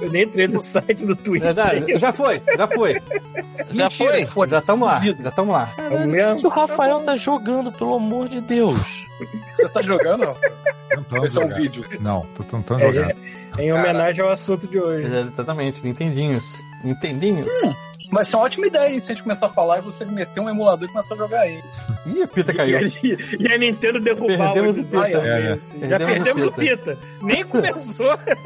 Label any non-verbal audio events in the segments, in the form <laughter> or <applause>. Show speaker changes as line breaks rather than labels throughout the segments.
Eu nem entrei no site do Twitter.
Verdade, É, já foi, já foi.
Já
Mentira,
foi?
Já estamos lá, já estamos lá.
É o mesmo.
O Rafael tá jogando, pelo amor de Deus.
Você tá jogando? Não?
Tentando
Esse é um
jogar.
vídeo.
Não, tô tentando
É,
jogar.
Em homenagem ao assunto de hoje.
Exatamente, Nintendinhos. Nintendinhos?
Mas isso é uma ótima ideia, hein? Se a gente começar a falar e você meter um emulador e começar a jogar aí.
Ih, a pita
E
caiu.
a- e a Nintendo derrubar
Perdemos
o
o Pita.
Xbox.
É, né?
Já
Perdemos
perdemos
o
o Pita. Nem começou.
Caralho,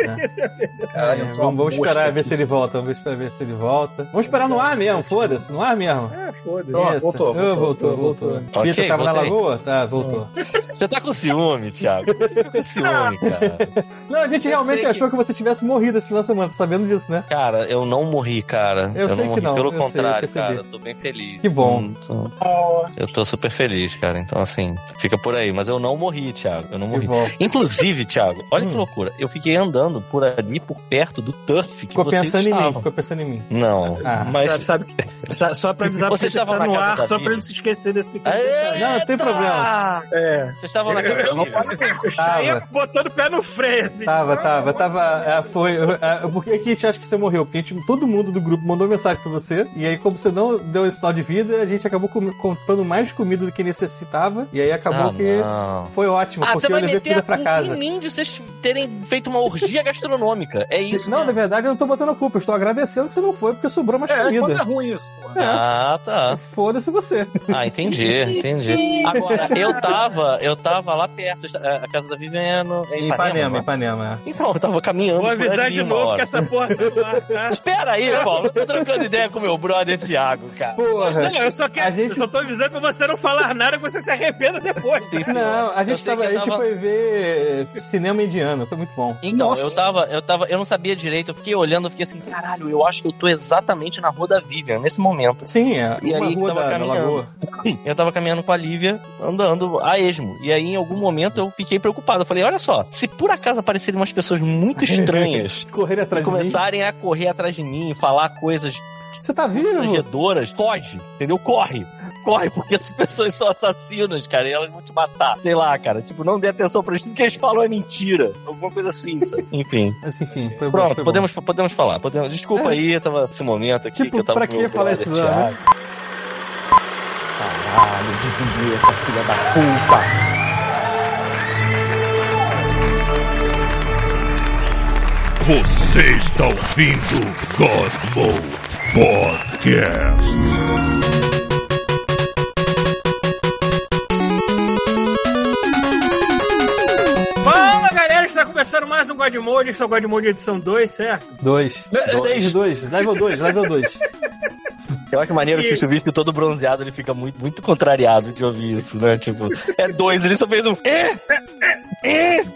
É, vamos,
eu sou uma
vamos
tá mosca.
esperar ver se ele volta, vamos esperar ver se ele volta. Vamos esperar no ar mesmo, foda-se, no ar mesmo.
É,
Ah, foda-se.
Pronto,
Isso.
voltou,
Ah,
voltou,
voltou, voltou.
voltou.
Ok,
Pita tava na
voltei.
lagoa? Tá, voltou.
Você tá com ciúme, Thiago. Fica com
<laughs>
ciúme, cara.
Não, a gente
Eu
realmente
sei que-
achou que... você tivesse morrido esse final de semana, tá sabendo disso, né?
Cara, eu não morri, cara.
Eu sei
não
que
morri.
não,
Pelo
eu sei, eu
contrário,
percebi.
cara. Eu tô bem feliz.
Que bom.
Hum, tô-
Ah,
Eu tô super feliz, cara. Então, assim, fica por aí. Mas eu não morri, Thiago. Eu não
Que
morri.
bom.
Inclusive, Thiago, olha
Hum.
que loucura. Eu fiquei andando por ali, por perto do turf que
Ficou
vocês
pensando em
estavam.
mim, ficou pensando em mim.
Não,
Ah,
Sabe-
mas...
sabe que- sa- só pra avisar
Vocês
porque
estavam
tá
na
no
casa
ar,
da
só
Bíblia?
pra não se esquecer desse pequeno
Aê!
detalhe.
Não, não tem problema.
É.
Vocês estavam na casa
Eu
da
não
Bíblia.
paro de
Eu saía
Tava.
botando o pé no freio. assim.
Tava, tava, tava. é, foi. é, por que que a gente acha que você morreu? Porque a gente, todo mundo do grupo mandou mensagem pra você. E aí, como você não deu esse sinal de vida, a gente acabou com- comprando mais comida do que necessitava. E aí acabou
Ah,
que
não.
foi ótimo,
Ah,
porque
você
eu
vai
levei
meter
comida
a
pra
culpa
casa.
em mim de vocês terem feito uma orgia gastronômica. É isso.
não,
né?
na verdade, eu não tô botando a culpa. Eu estou agradecendo que você não foi, porque sobrou mais
É, quando é
comida.
ruim isso, porra.
Ah,
<laughs>
tá.
Foda-se você.
Ah, entendi, entendi. Agora, eu tava, eu tava lá perto, é, a casa da Viviano, É em
Em Ipanema,
Ipanema.
Ipanema.
Então, eu tava caminhando
Vou
por
avisar
ali
de
uma
novo
hora.
que essa porra tá no ar, tá?
Espera aí, Paulo, eu tô trocando ideia com meu brother Thiago, cara.
Porra.
Não, eu só
A
quero.
gente-
Eu só tô avisando pra você não falar nada que você se arrependa depois.
Sim, senhor.
Não, a
Eu
gente,
sei
tava,
que
a
eu
gente foi ver cinema indiano, foi muito bom.
Então,
Nossa.
eu tava, eu tava, eu não sabia direito, eu fiquei olhando, eu fiquei assim, caralho, eu acho que eu tô exatamente na rua da Vivian, nesse momento.
Sim, é
E
uma
aí
rua
tava
da, da
caminhando.
Lagoa.
Eu tava caminhando com a Lívia, andando a esmo. E aí, em algum momento, eu fiquei preocupado. Eu falei, olha só, se por acaso aparecerem umas
<laughs>
pessoas muito estranhas
Correr
e
atrás de mim.
começarem a correr atrás de mim, falar coisas
Você tá vivo?
constrangedoras, foge, entendeu? Corre. Corre, porque essas pessoas são assassinas, cara, e elas vão te matar. Sei lá, cara. Tipo, não dê atenção pra isso, que eles falam é mentira. Alguma coisa assim, sabe? Enfim.
Mas <laughs> enfim, foi bom,
Pronto,
foi bom.
podemos, podemos falar. Podemos... Desculpa
É.
aí, tava esse momento aqui
Tipo,
que eu tava
pra
com
que
meu
falar
brother
isso, não, né?
Thiago.
Caralho, desvia essa filha da puta.
Você está ouvindo Godmode Podcast.
Fala galera, está começando mais um God Mode. Esse é o God Mode edição 2, certo?
Dois. Stage dois. Level dois, level dois.
Eu acho maneiro
E-
que o Chuvisco todo bronzeado, ele fica muito, muito contrariado de ouvir isso, né? Tipo, é dois, ele só fez um. "É,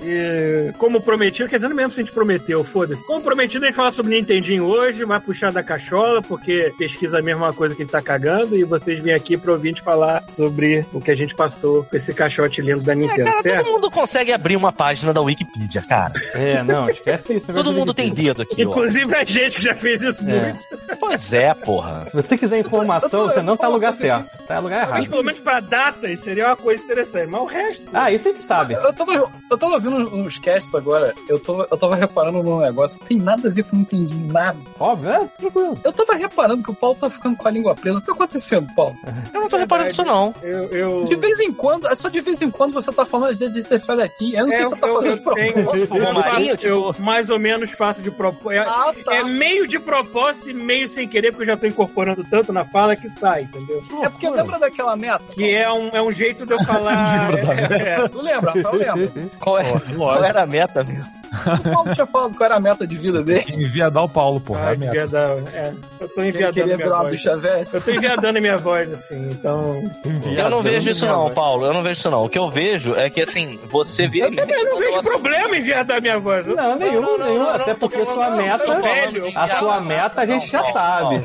E, como prometido, quer dizer, não é mesmo se a gente prometeu, foda-se. Como prometido, a gente fala sobre Nintendinho hoje, vai puxar da cachola, porque pesquisa a mesma coisa que ele tá cagando, e vocês vêm aqui pro ouvinte falar sobre o que a gente passou com esse caixote lindo da Nintendo,
É, Cara,
certo?
todo mundo consegue abrir uma página da Wikipedia, cara.
É, não, esquece isso.
Todo mundo tem dedo aqui, ó.
Inclusive a gente que já fez isso
É.
muito.
Pois é, porra.
Se você quiser informação, você não tá no lugar certo. Tá no
Mas
lugar errado.
pelo menos pra datas seria uma coisa interessante, mas o resto.
Ah, isso a gente sabe.
Eu tava, eu tava ouvindo uns- uns casts agora, eu, tô, eu tava reparando num negócio, não tem nada a ver com não entendi nada.
Óbvio, é, tranquilo.
Eu tava reparando que o Paulo tá ficando com a língua presa. O que tá acontecendo, Paulo?
<laughs> Eu não tô reparando isso, não.
Eu. eu...
De vez em quando, é só de vez em quando você tá falando de defesa aqui. Eu não
É,
sei
eu-
se você tá
É, eu-
fazendo
eu tenho-
<laughs>
propósito.
eu
Marinho,
faço- eu mais ou menos faço de propósito.
Ah, tá.
É meio de propósito e meio sem querer, porque eu já tô incorporando tanto na fala que sai, entendeu?
É porque lembra daquela meta?
Que é um, é um jeito de eu
<laughs>
falar.
né?
é, é.
Tu lembra, Rafael? Lembra?
Qual, é, qual
Lógico.
era a meta mesmo?
O Paulo tinha falado qual era a meta de vida dele.
Enviadar o Paulo, porra.
Ah,
é a
Ai,
meta.
viadão, é. Eu tô
Ele
enviadando
queria
minha
virar uma
voz.
bicha velha.
Eu tô enviadando a minha voz, assim, então.
Eu não vejo isso, não,
Viadão.
Paulo. Eu não vejo isso, não. O que eu vejo é que, assim, você vira.
Eu também não vejo problema em enviadar minha voz. né? Eu
Não, nenhum, nenhum. até porque sua meta.
velho.
A sua meta a gente já sabe.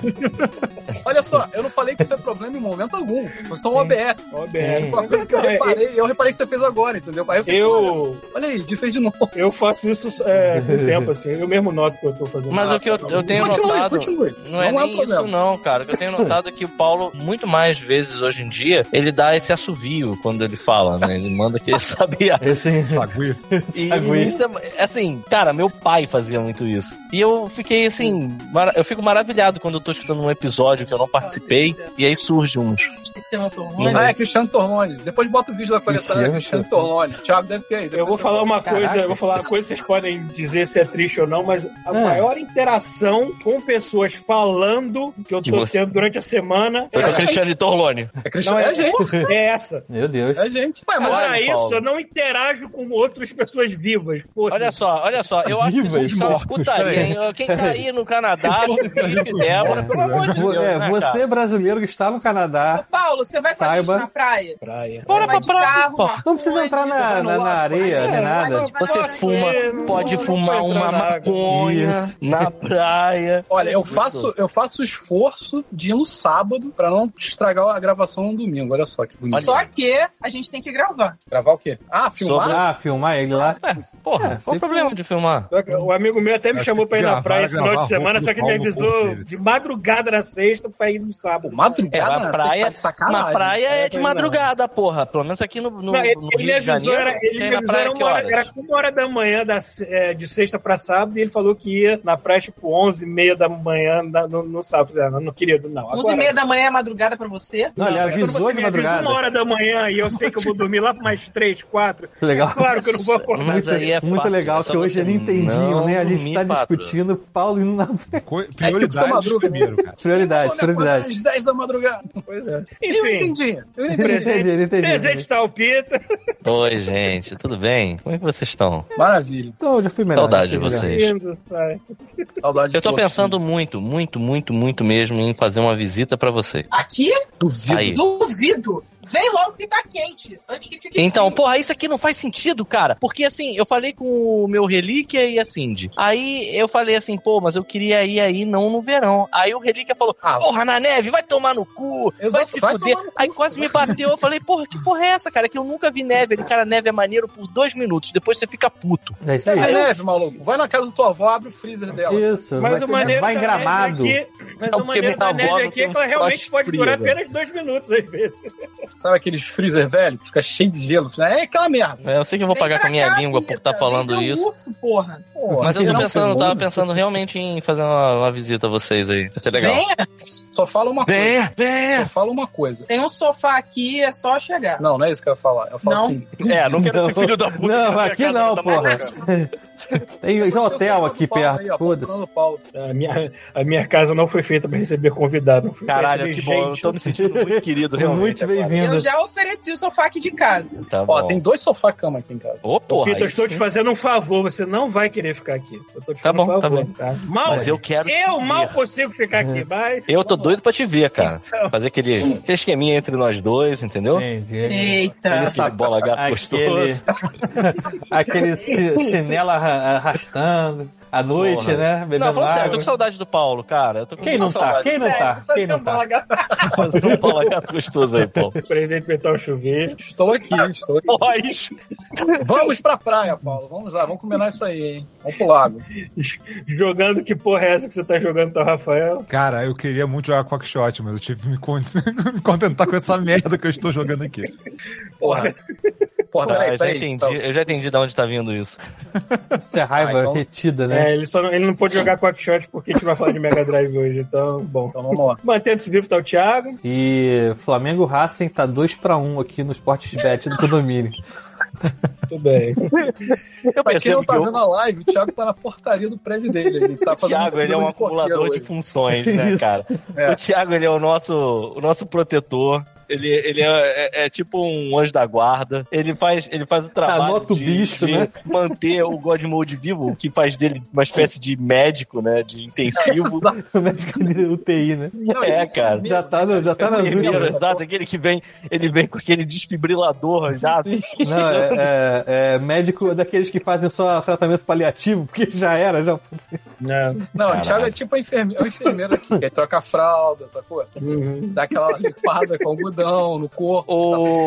Olha olha só, eu não falei que isso é problema em momento algum. Foi só um OBS.
OBS.
Foi é uma coisa
É,
que eu reparei, eu reparei que você fez agora, entendeu? Aí eu, falei, olha,
Eu,
olha aí, de fez de novo.
eu faço isso é, com o tempo, assim. Eu mesmo noto que eu tô fazendo.
Mas o que eu, eu tenho
Continue,
notado.
continue. um
Não é nem isso não, cara. O que eu tenho notado é que o Paulo, muito mais vezes hoje em dia, ele dá esse assovio quando ele fala, né? Ele manda que ele <laughs> sabia.
Esse <laughs>
Sagui.
E
Sagui.
isso é- assim, cara, meu pai fazia muito isso. E eu fiquei assim, mara- eu fico maravilhado quando eu tô escutando um episódio que eu não participei, e aí surge uns.
Então,
Ah, é Cristiano Torlone. Depois bota o vídeo da coleção, é
Cristiano
Cristiano Torlone. Thiago deve ter aí.
Eu
depois
vou
você-
falar uma
Caraca.
coisa, eu vou falar uma coisa, vocês podem dizer se é triste ou não, mas a maior interação com pessoas falando que eu
Que
tô
você-
tendo durante a semana é-
Foi com o Cristiano Torlone.
É
não
Cristiano, é
é,
a gente,
é essa.
Meu Deus.
é a gente. Ué, mas
Olha
Fora
aí,
isso,
Paulo.
eu não interajo com outras pessoas vivas. Porra.
Olha só, olha só, eu acho que
Vivas
isso é uma
mortos,
putaria,
peraí.
hein? Quem tá aí no Canadá, Felipe e Débora, pelo amor de
Vo-
Deus.
é,
né, cara?
você brasileiro que está no Canadá,
Paulo, você vai com a gente
Saiba.
na praia?
Praia.
Bora
Vai
pra
de
praia,
carro,
pô.
Marcos?
não precisa entrar na, na, na areia nem nada. Tipo,
Você fuma, pode fumar uma maconha
Isso.
na praia.
Olha, eu faço, eu faço o esforço de ir no sábado pra não estragar a gravação no domingo. Olha só que bonito.
Só que a gente tem que gravar.
Gravar o quê? Ah, filmar?
ah, filmar ele lá.
Porra, qual
É, sempre-
o problema de filmar?
Só que O amigo meu até me
Acho
chamou pra ir na
gravar,
praia esse final
gravar
de semana,
roupa
só que
do
me
Paulo no corpo
avisou
dele.
de madrugada na sexta pra ir no
Pô,
sábado.
Madrugada
É, na praia-
Você tá de sacanagem.
Na praia é de
Não.
madrugada, porra. Pelo menos aqui no, no,
Não, ele,
no
ele me
Rio de
avisou,
Janeiro.
era, ele
quer ir
me
na
avisou,
praia
era,
que
uma hora,
horas?
era uma hora da manhã da, se- é, de sexta pra sábado e ele falou que ia na praia tipo 11 e meia da manhã da- no, no sábado. Eu "Ah, não queria, não. Agora,
11 e meia da manhã é madrugada pra você.
Não, ele
Quando
avisou
você
de
me avisa
madrugada.
uma hora da manhã e eu sei que eu vou dormir lá pra mais três, quatro.
Legal.
Claro que eu não vou acordar.
Mas
muito,
aí é
muito
fácil,
legal
é só
que hoje é
você
Nintendinho,
não
né? A gente
dormir,
tá
pato.
discutindo Paulo indo na
Co-
só
Prioridades
madruga, né?
primeiro, cara.
<laughs> prioridade,
Quando é quando é Às
prioridade.
10 da madrugada.
Pois é.
Eu
Enfim,
entendi. Eu entendi.
Entendi,
presente,
entendi.
presente tá talpita.
Oi, gente, tudo bem? Como é que vocês estão?
Maravilha.
Então, eu já fui melhor.
Saudade
já fui
de
melhor.
vocês.
Lindo, pai.
Saudade de
Eu tô
todos.
pensando muito, muito, muito, muito mesmo em fazer uma visita pra você.
Aqui,
Duvido.
Aí.
duvido. Vem logo que tá quente. Antes que fique
Então,
frio.
porra, isso aqui não faz sentido, cara. Porque assim, eu falei com o meu Relíquia e a Cindy. Aí eu falei assim, pô, mas eu queria ir aí não no verão. Aí o Relíquia falou,
Ah,
porra, na neve, vai tomar no cu, vai
Exato,
se
vai
fuder.
tomar no cu.
Aí quase me bateu, eu falei, porra, que porra é essa, cara? Que eu nunca vi neve. Ele, cara, neve é maneiro por dois minutos, depois você fica puto.
É isso
Vai
aí.
neve, maluco. Vai na casa da tua avó, abre o freezer dela.
Isso,
Mas o
vai,
maneiro é
vai
da
em
neve
gramado.
É um
aqui- mas
Não,
o maneiro
porque minha
da
avó
neve
não
aqui é
tem
que ela
um
realmente
troço
pode
frio,
durar
velho.
apenas dois minutos, às vezes.
Sabe aqueles freezer velho que fica cheio de gelo? É aquela merda.
É, eu sei que eu vou
Vem
pagar com
pra
a minha
cá,
língua por
Rita.
estar
Vem
falando
ver um
isso.
Urso, porra.
Pô,
Mas eu tô
verão
pensando, eu
fervoso.
tava pensando realmente em fazer uma, uma visita a vocês aí. Vai ser legal.
Venha,
Só fala uma
É.
coisa.
Venha, venha!
Só fala uma coisa.
tem um sofá aqui, é só chegar.
Não, não é isso que eu ia falar. Eu falo
Não.
assim.
É, não quero ser
Não.
filho da puta.
Não,
na
aqui
minha casa,
não,
tá
porra.
maluco?
<laughs> Tem hotel aqui
Paulo aí, ó, um
perto, foda-se. É Tá
Fernando Paulo.
A minha, a minha casa não foi feita para receber convidado. Foi pra
Caralho,
receber
que bom. Eu
gente.
tô me sentindo
<laughs>
muito querido, realmente.
Muito bem-vindo.
Eu já ofereci o sofá aqui de casa.
agora. Tá bom.
Ó, tem dois sofá-cama aqui em casa.
Ô, porra.
Peter, eu
aí
estou
sim.
te fazendo um favor, você não vai querer ficar aqui. Eu tô te
Tá
fazendo um
bom, tá
favor.
bom.
tá? Mal,
Mas eu quero. te
eu
ver. Uhum.
mal consigo ficar aqui, mas.
Eu tô doido pra te ver, cara.
Então.
Fazer aquele, aquele esqueminha entre nós dois, entendeu?
Entendi.
Eita.
Essa bola gato
Aquele,
gostoso.
aquele <laughs> chi- chinelo arra- arrastando à noite,
Porra.
né?
Não,
Bebendo
falando sério, eu tô
água.
com saudade do Paulo, cara. Eu tô com
Quem não tá?
saudade
Quem não tá? Quem não tá?
de um Paulo gato gostoso aí, Paulo.
Presente metal chover.
Estou aqui, estou aqui.
Nós.
Vamos pra praia, Paulo. Vamos lá, vamos combinar isso aí, hein? Vamos pro lago.
Jogando que porra é essa que você tá jogando, então, Rafael?
Cara, eu queria muito jogar Quackshot, mas eu tive que me con- <laughs> me contentar com essa merda que eu estou jogando aqui.
Porra. Porra,
Ah, eu
peraí,
já
peraí.
entendi,
Então,
eu já entendi de onde tá vindo isso.
Isso é raiva
Ah, então-
retida, né?
É, ele, só não, ele não pôde jogar Quackshot porque a gente vai falar de Mega Drive hoje, então, bom.
então vamos lá.
Mantendo-se vivo tá o Thiago.
E Flamengo Racing tá 2 pra 1 um aqui no Sport Bet do condomínio. <laughs>
Tudo bem.
Eu
Pra quem
percebo
não tá
que
vendo
o
a live, o Thiaco tá na portaria do prédio dele. Ele tá
o
fazendo
Thiago, ele é
fila
um
de
<laughs>
coqueiro
acumulador de
hoje.
funções, né,
Isso.
cara?
É.
O Thiago, ele é o nosso, o nosso protetor. Ele, ele é, é- é tipo um anjo da guarda. Ele faz, ele faz o trabalho
É, Anota o
de,
bicho,
de
né?
manter o God Mode vivo, o que faz dele uma espécie de médico, né?
<laughs>
De intensivo.
O médico de UTI, né?
é, cara.
Já tá, no- já tá nas
Enfermeiro,
últimas.
exato, aquele que vem, ele vem com aquele desfibrilador já, assim,
Não, é, é- é médico daqueles que fazem só tratamento paliativo, porque já era, já.
Não, o Thiago é tipo a enferme- o enfermeiro aqui, que aí troca a fralda, sacou? Dá aquela limpada com algodão no corpo,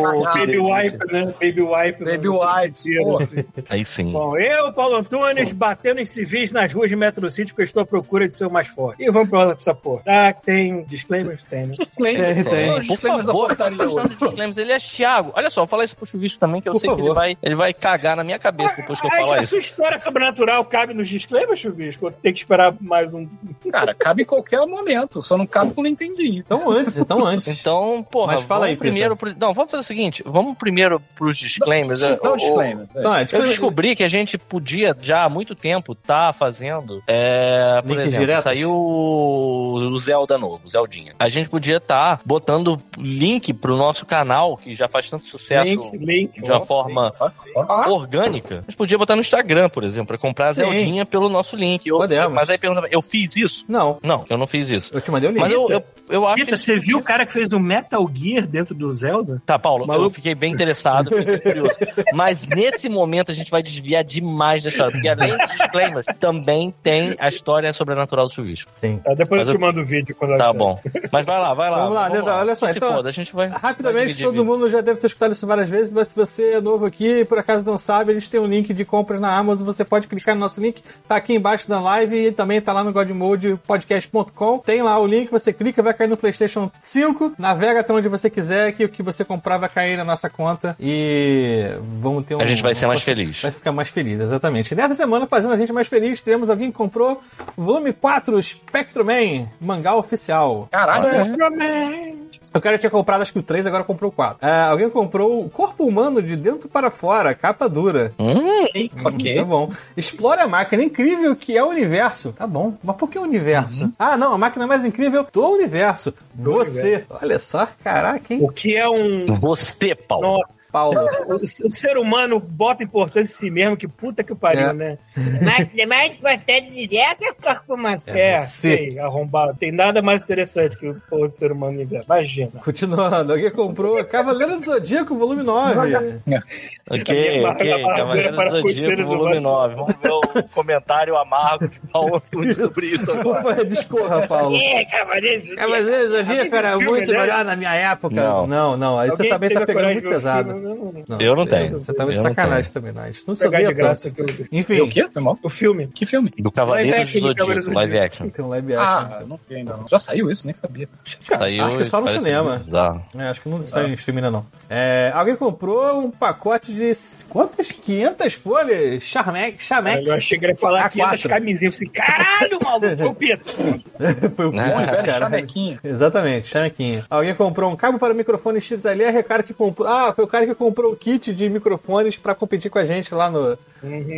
tá
Ô, que
Baby
delícia.
wipe, né? Baby wipe.
baby
né?
wipes, porra.
Aí sim.
Bom, eu, Paulo Antunes, batendo em civis nas ruas de Metro City, porque eu estou à procura de ser o mais forte. E vamos pra essa porra. Ah, tem disclaimers? Tem, né?
É, tem.
Só os
Por
disclaimers da
favor,
portaria
tá
hoje. Ele é Thiago. Olha só, fala isso pro Chuvisco também, que eu
Por
sei que ele
favor.
vai, ele vai cagar na minha cabeça depois que eu
Ah,
falar
a
isso.
sua história sobrenatural cabe nos disclaimers, Chubisco? Ou Tem que esperar mais um.
Cara, cabe em qualquer momento, só não cabe quando entendi.
Então antes, então antes.
Então, porra,
Mas fala
vamos
aí,
primeiro. pro- Não, vamos fazer o seguinte: vamos primeiro pros disclaimers. Eu-
Dá
eu-
um disclaimer. velho.
Então, é,
Eu descobri que a gente podia já há muito tempo tá fazendo. É, por
Links
exemplo,
diretos?
saiu o Zelda novo, o Zeldinha. A gente podia estar botando link pro nosso canal, que já faz tanto sucesso
Link, link.
de uma forma
Ah,
orgânica, a gente podia botar no Instagram, por exemplo, pra comprar a
Sim.
Zeldinha pelo nosso link. Eu-
Podemos.
Mas aí pergunta, eu fiz isso?
Não,
Não, eu não fiz isso.
eu te mandei o link.
Mas eu, eu, eu acho
Rita,
que...
Tá, você viu o cara que fez o Metal Gear dentro do Zelda?
Tá, Paulo, eu
Maluco.
fiquei bem interessado, fiquei curioso. Mas nesse momento a gente vai desviar demais dessa hora, porque além dos disclaimers, também tem a história sobrenatural do chuvisco.
Sim.
Ah, depois
Mas
eu
eu-
te mando o vídeo quando
Tá bom. Mas vai lá, vai lá.
Vamos lá, Neda, olha só,
Que Se
então-
foda, a gente vai... vai
Rapidamente,
dividir
todo
vídeo.
mundo já deve ter escutado isso várias vezes, mas se você é novo aqui e por acaso não sabe, a gente tem um link de compras na Amazon, você pode clicar no nosso link, tá aqui embaixo da live e também tá lá no godmodepodcast.com. Tem lá o link, você clica, vai cair no PlayStation 5, navega até onde você quiser, que o que você comprar vai cair na nossa conta e vamos ter um...
A gente vai ser mais
um-
feliz.
Vai ficar mais feliz, exatamente. Nessa semana, fazendo a gente mais feliz, tivemos alguém que comprou volume 4 Spectrum Man, mangá oficial.
Caralho,
Olha.
né?
É.
O cara tinha comprado acho que o 3, agora comprou o 4. Ah, alguém comprou o Corpo Humano de Dentro para Fora, capa dura.
Hum,
Tá
ok.
bom. Explore a máquina incrível que é o universo. Tá bom. Mas por que o universo? Ah, não, a máquina mais incrível do universo. Você. Olha só, caraca, hein?
O que é um.
você, Paulo.
Nossa,
Paulo.
o, o ser humano bota importância em si mesmo, que puta que pariu,
É. <laughs>
né?
Mas o mais importante dizer é seu corpo humano.
É
É,
você.
sei, arrombado. Tem nada mais interessante que o porra do ser humano inventa. Imagina.
Continuando, alguém comprou Cavaleiro do Zodíaco, volume 9.
Ok,
Minha
ok. tá
barba
Cavaleiro
para
do Zodíaco,
conhecer os
volume
humanos.
9. Vamos
<laughs>
ver o comentário amargo de Paulo Antunes sobre isso agora.
Opa, Discorra, Paulo.
É, cavaleiro. do
É, mas o Zodíaco era
Alguém viu,
muito
né?
melhor na minha época.
Não.
não. não. Aí você
Alguém
também tá
teve a coragem
pegando muito
de ver o
pesado.
filme? Não, não, não.
Não,
Eu não tenho.
Você tá muito
Eu não
sacanagem também, né? A gente não se
Pegar
odeia
de graça
tanto.
aqui. o-
Enfim,
Tem é o quê? Foi mal?
O filme.
Que filme?
Do Cavaleiro
Live
do
action de Cavaleiro
Zodíaco,
do
live
Zodíaco.
action.
tem um live action.
Ah, não vi ainda não. Já saiu isso? Nem sabia.
Saiu Ah,
acho que é só no
parece
cinema.
bizarro.
É, acho que
Ah.
não saiu em streaming ainda, não. É, alguém comprou um pacote de s- quantas? 500 folhas? Charmex? Chamex?
Eu achei que ele ia falar
A <laughs>
500
quatro.
camisinhas. Eu falei, caralho, maluco, foi o
<laughs>
Pedro.
Foi o
Ah,
Muito velho
É, cara.
chamequinha.
Exatamente, chamequinha. Alguém comprou um cabo para microfone XLR, o cara que comprou. Ah, foi o cara que comprou o kit de microfones para competir com a gente lá no.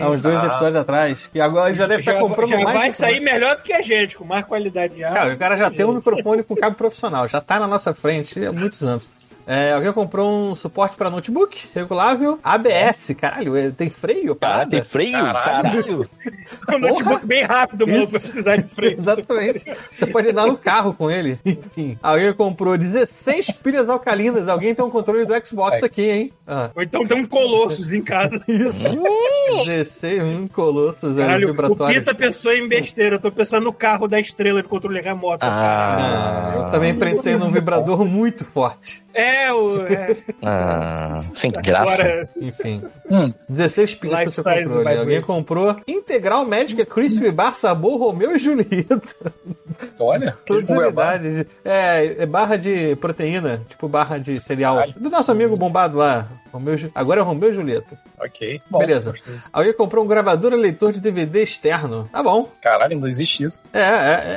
Há uns dois
Ah.
episódios atrás. Que agora ele já deve estar
Uhum. Já,
tá comprando
já
mais.
vai
microfone.
sair melhor do que a gente, com mais qualidade de áudio.
Cara, o cara já tem um microfone com cabo profissional, já tá na nossa frente há muitos anos. É, alguém comprou um suporte pra notebook regulável, ABS, caralho, é, tem freio,
Caralho, tem
parada?
freio? Caralho.
<laughs> um notebook bem rápido, mano, pra precisar de freio.
<laughs> Exatamente. Você pode andar no carro com ele. <laughs> Enfim, alguém comprou 16 pilhas alcalinas. Alguém tem um controle do Xbox aqui, hein? Ah,
Ou então tem um colossos em casa.
16 hum, colossos é,
Caralho, o
vibratórios.
Pita pensou em besteira. Eu tô pensando no carro da estrela de controle remoto.
Ah, eu
Ah,
também pensei num vibrador muito forte.
É, o. É,
ah, sem graça.
agora.
Enfim.
Hum.
16 pilhas pro
Life
seu
size
controle.
vibrate.
Alguém comprou Integral Médica Crispy Bar Sabor Romeu e Julieta.
Olha,
Todas
<laughs> que é goiabada.
unidades. É, é barra de proteína, tipo barra de cereal. Do nosso amigo bombado lá. Romeu, e Ju- agora é Romeu e Julieta.
Ok. Bom,
Beleza.
gostei.
Alguém comprou um gravador e leitor de DVD externo. Tá bom.
Caralho, não existe isso.
É, é,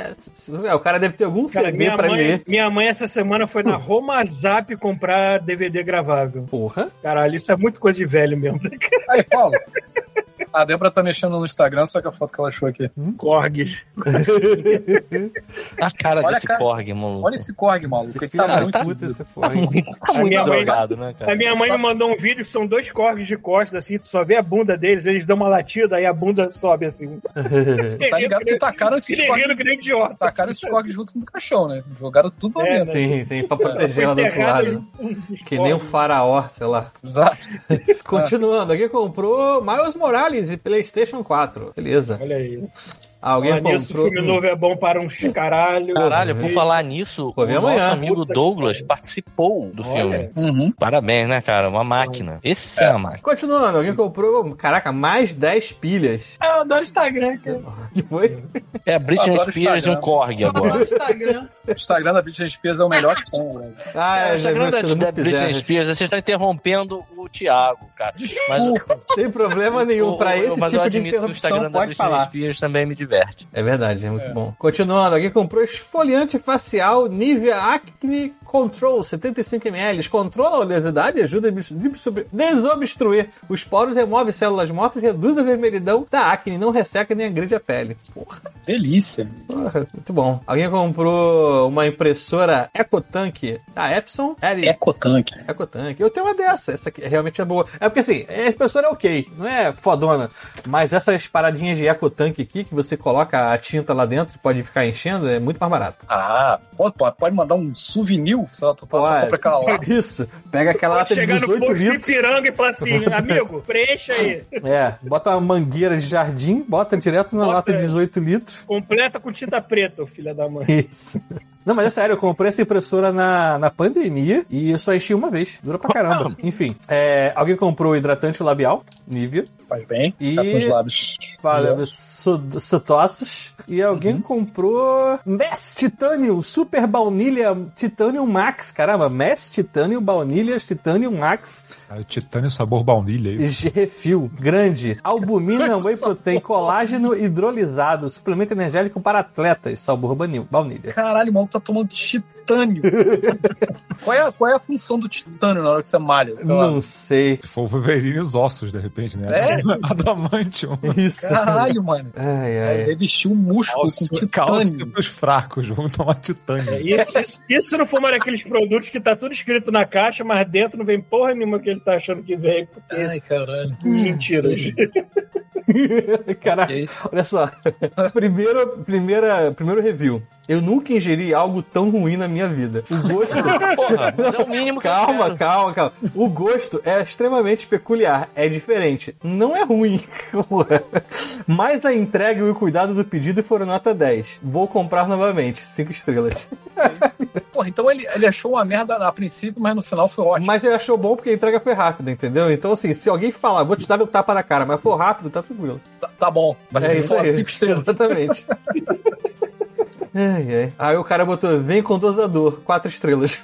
é, s- s- é, o cara deve ter algum
Cara,
CD
minha,
pra
mãe,
ler.
minha mãe essa semana foi na Roma Zap comprar DVD gravável.
Porra.
<laughs> né? Caralho, isso é muito coisa de velho mesmo.
Aí, Paulo, A Débora tá mexendo no Instagram, só que a foto que ela achou aqui.
Uhum.
Corgs.
A cara
Olha a
desse
cara.
Korg, maluco.
Olha esse Korg, maluco. Ele tá muito
puta esse
Tá
fone.
muito, tá
A
muito
minha mãe-
drogado, né, cara?
A minha mãe me mandou um vídeo que são dois corgs de costas, assim, tu só vê a bunda deles, eles dão uma latida, aí a bunda sobe, assim.
Tá ligado que tacaram
Se
esses
guerreiro
Korg.
que nem um idiota.
Tacaram esses Korg junto com o caixão, né? Jogaram tudo ao
É,
menos.
Sim, sim, pra proteger ela do outro lado. Tá
um
Que nem um o faraó, sei lá.
Exato.
Continuando, alguém comprou Miles Morales e PlayStation 4. Beleza.
Olha aí.
Alguém
Olha isso,
comprou. um-
o filme novo é bom para uns caralho.
Caralho, por
Sim.
falar nisso,
Pô,
o
vem
nosso
amanhã.
amigo Douglas participou do filme.
Uhum.
Parabéns, né, cara? Uma máquina. Esse sim é uma máquina.
Continuando, alguém comprou, caraca, mais 10 pilhas. <laughs>
Ah, Eu adoro Instagram, cara.
Que foi?
É a Britney
Adoro
Spears e um
Instagram.
Korg
Eu adoro
agora.
Instagram.
O Instagram da Britney Spears é o melhor que tem, velho.
Ah, eu
o
já vi
Instagram
umas
da,
coisas
da
muito
Britney
bizarras.
Spears, você está interrompendo o Thiago, cara. Mas,
Tem problema
<laughs>
nenhum pra
eu- eu-
esse
mas eu
tipo de
admito que o Instagram
interrupção,
da
pode
Britney
falar.
Spears também
<laughs>
me diverte.
É verdade, é muito bom. Continuando, alguém comprou esfoliante facial Nivea Acne Control 75ml. Controla a oleosidade e ajuda a bis- desobstru- desobstruir os poros, remove células mortas, reduz a vermelhidão da acne, não resseca nem agride a pele. Porra,
Delícia.
porra, muito bom. Alguém comprou uma impressora EcoTank da Epson? L
É Ecotank.
EcoTank. Eu tenho uma dessa. Essa aqui realmente é boa. É porque assim, a espessura é ok, não é fodona. Mas essas paradinhas de EcoTank aqui, que você coloca a tinta lá dentro e pode ficar enchendo, é muito mais barato.
Ah, pode, pode, pode mandar um souvenir, sei lá, tu passa
Pode.
compra aquela lá.
<laughs> Isso. Pega aquela lata de
Chegar no
18
posto de
litros.
piranga e falar
<laughs>
assim, amigo, preencha aí.
É, bota uma mangueira de jardim, bota direto na
Bota
lata de
aí.
18 litros.
Completa com tinta preta, ô filha da mãe.
Isso. Não, mas é sério, eu comprei essa impressora na, na pandemia e eu só enchi uma vez. Dura pra caramba. Enfim, é, alguém comprou hidratante labial, Nivea.
Faz bem.
E-
Tá com os lábios.
Fala, cetosos. E alguém comprou Mess Titanium Super Baunilha Titanium Max. Caramba, Mess Titanium Baunilhas Titanium Max
Cara, o Titânio sabor baunilha. é isso?
de refil. Grande. Albumina Whey Protein Colágeno Hidrolisado. Suplemento energético para atletas. Sabor banil- baunilha.
Caralho, o maluco tá
<laughs>
tomando titânio. qual, é a, qual é a função do titânio na hora que você malha? Sei lá.
Não sei.
Se for o Wolverine e os ossos, de repente, né? <laughs> um.
É?
Adamantium.
Isso.
Caralho, mano.
Ai,
É.
ai.
Revestiu o músculo
Cálcio,
com
cálcio
titânio. É
pros fracos, vamos tomar titânio.
Isso, isso, isso não for mais aqueles produtos que tá tudo escrito na caixa, mas dentro não vem porra nenhuma que ele tá achando que vem.
Ai, caralho.
Hum,
Mentiras.
<laughs> Caralho.
Ok.
Olha só. <laughs> Primeiro, primeira, primeiro review. Eu nunca ingeri algo tão ruim na minha vida. O
<laughs>
gosto.
Porra, mas é o mínimo que eu
Calma,
quero.
calma, calma. O gosto é extremamente peculiar, é diferente. Não é ruim. <laughs> Mas a entrega e o cuidado do pedido foram nota 10. Vou comprar novamente, 5 estrelas.
Porra, então ele, ele achou uma merda a princípio, mas no final foi ótimo.
Mas ele achou bom porque a entrega foi rápida, entendeu? Então, assim, se alguém falar, vou te dar um tapa na cara, mas for rápido, tá tranquilo.
Tá, tá bom. assim Mas
é isso aí.
cinco
<laughs>
estrelas.
Exatamente. Ai, ai. Aí o cara botou, vem com dosador, quatro estrelas.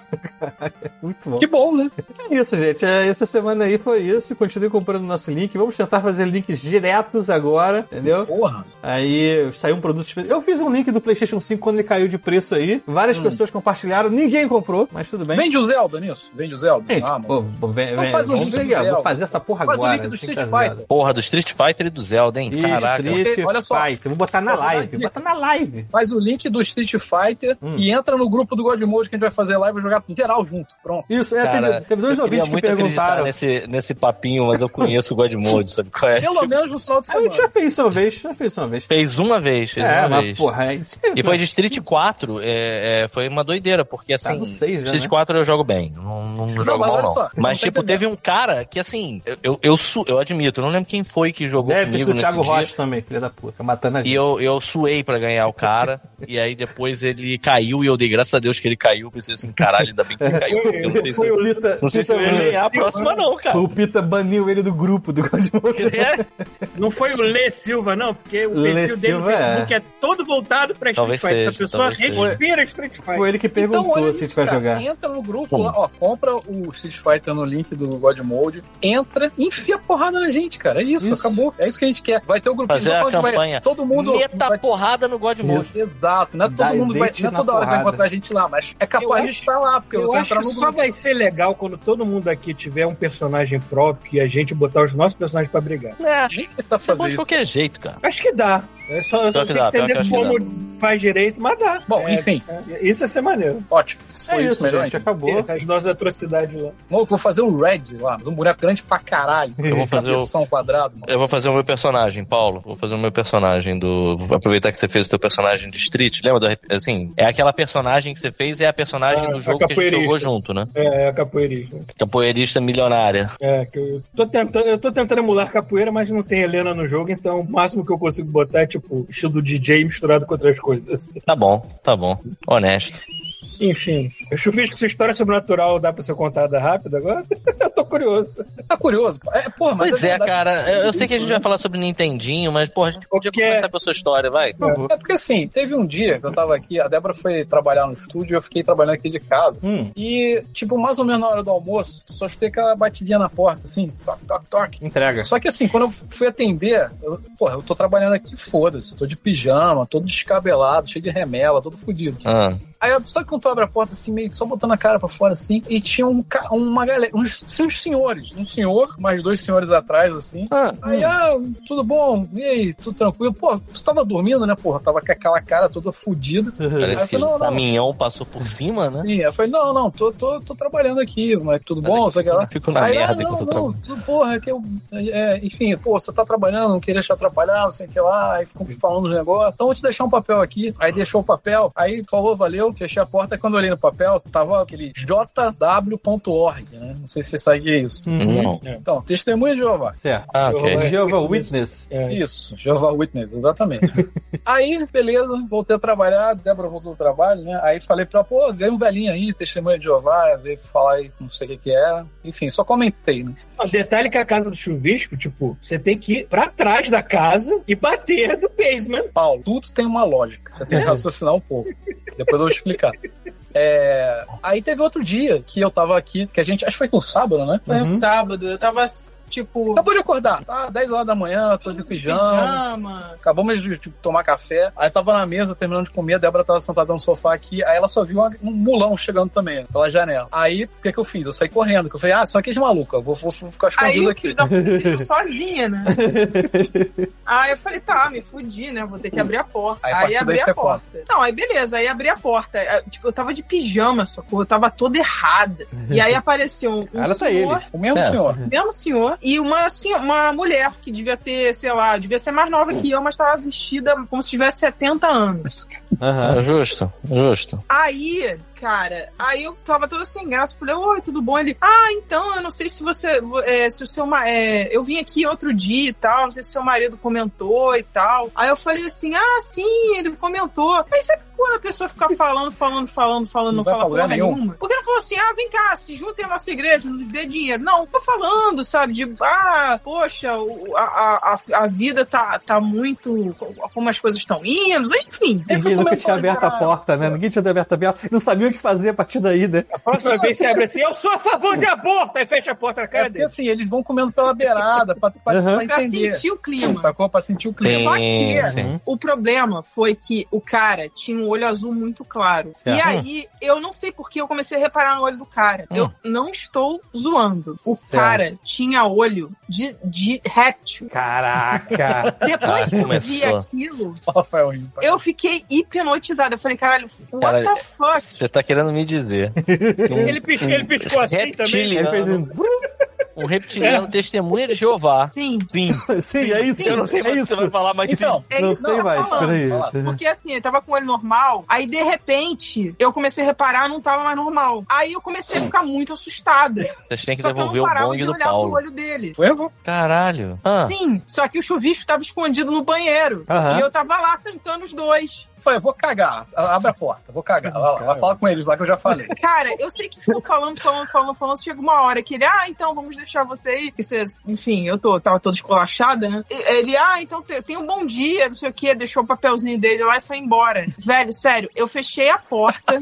<laughs> Muito bom.
Que bom, né?
É isso, gente. É, Essa semana aí foi isso. Continue comprando nosso link. Vamos tentar fazer links diretos agora, entendeu?
Porra.
Aí saiu um produto especial. Eu fiz um link do PlayStation 5 quando ele caiu de preço aí. Várias
Hum.
pessoas compartilharam, ninguém comprou, mas tudo bem.
Vende o Zelda nisso. Vende o Zelda.
Gente,
Ah,
pô, pô, vem,
Então
vem,
faz um
vamos
link
pegar.
do Zelda.
Vou fazer essa porra
Faz o
agora.
link do
tem que
Street
fazer.
Fighter.
Porra, do Street Fighter e do Zelda, hein?
Ih,
Caraca.
Street
Olha só.
Fighter. Vou botar na
Vou botar
live.
aqui.
Bota na live.
Faz o link do Street Fighter
Hum.
e entra no grupo do God Mode que a gente vai fazer live e jogar geral junto. Pronto.
Isso, é,
Cara,
teve, teve dois
eu queria
ouvintes que
muito acreditar
perguntaram.
Nesse, nesse papinho, mas eu conheço o Godmode, sabe qual é?
Pelo
Tipo,
menos no final de
Ah, A
semana.
gente já fez isso uma vez, já fez isso uma vez.
Fez uma vez, fez
é,
uma
mas
vez.
porra, é-
E foi de Street 4, é, é, foi uma doideira, porque assim,
no seis já,
Street
né?
4 eu jogo bem, não, não jogo
mas
mal
olha
não.
só, você não
mas
tá
tipo, teve um cara que assim, eu, eu, eu, su- eu admito, eu não lembro quem foi que jogou
Deve ter
comigo
sido o
nesse
Thiago
dia,
Rocha também, filha da puta, matando a gente.
E eu, eu suei pra ganhar o cara, <laughs> e aí depois ele caiu e eu dei graças a Deus que ele caiu, pensei assim, caralho, ainda bem que ele caiu, porque
<laughs>
eu não sei se
Foi
eu,
o-
Pita,
não sei se eu ia ganhar a próxima não, cara.
o Pita baniu ele do grupo do Godmode.
É,
Não foi o Lê Silva, não, porque o
Lê
perfil dele no
Silva é.
Facebook é. todo voltado pra Street
Talvez
Fighter. Essa
seja,
pessoa
talvez
respira Street Fighter.
Então,
Foi ele que perguntou
Então, olha
se a
isso,
gente vai
cara.
jogar.
Entra no grupo lá, ó, compra o Street Fighter no link do God Mode, entra e enfia porrada na gente, cara. É isso,
Isso.
acabou. É isso que a gente quer. Vai ter o grupinho.
Fazer
não
a
fala que vai-
campanha.
Todo mundo.
Meta
vai-
porrada no God Mode.
Exato, não é
Dá
todo mundo vai,
dente
não é
na
toda hora que vai
porrada.
encontrar a gente lá, mas é capaz
Eu
de a gente estar lá, porque
Eu
você
acho
entrar
que
no
só
grupo.
vai ser legal quando todo mundo aqui tiver um personagem próprio e a gente botar os nossos personagens pra brigar.
É,
A gente tá
você pode
fazendo
de
isso.
qualquer jeito, cara.
Acho que dá. É só, eu só
Pior que
tem que
dá, pior que eu
entender
acho que
como faz direito, mas dá.
Bom,
É,
enfim,
é, Isso é ser maneiro.
ótimo. Isso
É
foi
isso,
isso, melhor
gente.
ainda.
Acabou.
As nossas atrocidades lá.
Maluco, vou fazer um Red lá, mas um boneco grande pra caralho.
Eu vou fazer o.
Cabeção quadrado, mano.
Eu vou fazer o meu personagem, Paulo. Vou fazer o meu personagem do. vou aproveitar que você fez o teu personagem de Street. Lembra do. RP? Assim, é aquela personagem que você fez, é a personagem
Ah,
do
a
jogo que a gente
capoeirista.
jogou junto, né?
É, é capoeirismo.
Capoeirista milionária.
É, que eu tô tentando, eu tô tentando emular capoeira, mas não tem Helena no jogo, então o máximo que eu consigo botar é tipo estilo DJ misturado com outras coisas.
Tá bom, tá bom. Honesto.
Enfim, eu chuvisco essa história sobrenatural dá pra ser contada rápido agora? <laughs> eu tô curioso.
Tá curioso? É, porra, mas
Pois é,
verdade.
cara. Eu, eu sei que a gente vai falar sobre Nintendinho, mas, porra, a gente podia
Qualquer-
começar com a sua história, vai.
É porque assim, teve um dia que eu tava aqui, a Débora foi trabalhar no estúdio e eu fiquei trabalhando aqui de casa.
Hum.
E, tipo, mais ou menos na hora do almoço, só escutei aquela batidinha na porta, assim, toque, toque, toque.
Entrega.
Só que assim, quando eu fui atender, eu, porra, eu tô trabalhando aqui, foda-se, tô de pijama, todo descabelado, cheio de remela, todo fudido.
Ah,
Aí, sabe quando tu abre a porta assim, meio que só botando a cara pra fora assim, e tinha um, ca- uma galera, uns, uns senhores, um senhor, mais dois senhores atrás, assim.
Ah,
aí, ah, tudo bom? E aí, tudo tranquilo? Pô, tu tava dormindo, né, porra? Tava com aquela cara toda fudida.
parece
Aí eu
que
falei, não,
o
não.
caminhão passou por cima, né?
E aí eu falei, não, não, tô, tô, tô trabalhando aqui, mas tudo bom? Sei lá.
Eu fico na
Aí, ah,
merda
não,
enquanto eu
não,
tô.
tu, porra, que eu. é, enfim, pô, você tá trabalhando, não queria te atrapalhar, não sei o que lá, aí ficou falando os negócios. Então, vou te deixar um papel aqui. Aí deixou o papel, aí falou, valeu, fechei a porta. Aí, Quando eu olhei no papel, tava aquele jw.org, né? Não sei se você sabe o que é
Hum.
isso.
Não.
Então, testemunha de Jeová.
Certo.
Ah, ok.
Jeová Witness.
É.
Isso, Jeová Witness,
<laughs>
exatamente. aí, beleza, voltei a trabalhar, Débora voltou do trabalho, né? Aí falei pra ela, pô, veio um velhinho aí, testemunha de Jeová, veio falar aí, não sei o que que é. Enfim, só comentei, né?
O detalhe é que a casa do chuvisco, tipo, você tem que ir pra trás da casa e bater do basement.
Paulo, tudo tem uma lógica. Você tem que raciocinar um pouco. Depois eu vou te explicar. É, Aí teve outro dia que eu tava aqui, que a gente. Acho que foi no sábado, né?
Foi um sábado, eu tava, tipo,
Acabou de acordar, tá? 10 horas da manhã, tô de pijama.
pijama.
Acabamos de tipo, tomar café. Aí eu tava na mesa, terminando de comer, a Débora tava sentada no sofá aqui. Aí ela só viu uma- um mulão chegando também, pela janela. Aí, o que que eu fiz? Eu saí correndo, que eu falei, ah, são aqueles malucos, eu vou, vou- vou ficar
Aí
escondido
o
aqui.
filho da puta me deixou
<laughs>
sozinha, né? Aí eu falei, tá, me fudi, né? Vou ter que abrir a porta.
Aí, a
Aí,
partir daí,
abri
você
a porta. Não, aí beleza, aí abri a porta. Ah, Tipo, eu tava de pijama, socorro, eu tava toda errada.
<laughs>
E aí apareceu um, um
Era
tá
só
senhor,
O mesmo
É.
senhor.
<laughs> mesmo senhor, e uma, sen- uma mulher que devia ter, sei lá, devia ser mais nova que eu, mas tava vestida como se tivesse 70 anos.
Aham.
Ah, Justo, justo.
Aí, cara, aí eu tava toda sem graça. Falei, oi, tudo bom? Ele, ah, então, eu não sei se você. vo- é, se o seu. ma- é, eu vim aqui outro dia e tal, não sei se seu marido comentou e tal. Aí eu falei assim, ah, sim, ele comentou. Aí sabe quando a pessoa fica falando, falando, falando, falando,
Não
não,
vai
fala
pra lugar
porra
nenhum.
nenhuma? Porque não falou assim, ah, vem cá, se juntem à nossa igreja, nos dê dinheiro. Não, tô falando, sabe? De, ah, poxa, o- a, a, a- a vida tá, tá muito. Como as coisas estão indo, enfim.
Ninguém nunca tinha aberto a porta, né? Ninguém tinha aberto a porta. Não sabia o que fazer a partir daí, né?
A próxima vez você abre assim, eu sou a favor de aborto! Aí fecha a porta na
É
cara
porque
dele.
assim, eles vão comendo pela beirada pra, pra,
Aham.
pra
Pra
entender.
sentir né, o clima.
Sacou? Pra sentir o clima.
Só que-
sim.
O problema foi que o cara tinha um olho azul muito claro. E
Certo.
aí, eu não sei por que eu comecei a reparar no olho do cara. Eu não estou zoando. O
Hum. Certo.
cara tinha olho de, de
<laughs>
réptil.
Caraca!
Depois que eu vi
Começou.
aquilo,
Rafael Lima.
eu fiquei hipnotizada. Eu falei, caralho, what
Caralho,
the fuck?
Você tá querendo me dizer. que
<laughs>
um-
Ele piscou, ele piscou assim também.
Ele fez
reptiliano, um reptiliano testemunha de Jeová.
Sim. <laughs>
Sim.
um- <laughs> Sim, é isso.
Eu não sei
é
mais o que
isso.
você vai falar, mas
Então,
É
não
isso que eu
tem
tô
mais,
falando.
peraí.
fala.
Porque assim, ele tava com o olho normal, aí de repente eu comecei a reparar, não tava mais normal. Aí eu comecei a ficar muito assustada.
sim. Vocês têm que
Só que eu
devolver
não
o
parava
bong
de
do
olhar pro
Paulo.
olho dele.
Foi, vô?
Caralho. Ah,
Sim, só que o chuvisco estava escondido no banheiro.
Aham.
E eu tava lá tancando os dois.
Falei, vou cagar. A- Abre a porta, vou cagar. Vai, lá, vai falar com eles lá que eu já
<laughs>
falei.
Cara, eu sei que ficou falando, falando, falando, falando. Chega uma hora que ele, ah, então vamos deixar você aí. Porque vocês- enfim, eu tô, tava toda escolachada, né? E- Ele, ah, então te- tem um bom dia, não sei o quê. Deixou o papelzinho dele lá e foi embora. Velho, sério, eu fechei a porta.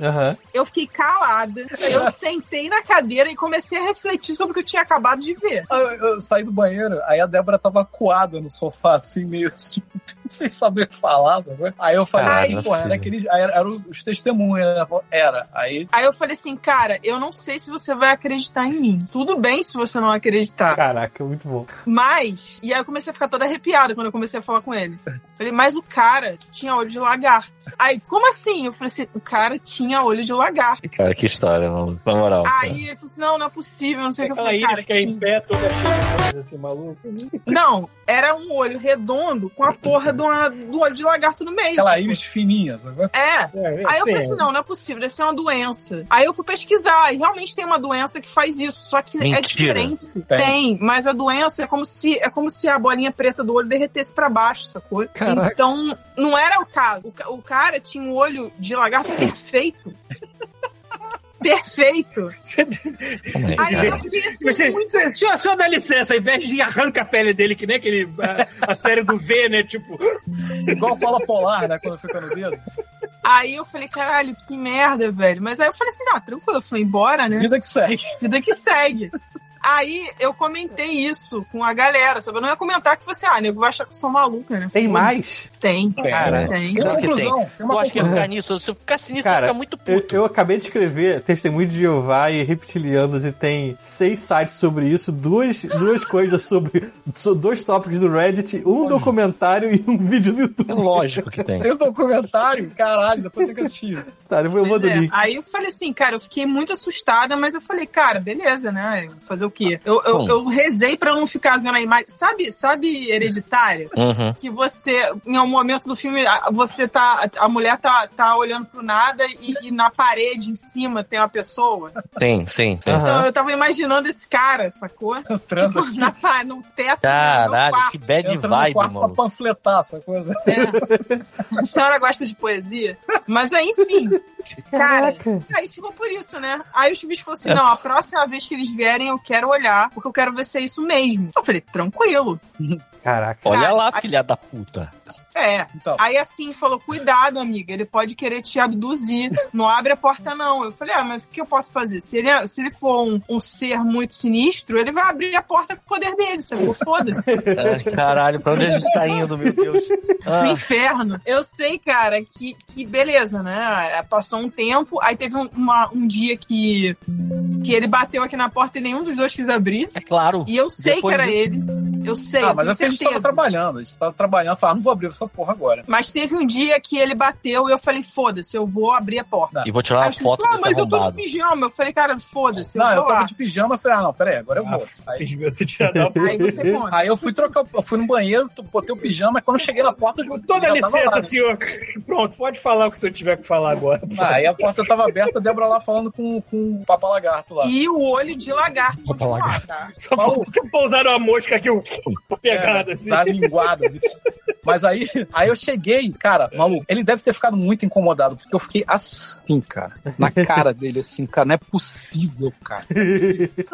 Aham.
Eu fiquei calada. Eu sentei na cadeira e comecei a refletir sobre o que eu tinha acabado de ver.
Aí Eu, eu saí do banheiro, aí a Débora tava coada no sofá, assim, meio <laughs> tipo, sem saber o que falar, sabe? Aí eu falei
Caraca, não
assim,
é
pô, era
possível.
aquele. aí Era, era os testemunhas, né? Ela falou, Era. Aí.
Aí eu falei assim, cara, eu não sei se você vai acreditar em mim. Tudo bem se você não acreditar.
Caraca, muito bom.
Mas. E aí eu comecei a ficar toda arrepiada quando eu comecei a falar com ele. Falei, mas o cara tinha olho de lagarto. Aí, como assim? Eu falei assim, o cara tinha olho de lagarto.
Cara, que história, mano. Na moral.
Aí ele falou assim: não, não é possível, não sei o que. Eu
Aquela
falei,
íris
cara,
que é em
tinha.
pé, toda cheia de coisa assim, maluco.
<laughs> Não, era um olho redondo com a porra de uma- do olho de lagarto no meio.
Aquela íris fininha, sabe?
É.
É,
Aí eu
assim,
falei assim, não, não é possível, deve ser uma doença. Aí eu fui pesquisar, e realmente tem uma doença que faz isso, só que é
Mentira.
diferente. Tem. mas a doença é como se é como se a bolinha preta do olho derretesse pra baixo, sacou?
Caraca.
Então, não era o caso. O, ca- o cara tinha um olho de lagarto perfeito. <laughs> perfeito.
Como é,
Aí eu
cara?
fiquei assim,
Você,
muito...
você, senhor, senhor, dá licença, ao invés de arranca a pele dele, que nem aquele, a, a série do V, né? Tipo,
Igual cola polar, né? Quando fica no dedo.
Aí eu falei, caralho, que merda, velho. Mas aí eu falei assim, não, tranquilo, eu fui embora, né?
Vida que segue.
vida que segue. Aí eu comentei isso com a galera, sabe? Eu não ia comentar que você, ah, nego, vai achar que eu sou maluca, né?
Tem
Foda-se.
mais?
Tem,
Tem.
Cara,
Tem
tem.
uma
Claro que
conclusão. Tem. uma
Eu acho que ia
conclusão.
ficar nisso. Se eu ficasse nisso,
Cara,
eu ia ficar muito
Eu,
puto.
eu acabei de escrever Testemunho de Jeová e Reptilianos e tem seis sites sobre isso, duas, duas coisas sobre. so- dois tópicos do Reddit, um documentário e um <laughs> vídeo do
É
YouTube.
lógico que tem.
Tem um documentário, caralho, depois tem que assistir.
Tá, depois eu
Pois
mando o
é.
link.
Aí eu falei assim, cara, eu fiquei muito assustada, mas eu falei, cara, beleza, né? Fazer o quê? Eu, eu,
Bom.
eu rezei pra não ficar vendo a imagem. Sabe, sabe hereditário?
Uhum.
Que você, em um momento do filme, a- você tá. A mulher tá, tá olhando pro nada e, e na parede em cima tem uma pessoa.
Tem, sim, sim.
Aham.
Então eu tava imaginando esse cara, sacou?
Entrando,
Tipo, <laughs> na, pa- no teto
Caralho,
do
que
meu
bad
entrando no
vibe,
quarto
mano.
pra panfletar essa coisa.
quarto. É. A senhora gosta de poesia? Mas aí, enfim. <laughs> Cara, aí ficou por isso, né? Aí os bichos falaram assim: não, a próxima vez que eles vierem, eu quero olhar, porque eu quero ver se é isso mesmo. Eu falei, tranquilo.
Caraca.
Olha
Cara,
lá,
a-
filha da puta.
É.
Então,
Aí assim, falou: cuidado, amiga, ele pode querer te abduzir. Não abre a porta, não. Eu falei, ah, mas o que eu posso fazer? Se ele, se ele for um, um ser muito sinistro, ele vai abrir a porta com o poder dele, sacou? Foda-se.
Ai, Caralho, pra onde a gente tá indo, meu Deus?
pro
Ah,
inferno. Eu sei, cara, que, que beleza, né? Passou um tempo, aí teve um, uma- um dia que, que ele bateu aqui na porta e nenhum dos dois quis abrir.
é claro.
E eu sei
Depois
que era
disso-
ele. Eu sei,
ah,
eu
mas é
tenho
porque a gente tava
certeza.
trabalhando. A gente tava trabalhando, falava, ah, não vou abrir essa porra agora.
Mas teve um dia que ele bateu e eu falei, foda-se, eu vou abrir a porta.
E vou tirar
Aí
uma
eu
foto
falei, ah,
desse
mas eu tô no
arrombado.
pijama. Eu falei, cara, foda-se, eu
não, eu
vou
tava
lá.
de pijama e falei, ah, não, peraí, agora eu vou. Aí,
vocês deviam ter tirado a
Aí você conta.
aí eu fui trocar, eu fui no banheiro, t- botei o pijama, e quando eu cheguei na porta, eu
Com toda
já tava lá,
licença,
né?
senhor. Pronto, pode falar o que o senhor tiver que falar agora.
Ah, aí a porta tava aberta, a Débora lá falando com, com o Papa Lagarto lá.
E o olho de lagarto continuar, tá?
Só falta pousar uma mosca aqui, um pegada,
É,
assim.
Dá linguadas. Mas aí, aí eu cheguei, cara, maluco, ele deve ter ficado muito incomodado, porque eu fiquei assim, cara, na cara dele, assim, cara, não é possível, cara.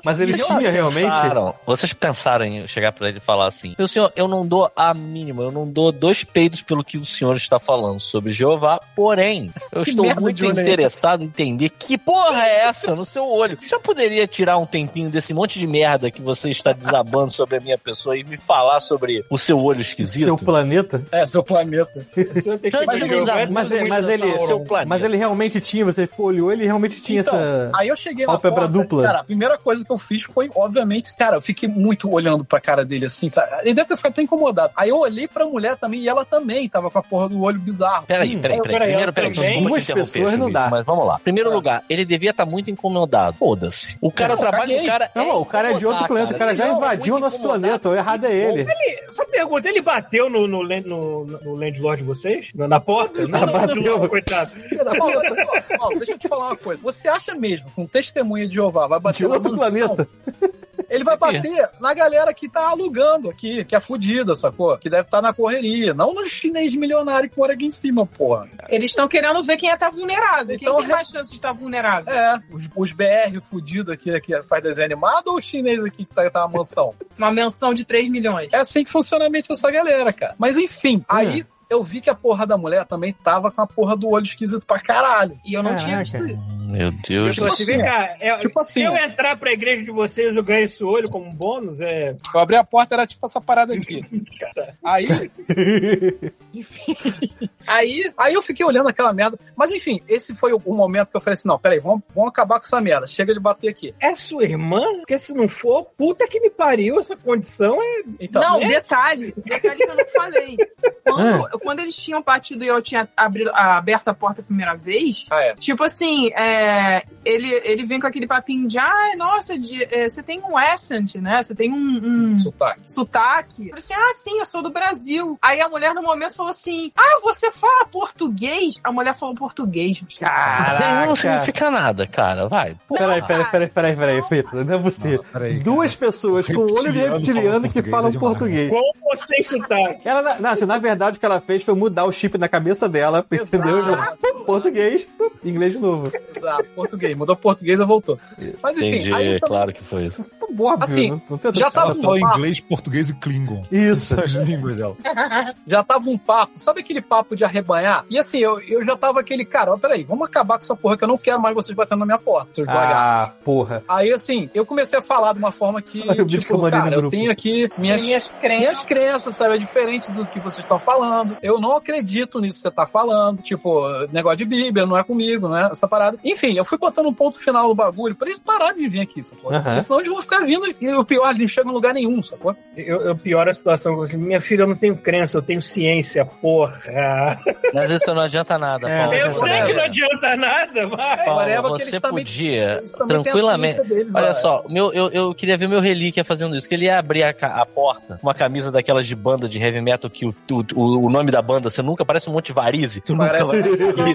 Mas ele
Vocês
tinha realmente.
pensaram- vocês pensaram em chegar pra ele e falar assim: Meu senhor, eu não dou a mínima, eu não dou dois peidos pelo que o senhor está falando sobre Jeová, porém, eu
Que
estou
merda
muito
de olho é
interessado em entender que porra é essa no seu olho. O senhor poderia tirar um tempinho desse monte de merda que você está desabando sobre a minha pessoa e me falar sobre o seu olho esquisito?
Seu planeta?
É, seu planeta.
O senhor tem
Tanto
que
Mas
de
ele-
jogar.
desabando
mas ele- mas
sobre
ele-
o seu planeta.
Mas ele realmente tinha, você olhou ele realmente tinha
Então,
essa.
Aí eu cheguei na
Pálpebra
porta,
dupla.
cara, a primeira coisa que eu fiz foi, obviamente, cara, eu fiquei muito olhando pra cara dele assim, sabe? Ele deve ter ficado até incomodado. Aí eu olhei pra mulher também e ela também tava com a porra do olho bizarro.
Peraí, peraí,
Hum,
peraí.
peraí,
Primeiro, peraí.
também?
Desculpa te
Duas
interromper,
pessoas não
juiz,
dá.
Mas vamos lá. Primeiro lugar, ele devia estar muito incomodado. Foda-se. O cara
Não,
trabalha,
caguei.
o cara.
Não, o cara é de outro
incomodado,
planeta, o cara já
Não, é
invadiu o
muito
nosso
incomodado.
planeta, o errado é ele.
Ele- Só pergunta, ele bateu no, no, land- no, no landlord de vocês? Na, na porta? Não,
bateu.
coitado.
Paulo, Paulo, Paulo, deixa eu te falar uma coisa. Você acha mesmo que um testemunha de Jeová vai bater
De outro
na mansão?
planeta.
Ele vai
Por quê?
bater na galera que tá alugando aqui, que é fudida, sacou? Que deve estar na correria. Não no chinês milionário que mora aqui em cima, porra.
Eles estão querendo ver quem é tá vulnerável.
Então,
quem tem mais chance de estar vulnerável?
É, os, os BR fudido aqui, que faz desenho animado ou os chinês aqui que tá, tá na mansão?
Uma menção de 3 milhões.
É assim que funciona a mente dessa galera, cara. Mas enfim, aí. eu vi que a porra da mulher também tava com a porra do olho esquisito pra caralho.
E eu não
Caraca.
tinha visto isso.
Meu Deus
Tipo
do
assim,
céu.
é.
Vem cá, é,
Tipo assim,
se eu
ó.
entrar pra igreja de vocês, eu ganho esse olho como bônus? É.
Eu abri a porta, era tipo essa parada
<laughs>
aqui. Aí, aí, aí eu fiquei olhando aquela merda. Mas enfim, esse foi o, o momento que eu falei assim: não, peraí, vamos, vamos acabar com essa merda. Chega de bater aqui.
É sua irmã? Porque se não for, puta que me pariu, essa condição é.
Então,
não, um
né?
detalhe, detalhe que eu não falei. Quando, quando eles tinham partido e eu tinha abri- aberto a porta a primeira vez,
Ah, é.
tipo assim, é, ele, ele vem com aquele papinho de, ai, nossa, de- é, você tem um accent, né? Você tem um, um
Sotaque.
sotaque. Eu falei assim, ah, sim, eu sou do Brasil. Aí a mulher no momento falou assim, ah, você fala português? A mulher falou português.
Não, não
Caraca.
significa nada, cara. Vai.
Peraí, peraí, peraí, peraí, peraí, Felipe, não é você.
Não, Ah, peraí, cara.
Duas pessoas com o olho de
Reptiliano
reptiliano que falam
falam
português.
português, é
Com ou sem sotaque?
Ela, na- na, assim, na verdade, o que ela fez foi mudar o chip na cabeça dela, <laughs> entendeu? Português, uh, inglês de novo. Tá
Exato, português. Mudou português e voltou. Mas enfim, aí
Entendi,
então- eu também-
claro que foi isso.
Óbvio,
Assim,
não, não tem outra
já
explicação.
Ela
tava-
fala é inglês, português e klingon. <laughs>
Isso.
Essas línguas dela.
É, já tava um papo, sabe aquele papo de arrebanhar? E assim, eu, eu já tava aquele, cara, ó, peraí, vamos acabar com essa porra que eu não quero mais vocês batendo na minha porta, seus vagabundos.
Ah, porra.
Aí assim, eu comecei a falar de uma forma que,
<laughs> Olha o vídeo que eu
tipo,
mandei no
cara, eu
grupo.
tenho aqui minhas,
Minhas crenças.
minhas crenças, sabe? É diferente do que vocês estão falando. Eu não acredito nisso que você tá falando. Tipo, negócio de Bíblia, não é comigo, né? Essa parada. Enfim, eu fui botando um ponto final no bagulho pra eles pararem de vir aqui, sacou?
Aham.
Porque Senão eles vão ficar vindo e o pior, eles não chegam em lugar nenhum, sacou?
Eu, eu pioro a situação. Assim, minha filha, eu não tenho crença, eu tenho ciência, porra.
Mas isso não adianta nada,
É,
Paulo.
eu
mas
sei
é.
que não adianta nada, mas.
Paulo,
Whatever que
você
eles também-
É,
podia
Eles também têm a
tranquilamente.
ciência deles,
Olha
ó.
só, meu, eu, eu queria ver meu relíquia fazendo isso, que ele ia abrir a, ca- a porta com uma camisa daquelas de banda de heavy metal que o, o, o nome da banda você nunca parece um monte de varize. Tu nunca
Parece-
vai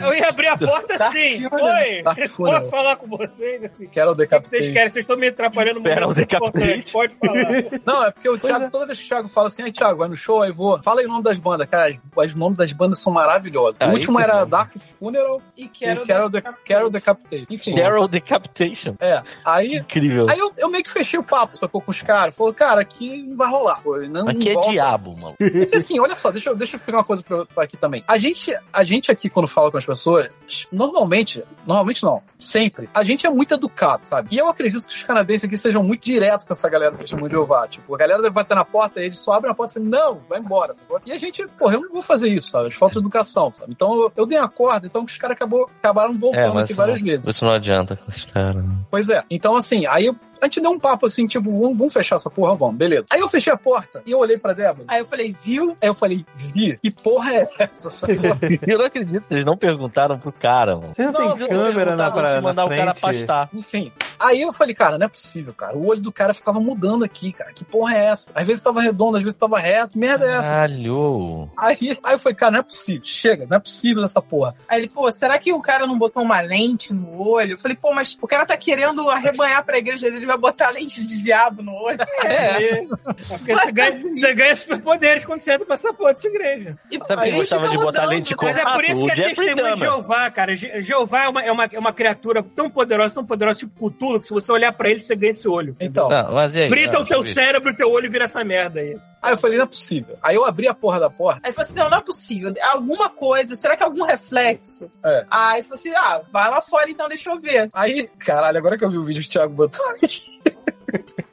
Eu ia abrir a porta assim.
Tá fura,
Oi,
tá fura.
posso falar com vocês? Assim,
Quero
o que
decapitar.
vocês querem? Vocês estão me atrapalhando muito.
Pera, eu decapitei.
importante. Pode falar.
Não, é porque o Thiago, toda vez que o Thiago fala assim, aí Thiago, vai no show, aí vou. Fala aí o nome das bandas, cara. as- Os nomes das bandas são maravilhosos.
Aí
o último
que
era
bom.
Dark Funeral
E quero...
Carol e Carol, de, Carol Decapitate. Enfim,
Carol Decapitation.
é. Aí,
Incrível.
aí eu, eu meio que fechei o papo, sacou, com os caras. Falou, cara, aqui não vai rolar. Pô, não
Mas que é
volta.
diabo, mano.
Porque assim, olha só, deixa, eu- deixa eu explicar uma coisa pra, pra aqui também. A gente, a gente aqui, quando fala com as pessoas, normalmente, normalmente não, sempre, a gente é muito educado, sabe? E eu acredito que os canadenses aqui sejam muito diretos com essa galera do testemunho de Jeová. Tipo, a galera deve bater na porta, eles só abrem a porta e falam, não, vai embora. tá bom? E a gente, porra, eu não vou fazer isso, sabe? De falta de educação, sabe? Então eu, eu dei a corda, então os caras acabou, acabaram
É,
voltando
mas
aqui
isso não,
várias vezes.
isso não adianta com esses caras.
Pois é. Então, assim, aí eu- a gente deu um papo assim, tipo, vamos, vamos fechar essa porra, vamos, beleza. Aí eu fechei a porta e eu olhei pra Débora.
Aí eu falei, viu?
Aí eu falei, Vi, que porra é essa? <laughs> sacou?
<laughs> Eu não acredito, eles não perguntaram pro cara, mano.
Você não,
Não,
tem
eu-
câmera
Perguntaram
na, pra,
antes de
na
mandar o cara
frente?
pastar.
Enfim. Aí eu falei, cara, não é possível, cara. O olho do cara ficava mudando aqui, cara. Que porra é essa? Às vezes tava redondo, às vezes tava reto. Que Merda é
Ah.
essa?
Caralho.
Aí, aí eu falei, cara, não é possível. Chega, não é possível essa porra.
Aí ele, pô, será que o cara não botou uma lente no olho? Eu falei, pô, mas o cara tá querendo arrebanhar pra igreja dele, vai botar <laughs> lente de diabo no olho.
<laughs> É. Porque você ganha, você ganha superpoderes quando você entra pra essa porra dessa igreja.
E
Sabe quem
aí
gostava de
fica
botar
rodando,
lente de
né?
cor?
Mas é por isso
o
que é
Jeffrey
testemunho de
Dahmer.
Jeová, cara. Je- Jeová é uma, é, uma, é uma criatura tão poderosa, tão poderosa, tipo Cthulhu, que se você olhar pra ele, você ganha esse olho.
Então,
Não, mas e aí?
Frita
Ah,
o teu
deixa eu ver.
cérebro, o teu olho vira essa merda aí.
aí eu falei, não é possível. Aí eu abri a porra da porta.
Aí ele falou assim, não, não é possível. Alguma coisa, será que é algum reflexo?
É.
Aí ele falou assim, ah, vai lá fora então, deixa eu ver.
Aí, caralho, agora que eu vi o vídeo que o Thiago botou aqui. <laughs>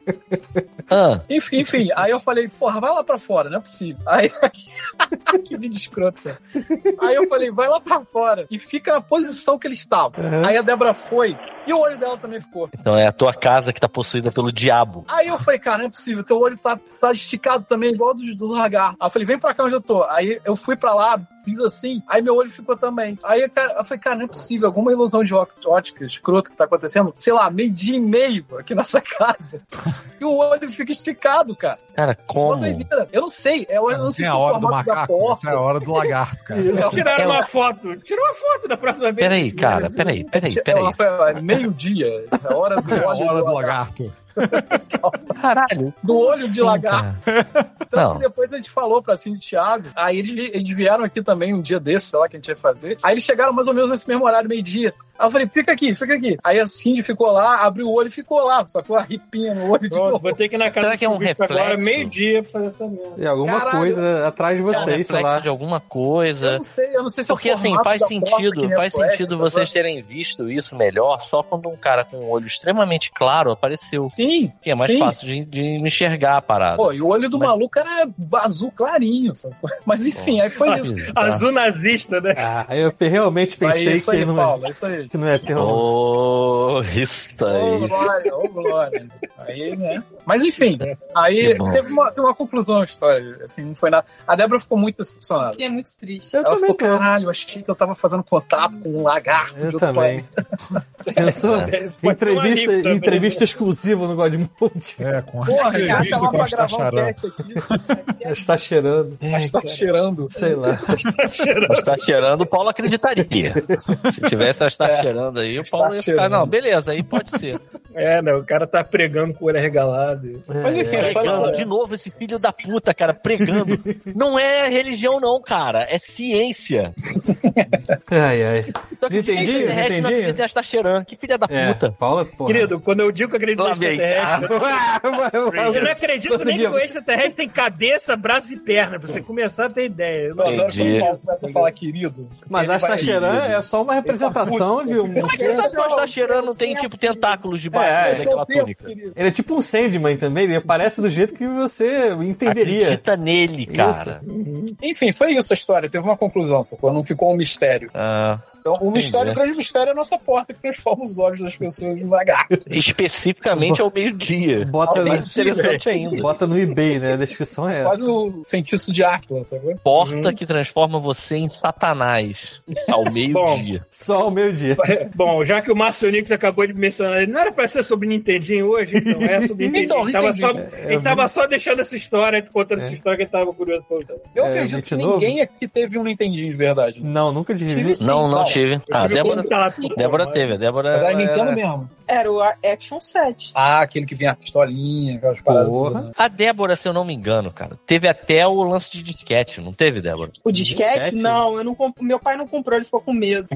Ah,
Enfim, enfim, aí eu falei, porra, vai lá pra fora, não é possível. Aí, <laughs> que vídeo escroto, cara. Aí eu falei, vai lá pra fora e fica na posição que ele estava. Aí a Débora foi e o olho dela também ficou.
então é a tua casa que tá possuída pelo diabo.
Aí eu falei, cara, não é possível, teu olho tá, tá esticado também, igual do, do lagar. Aí eu falei, vem pra cá onde eu tô. Aí eu fui pra lá, fiz assim, aí meu olho ficou também. Aí cara, eu falei, cara, não é possível, alguma ilusão de ó- ótica, escroto que tá acontecendo, sei lá, meio dia e meio aqui nessa casa. <laughs> E o olho fica esticado, cara.
Cara,
Uma
como?
doideira. Eu não sei. é, Eu, eu não
Não
sei se
tem a
o
hora do
formato da
macaco, essa é a
porta.
hora do
<laughs>
lagarto, cara.
É,
Tiraram
É,
uma foto. Tira uma foto da próxima vez.
Peraí, cara, peraí, peraí,
é,
peraí.
Rafael, é meio-dia. A hora do
<laughs> É a
olho,
hora do
do,
lagarto.
Caralho.
do olho de
Sim,
lagarto.
cara.
Tanto
Não.
que depois a gente falou pra Cindy e Thiago. Aí eles, eles vieram aqui também um dia desse, sei lá, que a gente ia fazer. Aí eles chegaram mais ou menos nesse mesmo horário, meio-dia. Aí eu falei, fica aqui, fica aqui. Aí a Cindy ficou lá, abriu o olho e ficou lá, sacou a ripinha no olho de
Pronto,
novo.
vou ter que ir na casa
Será que é
do
um
Chuvisco agora,
reflexo?
meio-dia, pra fazer essa merda.
E alguma
Caralho.
coisa atrás de
É um
vocês, sei
reflexo
lá.
de alguma
Eu
coisa.
não sei, eu não sei se é o
Porque assim,
formato
faz
da porta
sentido,
que tá
faz
reflete,
sentido
sacou?
vocês terem visto isso melhor só quando um cara com um olho extremamente claro apareceu.
Sim,
Que é mais
Sim.
fácil de, de enxergar a parada.
pô, e o olho do
Mas-
maluco era azul clarinho, sacou? Mas enfim, aí foi isso.
Assim, tá?
Azul nazista,
<laughs>
né?
Ah, eu realmente pensei
Aí, isso
que,
aí,
não
Paulo, é isso aí.
é, que não é terror.
Oh, isso
Ô,
aí.
glória, ô, glória. Aí, né? Mas enfim,
Que
aí
bom.
teve uma, teve uma conclusão a história. Assim, não foi nada. A Débora ficou muito decepcionada.
Fiquei muito
<laughs>
triste.
Eu
Ela
também
ficou,
tô.
caralho, eu achei que eu tava fazendo contato com um lagarto. de
Eu
outro
também. <laughs> Pensou?
Esse pode ser um
Entrevista,
amigo também.
entrevista exclusiva no Godmode. <laughs>
É, com a <laughs>
país. Porra, cara,
entrevista
tava
com
pra
a
gravar um
Tacharã.
cast aqui,
Está cheirando.
mas tá cheirando.
Sei lá.
Mas tá cheirando, o
<laughs>
Paulo acreditaria. Se tivesse as tá cheirando aí, o Paulo ia ficar.
É. cheirando.
Não, beleza, aí pode ser.
É, né? O cara tá pregando com o olho arregalado.
Mas
é,
enfim, a história
Pregando
foi-
de novo esse filho da puta,
<laughs>
cara, pregando. Não é religião, não, cara. É ciência.
Ai, ai.
Então, acredita em
Entendi,
extraterrestre, não é
entendi.
acredita em Astacheran. Que filha da
É,
puta.
Paula, porra. <laughs>
Querido, quando eu digo que acredito no
Lá vem.
extraterrestre, eu não
Querido.
acredito nem que o
Conseguimos.
extraterrestre tem cabeça, braço e perna, pra você começar a ter ideia. Eu
Eu
não-
adoro quando
Entendi.
o Paulo começa a falar, querido.
Mas a Astacheran é só uma
tá
representação de um.
Por que
ser-
só que o Astacheran não tem, tipo, tentáculos
É, é.
debaixo daquela túnica?
querido.
Ele é tipo um Sandman também, ele aparece do jeito que você entenderia.
Acredita nele, cara.
Enfim, foi isso a história. Teve uma conclusão, sacou? Não ficou um mistério.
Ah,
Então, o mistério, o
Entendi.
grande mistério é a nossa porta que transforma os olhos das pessoas em lagarto.
especificamente ao meio-dia.
Bota,
Alguém
Mais interessante
no,
ainda.
bota no eBay, né? A descrição é
Quase
essa.
o feitiço de Áquila, sacou?
Porta
Uhum.
que transforma você em satanás
<laughs>
ao meio-dia.
Só o meio-dia.
Bom, já que o Márcio Nix acabou de mencionar, ele não era pra ser sobre Nintendinho hoje, então é sobre Nintendinho.
Então,
ele, tava só,
Nintendinho.
É,
ele tava só deixando essa história, contando essa história que ele tava curioso pra contar.
Eu
É,
acredito
gente
que
novo. Uhum.
ninguém aqui teve um Nintendinho de verdade.
Não, nunca
Tive
dirigi.
sim,
não, não
Paulo.
tive.
Eu
Ah,
tive
Débora,
um-
Tá lá,
Débora teve. A Débora
Mas era
É.
era-
Nintendo mesmo.
Era o Action 7.
Ah, aquele que vinha a pistolinha, aquelas paradas.
Porra.
todas, né?
A Débora, se eu não me engano, cara, teve até o lance de disquete, não teve, Débora?
O disquete?
Disquete?
Não, eu não comp... meu pai não comprou, ele ficou com medo.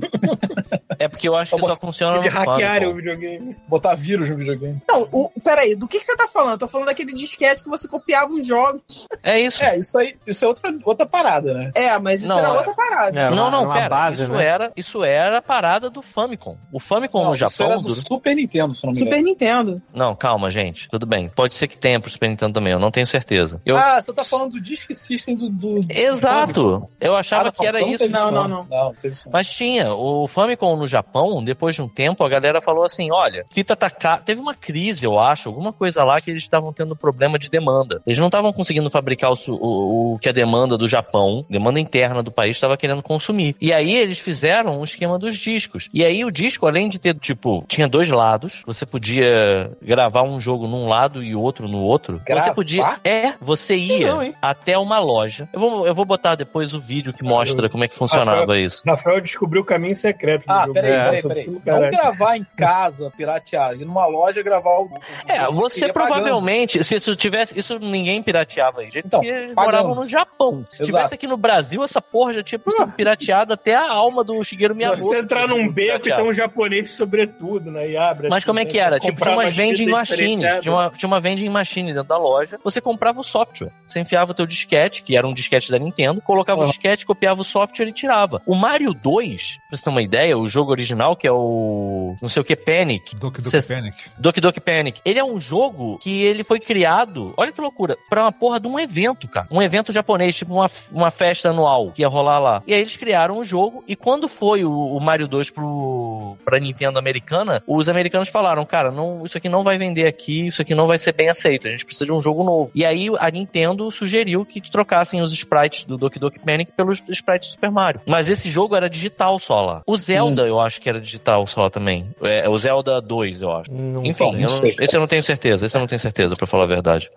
É porque eu acho que só funciona
De
no Famicom.
hackear o videogame.
Botar vírus no videogame.
Não, o... peraí, do que, que você tá falando? Eu tô falando daquele disquete que você copiava um os jogos.
É isso.
É, isso aí, isso é outra, outra parada, né?
É, mas isso
Não,
era
é.
outra parada.
Era
não,
uma-
não,
era uma
pera.
base,
isso, é.
né?
era, isso era a parada do Famicom. O Famicom
Não,
no
isso era
Japão...
do
durou-
Super Nintendo, se não me engano.
Super Nintendo.
Não, calma, gente. Tudo bem. Pode ser que tenha pro Super Nintendo também, eu não tenho certeza. Eu...
Ah, você tá falando do Disk System do. do- do Famicom.
Exato! Eu achava
Ah,
que era
você
isso.
teve
Não,
isso,
não,
não.
não.
Não, teve isso. não.
Mas tinha, o Famicom no Japão, depois de um tempo, a galera falou assim: olha, fita tá ca- Teve uma crise, eu acho, alguma coisa lá que eles estavam tendo problema de demanda. Eles não estavam conseguindo fabricar o, su- o- o que a demanda do Japão, demanda interna do país, estava querendo consumir. E aí eles fizeram um esquema dos discos. E aí o disco, além de ter, tipo, tinha dois lados, você podia gravar um jogo num lado e outro no outro. Você
Gravar?
podia. É, você ia
não, hein?
até uma loja. Eu vou, eu vou botar depois o vídeo que mostra como é que funcionava isso.
Rafael descobriu o caminho secreto do
Ah,
jogo.
peraí,
É,
peraí,
tô
peraí.
precisando,
Não
caralho.
gravar em casa, piratear, ir numa loja gravar o.
É,
o- o-
você
Então, queria pagando.
provavelmente, se isso tivesse. Isso ninguém pirateava aí. Gente,
Então,
porque eles
pagando.
moravam no Japão.
Exato.
Se
Ah.
tivesse aqui no Brasil, essa porra já tinha sido pirateada até a alma do Shigeru
Se
Miyamoto.
você entrar num
tinha sido
beco e
pirateada.
tem um japonês sobretudo, né? E abre.
Mas
assim,
como é
né,
que era?
pra
Tipo, tinha
comprar
umas vending
fitas
machines.
diferenciadas.
Tinha uma, tinha uma vending machine dentro da loja. Você comprava o software. Você enfiava o teu disquete, que era um disquete da Nintendo, colocava o
Uhum.
disquete, copiava o software e tirava. O Mario 2, pra você ter uma ideia, o jogo original, que é o... não sei o que, Panic.
Doki Doki
Cês-
Panic.
Doki Doki Panic. Ele é um jogo que ele foi criado, olha que loucura, pra uma porra de um evento, cara. Um evento japonês, tipo uma, uma festa anual que ia rolar lá. E aí eles criaram o jogo e quando foi o, o Mario 2 pro, pra Nintendo americana, os americanos falaram, cara, não, isso aqui não vai vender aqui, isso aqui não vai ser bem aceito, a gente precisa de um jogo novo. E aí a Nintendo sugeriu que trocassem os sprites do Doki Doki Panic pelos sprites do Super Mario. Mas esse jogo era digital só lá. O Zelda, eu acho que era digital só também. É, o Zelda 2, eu acho.
Não
Enfim,
Não
eu não-
sei.
esse eu não tenho certeza, esse eu não tenho certeza, pra falar a verdade.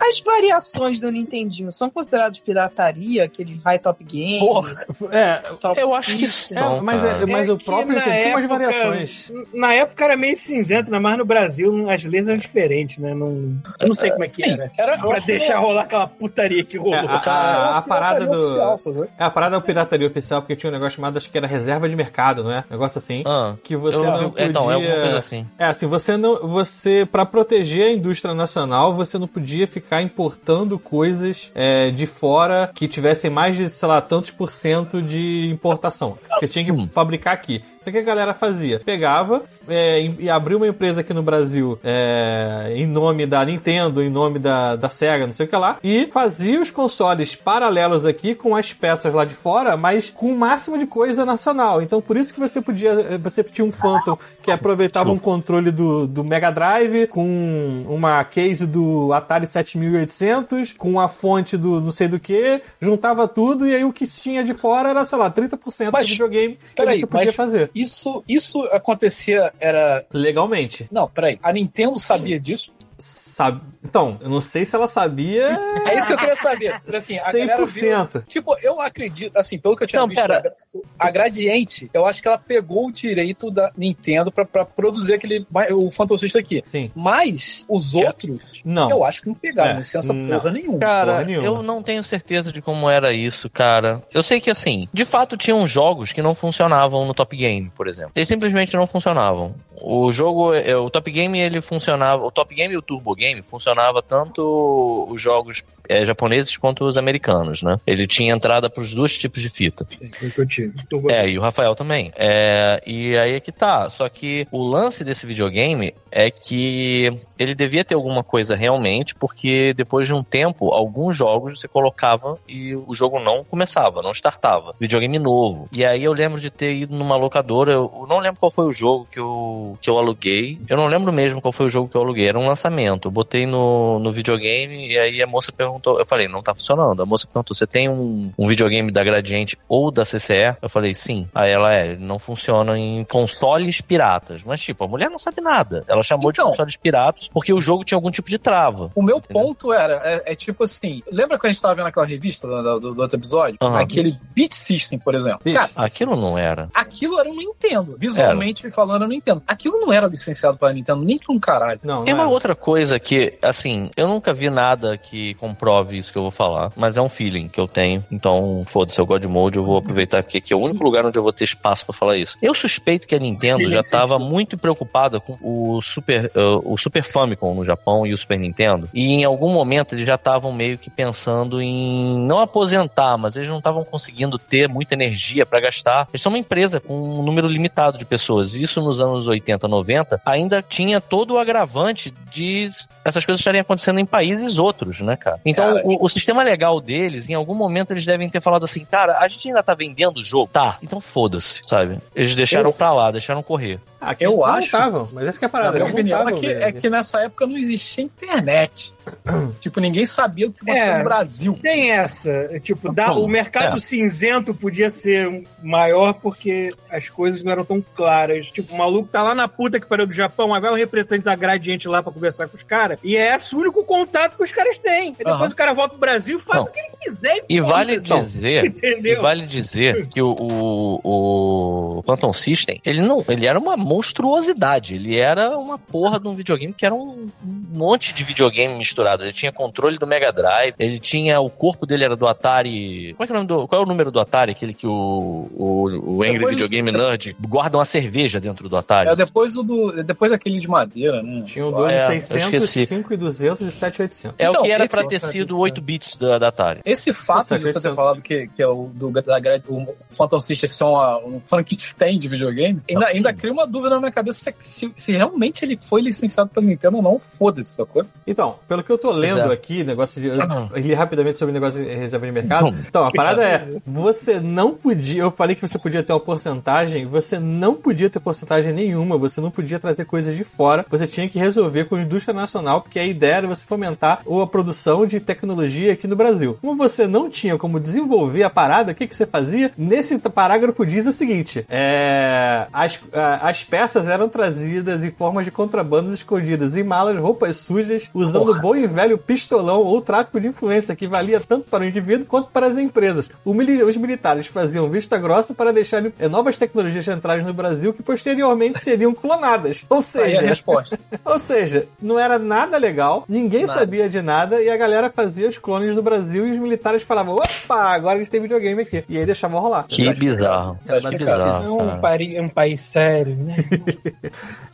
As variações do Nintendinho são consideradas pirataria, aquele High Top Game.
Porra,
É,
Top né?
Eu acho que
System?
é, mas, é-
cara.
mas
É
o
que
próprio
na
Nintendo tinha umas
época-
variações.
Na época era meio meio cinzento, ainda mais no Brasil, as leis eram diferentes, né? Não, eu não sei como é que era.
Era, eu
Pra
acho que
deixar rolar aquela putaria que
É,
rolou.
a, a- a
pirataria
parada do.
oficial, sabe?
é, a parada é o pirataria oficial, porque tinha um negócio chamado, acho que era reserva de mercado, não é? Negócio assim.
Ah,
Que você
eu-
não podia.
Então, é alguma coisa assim.
É, assim, você não. Você, para proteger a indústria nacional, você não podia ficar importando coisas é, de fora que tivessem mais de, sei lá, tantos por cento de importação. Você tinha que fabricar aqui. Então o que a galera fazia? Pegava é, em- e abriu uma empresa aqui no Brasil é, em nome da Nintendo, em nome da, da Sega, não sei o que lá, e fazia os consoles paralelos aqui com as peças lá de fora, mas com o máximo de coisa nacional. Então por isso que você podia. Você tinha um Phantom que aproveitava um controle do, do Mega Drive, com uma case do Atari 7800, com a fonte do não sei do que, juntava tudo e aí o que tinha de fora era, sei lá, 30%
Mas,
do videogame que
peraí,
você podia
mas-
fazer.
Isso, isso acontecia, era.
Legalmente.
Não, peraí. A Nintendo sabia disso?
Sabe... Então, eu não sei se ela sabia
É isso que eu queria saber. Porque, Assim, a galera viu-
100%.
Tipo, eu acredito, assim, pelo que eu tinha
Não,
visto,
pera.
a Gradiente, eu acho que ela pegou o direito da Nintendo pra, pra produzir aquele o Phantom System aqui.
Sim.
Mas os outros,
É. Não.
eu acho que não pegaram
É,
licença
não.
porra nenhuma.
Porra
Cara,
nenhuma.
eu não tenho certeza de como era isso, cara. Eu sei que, assim, de fato tinham jogos que não funcionavam no Top Game, por exemplo. Eles simplesmente não funcionavam. O jogo, é, o Top Game, ele funcionava. O Top Game e o Turbo Game funcionava tanto os jogos é, japoneses quanto os americanos, né? Ele tinha entrada para os dois tipos de fita.
que eu tive. Turbo-
É, e o Rafael também. É, e aí é que tá. Só que o lance desse videogame é que ele devia ter alguma coisa realmente, porque depois de um tempo, alguns jogos você colocava e o jogo não começava, não startava. Videogame novo. E aí eu lembro de ter ido numa locadora, eu eu não lembro qual foi o jogo que eu, que eu aluguei. Eu não lembro mesmo qual foi o jogo que eu aluguei. Era um lançamento. Eu botei no, no videogame e aí a moça perguntou. Eu falei, não tá funcionando. A moça perguntou, você tem um, um videogame da Gradiente ou da CCE? Eu falei, sim. Aí ela é, ele não funciona em consoles piratas. Mas, tipo, a mulher não sabe nada. Ela chamou
Então.
de consoles piratas porque o jogo tinha algum tipo de trava.
O meu
Entendeu?
ponto era, é, é tipo assim, lembra quando a gente tava vendo aquela revista da- da- do, do outro episódio?
Aham.
Aquele Beat System, por exemplo.
Beat.
Cara,
Aquilo não era.
aquilo era um Nintendo. Visualmente falando, eu não entendo. Aquilo não era licenciado pela Nintendo, nem pra um caralho.
Não,
Tem
não
uma
era.
outra coisa que, assim, eu nunca vi nada que comprove isso que eu vou falar, mas é um feeling que eu tenho. Então, foda-se, eu gosto de mode, eu vou aproveitar porque aqui é o único lugar onde eu vou ter espaço pra falar isso. Eu suspeito que a Nintendo já tava muito preocupada com o Super, eh, o Super Famicom no Japão e o Super Nintendo, e em algum momento eles já estavam meio que pensando em não aposentar, mas eles não estavam conseguindo ter muita energia pra gastar. Eles são uma empresa com um número limitado de pessoas. Isso nos anos 80, 90, ainda tinha todo o agravante de essas coisas estarem acontecendo em países outros, né, cara? Então,
Cara,
o, o sistema legal deles, em algum momento, eles devem ter falado assim, cara, a gente ainda tá vendendo o jogo? Tá, então foda-se, sabe? Eles deixaram pra lá, deixaram correr.
Ah, aqui
eu
não
acho-
tavam, mas essa que é a
Na
parada.
minha
eles não
opinião, é
tavam,
que,
velho.
é que nessa época não
<clears throat>
existia internet. tipo, ninguém sabia o que acontecia
É.
no Brasil.
Tem essa, tipo, dá, o mercado
é.
cinzento podia ser maior porque as coisas não eram tão claras. Tipo, o maluco tá lá na puta que pariu do Japão, aí vai o representante da Gradiente lá pra conversar com os caras, e é esse o único contato que os caras têm. E depois
Aham.
o cara volta pro Brasil e faz
Não.
o que ele quiser.
E vale
foda-se.
dizer... E
Entendeu?
vale dizer que o, o, o Phantom System, ele não, ele era uma monstruosidade. Ele era uma porra de um videogame que era um monte de videogame misturado. Ele tinha controle do Mega Drive, ele tinha o corpo dele era do Atari. Qual é, que é o nome do- qual é o número do Atari? Aquele que o, o, o Angry
Depois-
Videogame Nerd guarda uma cerveja dentro do Atari.
É depois o do. é Depois daquele de madeira, né?
Tinha o 2
É, eu
600,
esqueci.
5 e 200 e 7 800.
É o
Então,
que era
esse-
pra ter sido 8 bits da, da Atari.
Esse fato
Nossa,
de você ter
800.
falado que, que é o do da, grade- o Phantom System são a, um franquite tem de
Tá
videogame, ainda, ainda cria uma dúvida na minha cabeça se, se- se realmente ele foi licenciado pela Nintendo ou não, foda-se, sacou?
Então, pelo que eu tô lendo
Exato.
aqui, negócio de. Eu
Uhum.
li rapidamente sobre o negócio de reserva de mercado.
Não.
Então, a parada é: você não podia. Eu falei que você podia ter uma porcentagem, você não podia ter porcentagem nenhuma, você não podia trazer coisas de fora, você tinha que resolver com a indústria nacional, porque a ideia era você fomentar ou a produção de tecnologia aqui no Brasil. Como você não tinha como desenvolver a parada, o que, que você fazia? Nesse parágrafo diz o seguinte: é, as, a- as peças eram trazidas em formas de contrabandas escondidas, em malas, roupas sujas, usando boi e velho pistolão ou tráfico de influência que valia tanto para o indivíduo quanto para as empresas. O mili- os militares faziam vista grossa para deixarem eh, novas tecnologias centrais no Brasil que posteriormente seriam clonadas. Ou
Tá Aí a
seja,
resposta.
<laughs> ou seja, não era nada legal, ninguém
Nada.
sabia de nada e a galera fazia os clones no Brasil e os militares falavam: opa, agora a gente tem videogame aqui. E aí deixavam rolar.
Que bizarro.
Tá
Que é
explicado.
bizarro. cara.
pari- um país sério, né?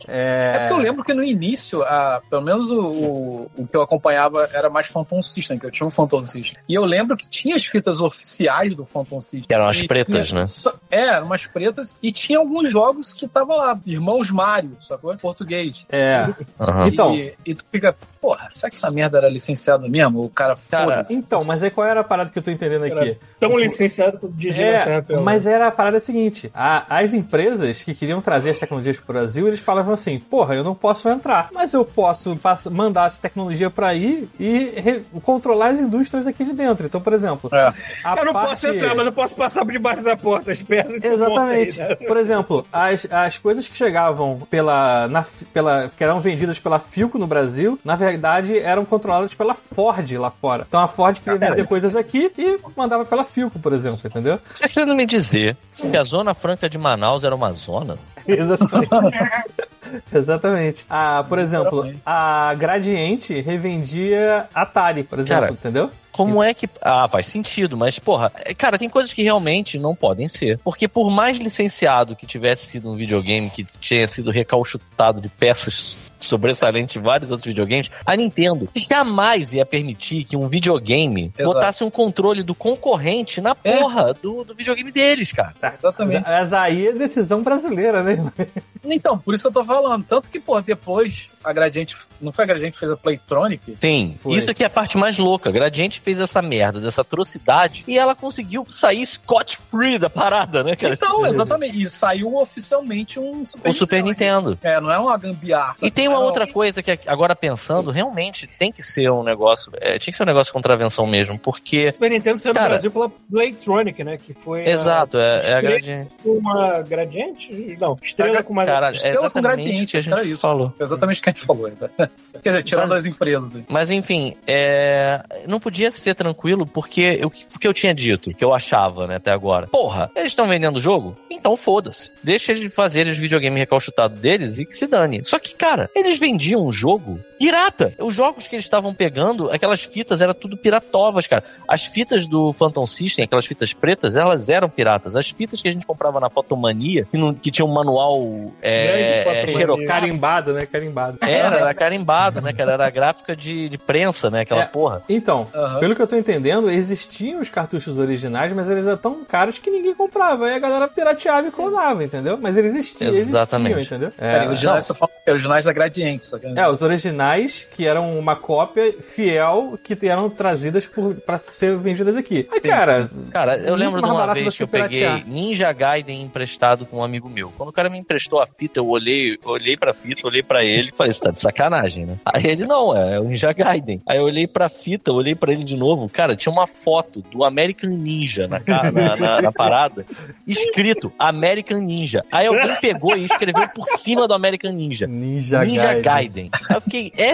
É porque eu lembro que no início, a- pelo menos o, o, o que eu acompanhava era mais Phantom System, que eu tinha um Phantom System. E eu lembro que tinha as fitas oficiais do Phantom System.
Que eram as
E
pretas, né?
Só- é, eram umas pretas. E tinha alguns jogos que tava lá. Irmãos Mario, sacou? Em Português.
É.
Aham.
Então.
E, e tu fica, porra, será que essa merda era licenciado mesmo? O cara,
Cara,
foda-se.
Então, mas aí qual era a parada que eu tô entendendo aqui?
Tão licenciado por DJ
É,
né?
mas era a parada seguinte: a- as empresas que queriam trazer as tecnologias pro Brasil, eles falavam assim: porra, eu não posso entrar, mas eu posso pass- mandar essa tecnologia pra aí e re- controlar as indústrias aqui de dentro. Então, por exemplo,
É.
a
Eu não
parte-
posso entrar, mas eu posso passar por debaixo da porta, as pernas. que
Exatamente.
montam aí, né?
Por exemplo, as, as coisas que chegavam pela, na, fi- pela. que eram vendidas pela Filco no Brasil, na verdade eram controladas pela Ford lá fora. Então a Ford queria vender coisas aqui e mandava pela Filco, por exemplo, entendeu? <laughs>
Você tá querendo me dizer que a Zona Franca de Manaus era uma zona?
Exatamente. <laughs> Exatamente. Ah, por exemplo, a Gradiente revendia Atari, por exemplo,
Cara,
entendeu?
Como é que. Ah, faz sentido, mas, porra, é, cara, tem coisas que realmente não podem ser. Porque por mais licenciado que tivesse sido um videogame que tinha sido recalchutado de peças sobressalentes em vários outros videogames, a Nintendo jamais ia permitir que um videogame
Exato.
botasse um controle do concorrente na
É.
porra do, do videogame deles, cara.
Exatamente.
Mas aí é decisão brasileira, né?
Então, por isso que eu tô falando. Tanto que, pô, depois a Gradiente. Não foi a Gradiente que fez a Playtronic?
Sim,
Foi.
isso aqui é a parte mais louca. Gradiente fez essa merda, dessa atrocidade, e ela conseguiu sair scot-free da parada, né, cara?
Então, exatamente. E saiu oficialmente um Super
o Super Nintendo.
É, não é uma gambiarra.
E tem uma
Era
outra coisa que agora pensando, realmente tem que ser um negócio, é, tinha que ser um negócio de contravenção mesmo, porque
Super Nintendo saiu
Cara.
no Brasil pela Playtronic, né? Que foi a-
exato, é, é a
estrela
grande
com uma gradiente? Não, estrela
Gra-
com uma...
cara, é
Estrela com
exatamente o
gradiente,
que a gente
era isso.
falou.
Exatamente o que a gente falou. Né? <laughs> Quer dizer, tirando
Mas-
as empresas. aí.
Mas enfim, é, não podia ser tranquilo porque eu- o que eu tinha dito, o que eu achava, né, até agora. Porra, eles estão vendendo o jogo? Então foda-se. Deixa eles fazerem os videogame recalchutado deles e que se dane. Só que, cara, eles vendiam um jogo pirata. Os jogos que eles estavam pegando, aquelas fitas, era tudo piratovas, cara. As fitas do Phantom System, aquelas fitas pretas, elas eram piratas. As fitas que a gente comprava na Fotomania, que, não, que tinha um manual é,
Grande
é,
Fotomania.
xerocado,
Carimbado, né? Carimbado.
É, era, era carimbado, né, cara? Era gráfica de, de prensa, né? Aquela
É.
porra.
Então,
Aham.
Pelo que eu tô entendendo, existiam os cartuchos originais, mas eles eram tão caros que ninguém comprava. Aí a galera pirateava e clonava, entendeu? Mas eles existiam,
Exatamente.
existiam entendeu?
Peraí,
É,
originais, eu falo, originais tá da Gradiente, sabe?
é, os originais, que eram uma cópia fiel, que eram trazidas por, pra ser vendidas aqui. Aí, cara,
Cara, eu
Muito
lembro de
mais
uma
barato
vez
você
que eu peguei
piratear.
Ninja Gaiden emprestado com um amigo meu. Quando o cara me emprestou a fita, eu olhei, olhei pra fita, olhei pra ele, falei, você tá de sacanagem, né? Aí ele, não, é, é o Ninja Gaiden. Aí eu olhei pra fita, olhei pra ele de novo, cara, tinha uma foto do American Ninja na, ca- na, na- na parada, escrito American Ninja. Aí alguém pegou e escreveu por cima do American Ninja.
Ninja,
Ninja
Gaiden.
Gaiden. Aí eu fiquei, é,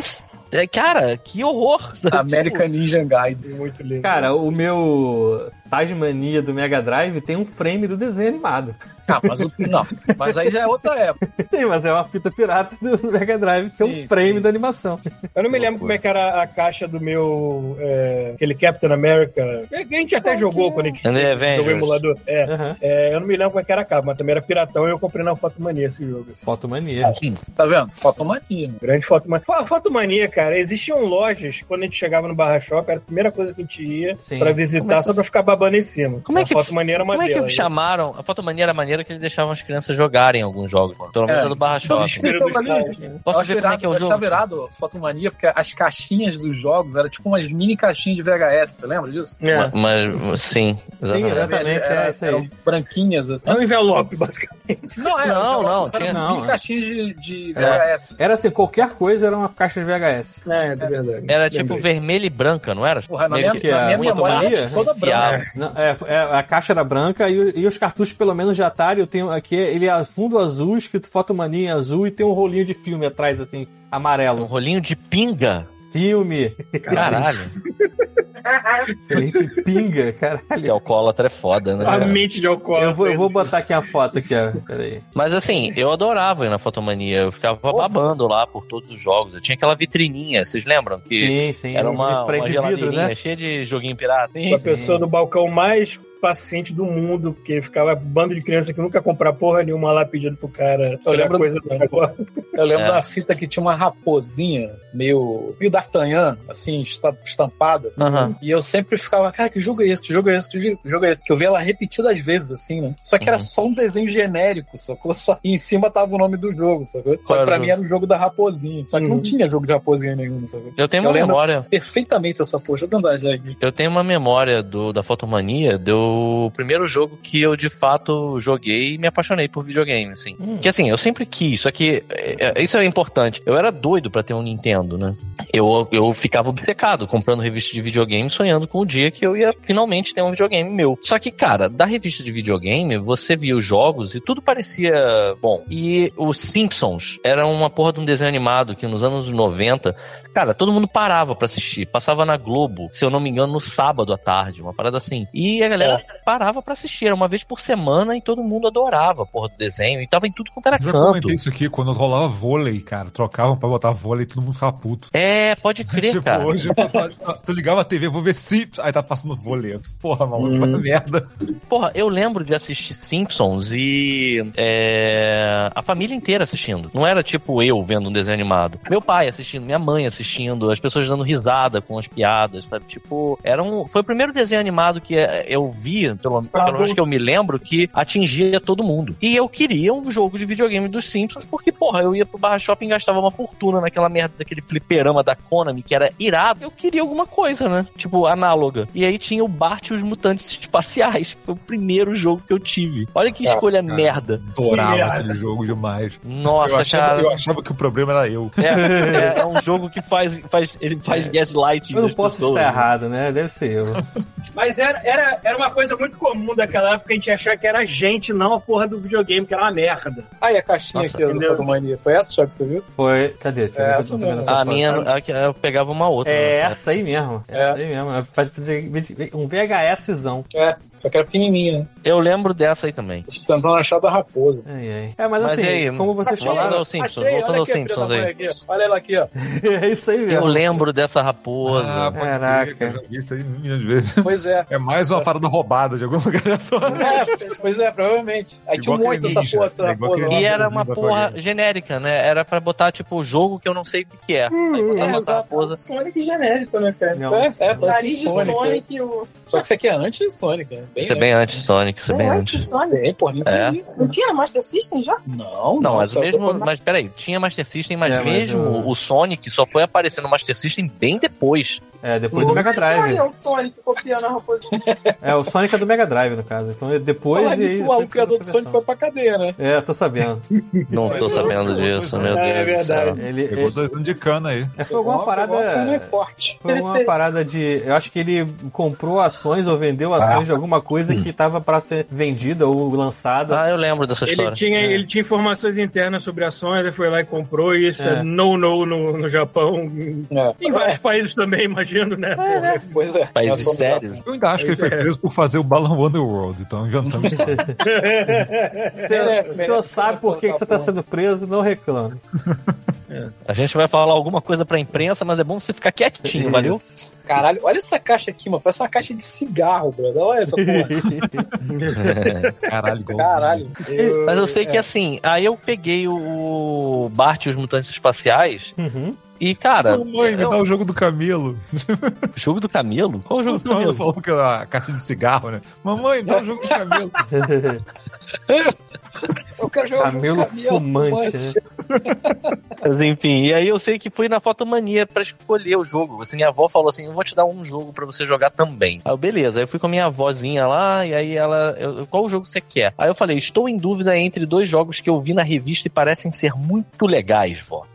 é, cara, que horror. sabe?
American Ninja Gaiden.
Muito lindo.
Cara, o meu Tasmania do Mega Drive tem um frame do desenho animado. <laughs>
Ah, mas o- não, mas aí já é outra época.
Sim, mas é uma fita pirata do Mega Drive, que é um
Sim,
frame
sim.
da animação.
Eu não me lembro como é que era a caixa do meu. é, aquele Captain America. que A gente até jogou quando a gente
And the Avengers.
jogou o emulador. É,
Aham.
é, eu não me lembro como é que era a capa, mas também era piratão e eu comprei na Fotomania esse jogo. assim.
Fotomania.
Tá vendo? Fotomania. mano.
Grande Fotomania. Fo- Fotomania, cara, existiam lojas quando a gente chegava no Barra Shop, era a primeira coisa que a gente ia
Sim.
pra visitar, só pra ficar babando em cima.
é Como é que-
A Fotomania era uma
Como é que
delas,
chamaram? A fotomania era a maneira que eles deixavam as crianças jogarem alguns jogos. mano. Pelo menos
É.
era do Barra Shopping.
Desespero dos
Então,
pais, né?
Eu
Posso
achava
ver como é que é o
irado- eu achava
jogo?
irado Fotomania, porque as caixinhas dos jogos eram tipo umas mini caixinhas de VHS, você lembra disso?
É.
Mas, sim,
Sim,
exatamente.
exatamente, é isso aí.
Eram branquinhas, assim.
É um envelope, basicamente.
Não, era,
Não,
era-
não,
era
tinha-
não,
mini
é.
caixinhas de, de VHS.
Era assim, qualquer coisa era uma caixa de VHS.
É, é verdade.
Era tipo
Lembrei.
vermelha e branca, não era?
Porra, na
Vermelho
minha,
que- né?
que é
na minha
muito
memória
mania,
era toda
enfiava.
branca.
Não, é, é, a caixa era branca e, o- e os cartuchos, pelo menos de Atari, eu tenho aqui, ele é fundo azul, escrito Fotomania em azul e tem um rolinho de filme atrás, assim,
Um
amarelo.
rolinho de pinga.
filme.
Caralho.
Leite pinga, caralho.
Que alcoólatra é foda, né?
A
cara?
mente de alcoólatra.
Eu vou, eu vou
é?
botar aqui a foto aqui, ó. Peraí.
Mas assim, eu adorava ir na Fotomania. Eu ficava babando lá por todos os jogos. Eu tinha aquela vitrininha, vocês lembram? Que
Sim, sim.
era uma,
de
uma
frente de vidro,
geladeirinha
né?
cheia de joguinho pirata.
A pessoa no balcão mais paciente do mundo, porque ficava bando de criança que nunca comprar porra nenhuma lá pedindo pro cara olhar
lembro-
coisa do negócio.
Eu lembro
É.
da fita que tinha uma raposinha, meio, meio D'Artagnan, assim, esta- estampada.
Aham.
E eu sempre ficava, cara, que jogo é esse? Que jogo é esse? Que jogo é esse? Que eu via ela repetidas vezes, assim, né? Só que era
Uhum.
só um desenho genérico, sacou? Só... E em cima tava o nome do jogo, sacou? Só
Qual
que
era
pra
o
mim
jogo?
era o jogo da raposinha. Só que não
Uhum.
tinha jogo de raposinha nenhum, sacou?
Eu tenho
Eu
uma
lembro-
memória.
Perfeitamente essa porra. Deixa eu tentar já aqui.
Eu tenho uma memória do, da Fotomania do primeiro jogo que eu de fato joguei e me apaixonei por videogame, assim. Que assim, eu sempre quis, só que é, é, isso é importante. Eu era doido pra ter um Nintendo, né? Eu, eu ficava obcecado comprando revista de videogame, sonhando com o dia que eu ia finalmente ter um videogame meu. Só que, cara, da revista de videogame, você via os jogos e tudo parecia bom. E os Simpsons era uma porra de um desenho animado que nos anos 90 Cara, todo mundo parava pra assistir. Passava na Globo, se eu não me engano, no sábado à tarde, uma parada assim. E a galera parava pra assistir. Era uma vez por semana e todo mundo adorava a porra do desenho. E tava em tudo quanto era
Eu já
canto.
comentei isso aqui, quando rolava vôlei, cara, trocavam pra botar vôlei e todo mundo ficava puto.
É, pode crer,
<laughs> tipo,
cara.
hoje tu, tu- tu ligava a TV, vou ver Simpsons, aí tá passando vôlei. Eu, Porra, maluco,
Hum.
vai merda.
Porra, eu lembro de assistir Simpsons e. é, a família inteira assistindo. Não era tipo eu vendo um desenho animado. Meu pai assistindo, minha mãe assistindo, as pessoas dando risada com as piadas, sabe? Tipo, era um, foi o primeiro desenho animado que é, eu vi, pelo, pelo menos que eu me lembro, que atingia todo mundo. E eu queria um jogo de videogame dos Simpsons, porque, porra, eu ia pro Barra Shopping e gastava uma fortuna naquela merda daquele fliperama da Konami, que era irado. Eu queria alguma coisa, né? Tipo, análoga. E aí tinha o Bart e os Mutantes Espaciais, que foi o primeiro jogo que eu tive. Olha que escolha merda.
Adorava
Irado.
aquele jogo demais. eu,
Nossa,
achava,
cara.
eu achava que o problema era eu.
É, é, é um jogo que faz, faz, ele faz gaslighting.
Eu não
das
posso
pessoas,
estar
né?
errado, né? Deve ser eu.
Mas era, era, era uma coisa muito comum daquela época a gente achar que era a gente, não a porra do videogame, que era uma merda.
Aí a caixinha
Nossa,
aqui ó, do
entendeu?
Fotomania. Foi essa, Choque, você viu?
Foi. Cadê? Deixa eu ver
É,
se eu
essa
tô vendo
mesmo.
essa
A
foto.
minha, a que- eu pegava uma outra.
É
né?
essa aí mesmo. É. Essa aí mesmo. É, faz- faz- Um VHSzão.
É, só que era pequenininha, né?
Eu lembro dessa aí também.
Tô Tentando achar da raposa.
Ai, ai. É, mas,
Mas
assim,
e aí,
como
Tá
vocês
achei,
falaram.
Voltando aos Simpsons,
achei,
voltando
olha
aos
aqui, filha
Simpsons
da mãe
aí.
aqui, ó. Olha ela aqui, ó.
<laughs> é isso aí mesmo.
Eu lembro dessa raposa.
Ah, pode crer,
Caraca.
que eu já vi isso aí milhões de vezes.
Pois é.
É mais uma parada roubada de algum <laughs> lugar aleatório.
É, pois é, provavelmente. Aí tinha um
Igual
monte
aquele
dessa
ninja,
porra, dessa
é igual
raposa
aquele
lá.
E
Uma
era
coisinha
uma
pra
porra
alguém.
genérica, né? Era pra botar, tipo, jogo que eu não sei o que que é. Aí botava
é,
essa
exato.
raposa.
Sonic genérico, né, cara?
um
Não,
É, é, parece
Nariz de
Sonic. né?
Sonic, o.
Só que isso aqui é antes de Sonic, né? Bem
Isso é bem antes, do Sonic, isso é bem
Não,
antes. É.
Sonic.
Bem, porra, Nintendo.
Não tinha Master System já?
Não,
Não, mas
nossa, eu tô
mesmo.
falando-
Mas peraí, tinha Master System, mas
É, mas
mesmo
eu-
o Sonic só foi aparecer no Master System bem depois.
É, depois do Mega
Aí é
Drive.
o Sonic copiando a roupa do
É, o Sonic é do Mega Drive, no caso. Então é depois.
Falar
e aí
nisso, o
depois
maluco criador do
outra versão.
Sonic foi pra cadeia, né?
É, tô sabendo.
<laughs> Não tô sabendo disso, meu Deus.
É
do céu.
verdade.
Ele,
Pegou
ele,
dois anos de cana aí.
é, foi alguma parada.
Não é forte.
Foi uma parada de. Eu acho que ele comprou ações ou vendeu
Ah.
ações de alguma coisa que tava pra ser vendida ou lançada.
Ah, eu lembro dessa
Ele
história.
tinha, ele tinha informações internas sobre ações, ele foi lá e comprou e isso.
É.
É. No, no, no, no Japão. Em
É.
vários países também, imagino, né? porra?
Pois é.
Países
Nós somos-
sérios.
Eu ainda acho que ele foi
Pois é.
preso por fazer o Balan Wonderworld, então inventando
<laughs>
história.
É, né?
Você
merece,
o senhor
merece.
sabe por que, que você tá sendo preso, não reclame.
A gente vai falar alguma coisa pra imprensa, mas é bom você ficar quietinho, valeu? <laughs>
Isso.
Caralho, olha essa caixa aqui, mano. Parece uma caixa de cigarro, brother. Olha essa porra.
É.
Caralho, <laughs> igualzinho.
Caralho. Eu-
Mas eu sei que assim, aí eu peguei o Bart e os Mutantes Espaciais
Uhum.
e, cara. é
Ô, Mãe, me
eu-
dá o jogo do Camilo.
Jogo do Camelo? Qual o <laughs> jogo do
Ela
Camelo?
falou que era a caixa de cigarro, né? Mamãe, dá o jogo
<laughs>
do Camilo.
<laughs> Eu quero jogar um
Camelo
caminhão
fumante, né?
Mas enfim, e aí eu sei que fui na Fotomania pra escolher o jogo. Assim, minha avó falou assim: eu vou te dar um jogo pra você jogar também. Aí eu, beleza. Aí eu fui com a minha avózinha lá, e aí ela, eu, qual o jogo você quer? Aí eu falei:
<laughs>
estou em dúvida entre dois jogos que eu vi na revista e parecem ser muito legais, vó.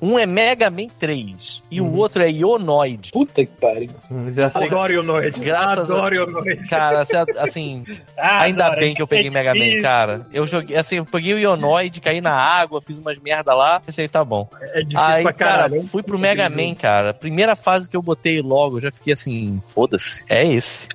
Um é Mega Man 3 e
Hum.
o outro é Ionoid.
Puta que pariu.
Hum, Já
<laughs>
sei.
Adoro Ionoid.
Graças a-
Adoro Ionoid.
Cara, assim, a-
<laughs>
assim,
Ah,
ainda
adoro.
bem que eu peguei Mega Man,
difícil.
cara. Eu joguei, assim, eu peguei o Ionoid, caí na água, fiz umas merda lá, pensei, tá bom.
É difícil
Aí,
pra
cara,
caralho. hein?
fui pro Mega Man, cara. Primeira fase que eu botei logo, eu já fiquei assim, foda-se,
<laughs>
é esse.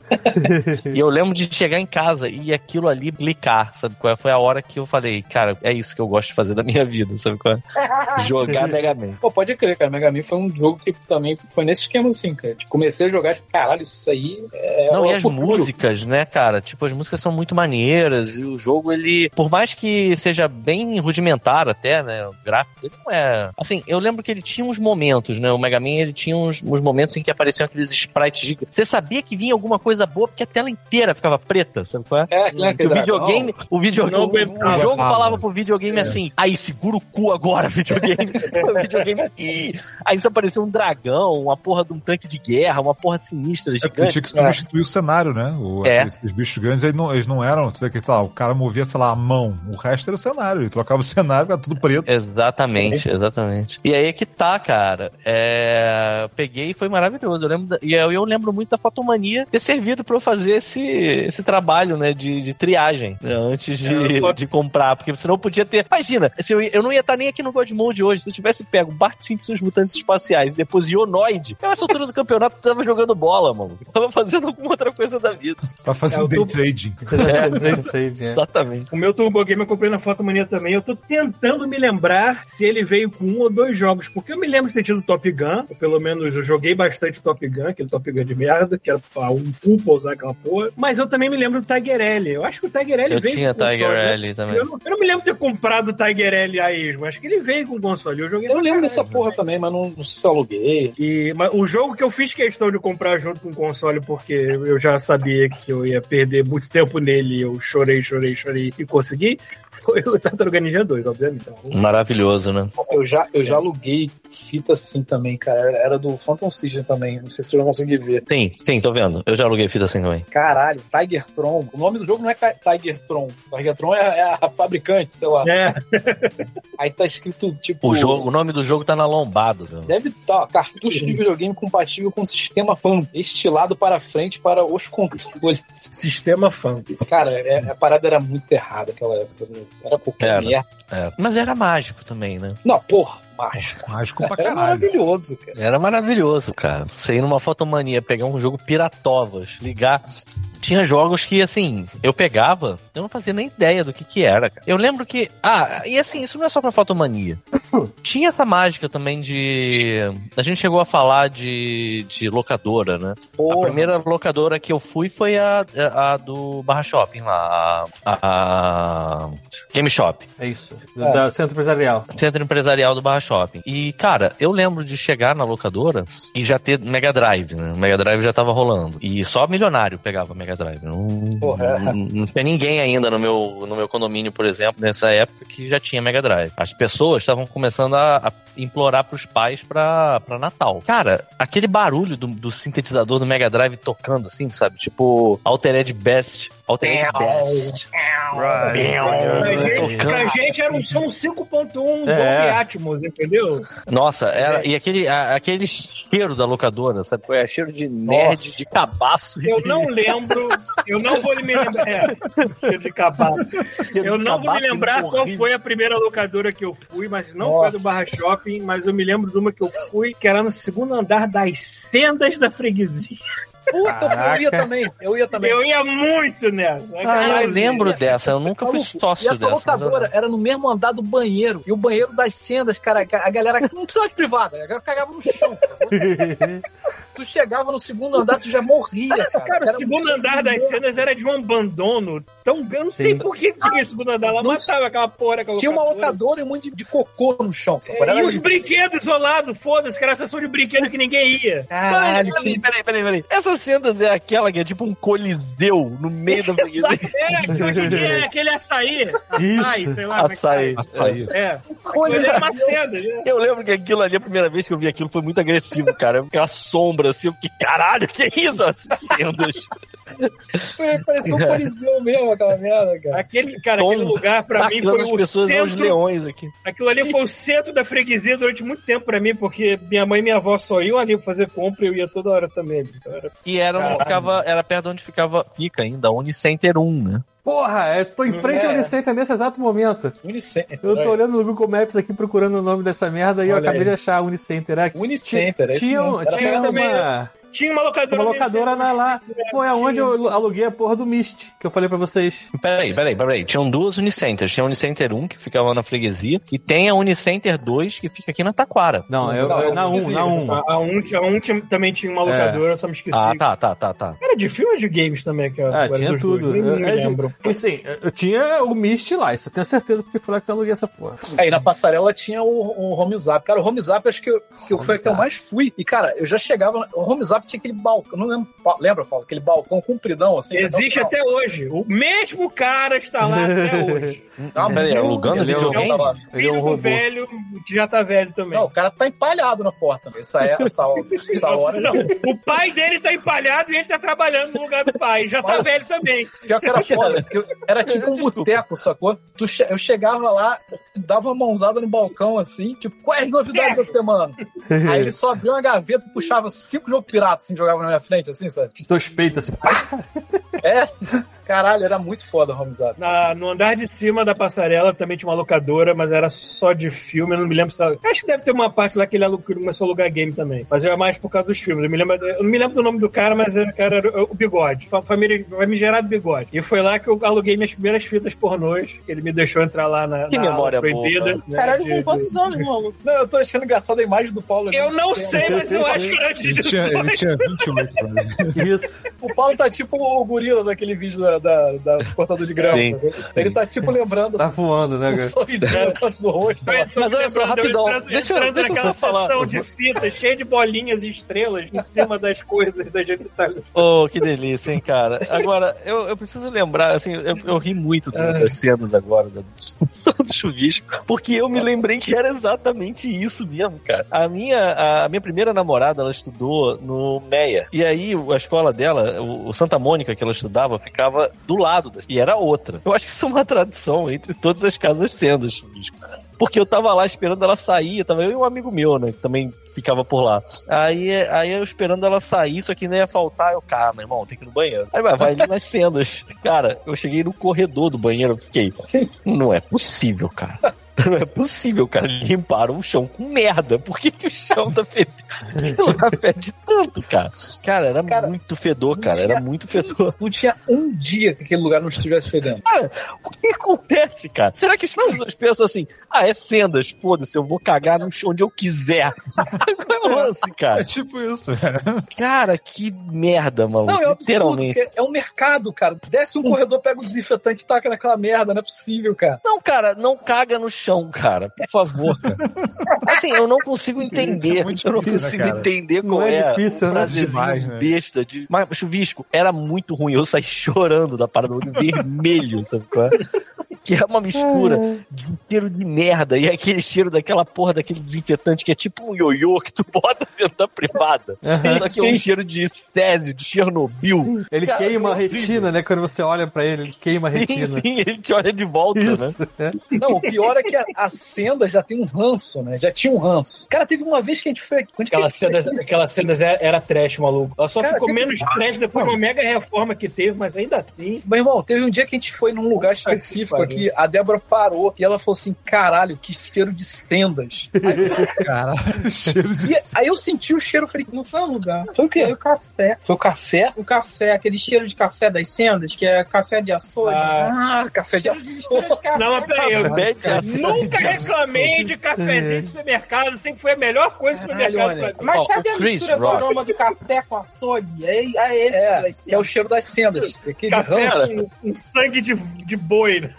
e eu lembro de chegar em casa e aquilo ali blicar, sabe qual é? Foi a hora que eu falei, cara, é isso que eu gosto de fazer da minha vida, sabe qual é? Jogar Mega Man.
Pô, pode crer, cara. Mega Man foi um jogo que também foi nesse esquema assim, cara. Tipo, comecei a jogar, tipo, caralho, isso aí é.
Não,
é
e
o
as
futuro.
músicas, né, cara? Tipo, as músicas são muito maneiras e o jogo, ele, por mais que seja bem rudimentar até, né, o gráfico, ele não é... Assim, eu lembro que ele tinha uns momentos, né, o Mega Man, ele tinha uns, uns momentos em que apareciam aqueles sprites gigantes. Você sabia que vinha alguma coisa boa porque a tela inteira ficava preta, sabe qual é?
É, que
Que o videogame, o videogame,
Não
o,
aguentava.
jogo
Ah,
falava
mano.
pro videogame assim, aí segura o cu agora, <laughs> videogame. o videogame, ih! aí isso apareceu um dragão, uma porra de um tanque de guerra, uma porra sinistra,
É porque
gigante.
tinha que substituir o cenário, né? O,
É.
Esses bichos grandes, eles não, eles não eram. tu vê que, sei lá, o cara movia, sei lá, a mão. O resto era o cenário. Ele trocava o cenário, ficava tudo preto.
Exatamente, exatamente. E aí é que tá, cara. É, eu Peguei e foi maravilhoso. Eu lembro da- E eu, eu lembro muito da fotomania ter servido pra eu fazer esse, esse trabalho, né, de, de triagem, né, antes de,
É, foto-
de comprar. Porque senão eu podia ter. Imagina, se eu, eu não ia estar nem aqui no God Mode hoje. Se eu tivesse pego Bart Simpson e os Mutantes Espaciais e depois Ionoid, eu, nessa altura do campeonato eu tava jogando bola, mano. Eu tava fazendo alguma outra coisa da vida.
Pra fazer
É,
um
o
day
duplo-
trading.
<laughs> É.
<laughs>
É.
Exatamente.
O meu Turbo Game eu comprei na Fotomania também. Eu tô tentando me lembrar se ele veio com um ou dois jogos, porque eu me lembro de ter tido Top Gun, ou pelo menos eu joguei bastante Top Gun, aquele Top Gun de merda, que era pra um cu pra usar aquela porra. Mas eu também me lembro do Tiger L. Eu acho que o Tiger L
Eu
veio
tinha
com um né? console.
Tiger
Eu-
L também.
Eu não, eu não me lembro de ter comprado o Tiger L a esmo, acho que ele veio com console. Eu joguei
Eu
pra caralho.
lembro dessa porra também, mas não, não sei se eu aluguei.
E, mas o jogo que eu fiz questão de comprar junto com o console, porque eu já sabia que eu ia perder muito tempo nele, eu chorei, chorei, chorei e consegui, <laughs> foi o Tartaruga Ninja 2, obviamente. Então,
Maravilhoso, né?
Eu já, eu já aluguei fita assim também, cara. Era do Phantom System também. Não sei se eu consegui ver.
Sim, sim, tô vendo. Eu já aluguei fita assim também.
Caralho, Tiger Tron. O nome do jogo não é Ca- Tiger Tron. Tiger Tron é, é a fabricante, sei lá.
É,
Aí tá escrito tipo.
O, jogo, o nome do jogo tá na lombada.
Deve estar cartucho de videogame compatível com o sistema PAM, estilado para frente para os controles.
sistema fã.
Cara, é- a parada era muito errada aquela época. né? Era qualquer
Era.
merda.
É. Mas era mágico também, né?
Não, porra, mágico.
Mágico pra
É,
Era
caralho.
maravilhoso, cara.
Era maravilhoso, cara. Você ir numa fotomania, pegar um jogo piratovas, ligar. Tinha jogos que, assim, eu pegava, eu não fazia nem ideia do que que era, cara. Eu lembro que. Ah, e assim, isso não é só pra fotomania. Tinha essa mágica também de. A gente chegou a falar de, de locadora, né? A
Porra.
primeira locadora que eu fui foi a, a a do Barra Shopping lá. A, a, a Game Shop.
É isso. Do,
É.
da Centro Empresarial.
Centro Empresarial do Barra Shopping. E, cara, eu lembro de chegar na locadora e já ter Mega Drive, né? O Mega Drive já tava rolando. E só milionário pegava Mega Drive. Não,
Porra.
não, não tinha ninguém ainda no meu, no meu condomínio, por exemplo, nessa época que já tinha Mega Drive. As pessoas estavam começando a, a implorar pros pais pra, pra Natal. Cara, aquele barulho do, do sintetizador do Mega Drive tocando, assim, sabe? Tipo, Altered Best. Altered Best.
Pra gente,
Tocando.
pra gente era um som 5.1
É.
é. Dolby Atmos, entendeu?
Nossa, era, e aquele, a- aquele cheiro da locadora, sabe? qual É cheiro de nerd,
Nossa.
de cabaço.
Eu não lembro, eu não vou me lembrar. É, cheiro de cabaço.
cheiro
Eu
de
não vou me
cabaço
lembrar qual
horrível.
foi a primeira locadora que eu fui, mas não
Nossa.
foi do Barra Shopping, mas eu me lembro de uma que eu fui, que era no segundo andar das sendas da freguesia.
Puta, eu ia também. Eu ia também.
Eu ia muito nessa.
Ah, eu lembro dessa, eu nunca fui
Maluco,
sócio
e essa
dessa. mas eu-
locadora era no mesmo andar do banheiro. E o banheiro das sendas, cara, a galera não precisava de privada, a galera cagava no chão. sacou? tu chegava no segundo andar, tu já morria, cara.
Cara, o
Era
segundo
muito
andar das
doido.
cenas era de um abandono tão grande. Não sei
Sim.
por que tinha esse segundo andar lá. Matava aquela porra. Aquela
Tinha uma locadora e um monte de, de cocô no chão. sacou?
É,
Era
e os
isso.
brinquedos isolados, foda-se, que era a sessão de brinquedo que ninguém ia.
Caralho,
Peraí,
que-
peraí, peraí, peraí. Essas sendas é aquela que é tipo um coliseu no meio <laughs> da freguesia.
É, que hoje em dia é aquele açaí. Açaí,
Isso.
sei lá. como é que
Açaí.
Açaí.
fala. É,
Olha,
mas era uma senda. né?
Eu lembro que aquilo ali, a primeira vez que eu vi aquilo, foi muito agressivo, cara. Aquela sombra ouro, assim, porque caralho, que isso? Assistindo. <laughs>
Foi- Parecia um coliseu mesmo aquela merda, cara.
Aquele, cara, aquele
Tom,
lugar pra mim
Tacando
foi
as
o
pessoas aos
centro
leões aqui.
Aquilo ali foi o centro da freguesia durante muito tempo pra mim, porque minha mãe e minha avó só iam ali fazer compra e eu ia toda hora também. Então era-
E era,
Caralho.
ficava, era perto de onde ficava, fica ainda, a Unicenter 1, né?
Porra, eu tô em frente ao
É.
Unicenter nesse exato momento.
Unicenter.
Eu tô olhando no Google Maps aqui procurando o nome dessa merda e eu
Olha
acabei
aí.
de achar Unicenter. É,
Unicenter, é isso
tinha, um-
mesmo. Era
tinha
perto
uma,
Tinha uma locadora. assim, né?
uma
meio
locadora
centro,
na lá. Pô, é
tinha.
onde eu aluguei a porra do Mist, que eu falei pra vocês.
Peraí, peraí, peraí. Tinham duas Unicenters. Tinha a Unicenter 1, que ficava na freguesia, e tem a Unicenter 2, que fica aqui na Taquara.
Não, eu,
Não,
eu- na
não
1, na 1.
A, a um, tinha- a um tinha- também tinha
É.
uma locadora, eu só me esqueci.
Ah, tá, tá, tá, tá.
Era de filme ou de games também? Que
Ah, tinha tudo.
Eu,
Eu,
nem me
é de- <laughs>
lembro.
assim, eu tinha o Mist lá, isso eu tenho certeza, porque foi lá que eu aluguei essa porra.
Aí na passarela tinha o, o Home Zap. Cara, o Home Zap acho que, eu, que eu- foi
Home
que eu
Zap.
mais fui. E, cara, eu já chegava. O Home Zap tinha aquele balcão. Não lembro. pa- Lembra, Paulo? Aquele balcão compridão, assim.
Existe
não,
até hoje. O mesmo cara está lá
<laughs>
até hoje.
Não, peraí, alugando
Ele é um-
videogame?
Não,
Ele é
Filho
um
do
robô.
velho, que já tá velho também.
Não, o cara tá empalhado na porta. né? Essa, é- essa, essa hora.
Não, o pai dele tá empalhado e ele tá trabalhando no lugar do pai. Já tá
Mas-
velho também.
Pior que era foda, porque eu- era tipo um
Desculpa.
boteco, sacou? Tu che- eu chegava lá, dava uma mãozada no balcão, assim, tipo, quais as novidades da semana? Aí ele só abriu uma gaveta e puxava cinco jogos piratas, assim, jogava na minha frente, assim, sabe?
Dois peitos assim.
É, <laughs> caralho, era muito foda o Homizado.
Na- no andar de cima da passarela também tinha uma locadora, mas era só de filme. Eu não me lembro se. ela- Acho que deve ter uma parte lá que ele alu- que ele começou a alugar game também. Mas era mais por causa dos filmes. Eu, me lembro, eu não me lembro do nome do cara, mas era, o cara era o Bigode. Fa- Família famigerado Bigode. E foi lá que eu aluguei minhas primeiras fitas pornôs. que Ele me deixou entrar lá na.
Que
na aula
memória boa,
proibida.
cara.
né,
Caralho,
de-
com
de-
quantos anos, maluco?
Não, eu tô achando engraçado a imagem do Paulo. né? ali.
Eu não sei, mas eu acho que era antes
Ele
de
tinha, ele tinha um 28 anos.
Isso.
O Paulo tá tipo o gorila daquele vídeo da, da, da do cortador de grama.
Sim,
sabe? Ele tá tipo lembrando <laughs>
Tá voando, né,
um
cara?
sorriso
É.
no rosto. ó.
Mas olha só, rapidão, deixa eu- deixa eu
naquela
só falar.
seção de fitas cheia de bolinhas e estrelas em cima das coisas da tá genitália.
Oh, que delícia, hein, cara. Agora, eu, eu preciso lembrar, assim, eu, eu ri muito do- das cenas agora né, do, <laughs> do chuvisco, porque eu me lembrei que era exatamente isso mesmo, cara. A minha, a, minha primeira namorada, ela estudou no Meia. E aí, o- a escola dela, o, o Santa Mônica que ela estudava, ficava do lado. da- e era outra. Eu acho que isso é uma tradição entre todas as casas sendo chuvisco. Porque eu tava lá esperando ela sair, eu tava eu e um amigo meu, né, que também ficava por lá. Aí, aí eu esperando ela sair, só que ainda ia faltar, eu, cara, meu irmão, tem que ir no banheiro. Aí
<laughs>
vai, vai ali nas cenas. Cara, eu cheguei no corredor do banheiro, eu fiquei, não é possível, cara. <laughs> Não é possível, cara. Eles Limparam o chão com merda. Por que, que o chão tá <laughs> fedendo? Lá fede tanto, cara. Cara, era
Cara,
muito fedor,
não
cara. Era
tinha-
muito fedor. <laughs>
Não tinha um dia que aquele lugar não estivesse fedendo.
O que acontece, cara? Será que as pessoas pensam assim, ah, é sendas, foda-se, eu vou cagar no chão onde eu quiser. <laughs> Qual é o lance, cara?
É tipo isso, velho.
Cara, que merda, maluco.
Não, é um absurdo,
Literalmente.
porque é um mercado, cara. Desce um corredor, pega o desinfetante e taca naquela merda, não é possível, cara.
Não, cara, não caga no chão, cara. Por favor,
<laughs>
cara. Assim, eu não consigo entender.
É muito
eu não
difícil, né,
consigo
cara?
entender
Não
qual
é
é.
difícil,
o
né?
prazerzinho
Demais, né?
Besta de... Mas, chuvisco, era muito ruim. Eu saí chorando da parada, olho vermelho, sabe qual é? Que é uma mistura de um cheiro de merda e é aquele cheiro daquela porra, daquele desinfetante que é tipo um ioiô que tu bota dentro da privada. Só que é um cheiro de césio, de Chernobyl.
Sim. Ele
Cara,
queima a
é horrível.
retina, né? Quando você olha pra ele, ele queima a retina.
<laughs> Enfim, ele te olha de volta, né?
Isso, né?
Não, o pior é que a, a senda já tem um ranço, né? Já tinha um ranço. Cara, teve uma vez que a gente foi. Onde que a
Aquela
gente foi?
cena, aquela cena era, era trash, maluco. Ela só
Cara,
ficou
que-
menos trash depois de uma mega reforma que teve, mas ainda assim.
Meu irmão, teve um dia que a gente foi num lugar específico
Puta que
aqui, a Débora parou e ela falou assim: caralho, que cheiro de sendas.
Caralho, cheiro de.
E aí eu senti o cheiro, falei,
Não foi o lugar.
foi o
Foi
quê?
o café.
Foi o café?
O café, aquele cheiro de café das sendas, que é café de açougue.
Ah.
Ah, café de
Cheiro de cheiro de café.
Não, mas peraí, eu
Mete a
nunca reclamei de cafezinho de supermercado, sempre foi a melhor coisa de
Caralho,
supermercado
olha.
pra mim.
Mas
Ó,
sabe
o
a
Chris
mistura do
Rock.
aroma do café com açougue? É, é esse
É,
das
que é o
sendas.
cheiro das sendas. Aquele
Café
ranço.
com, com sangue de, de boi, né?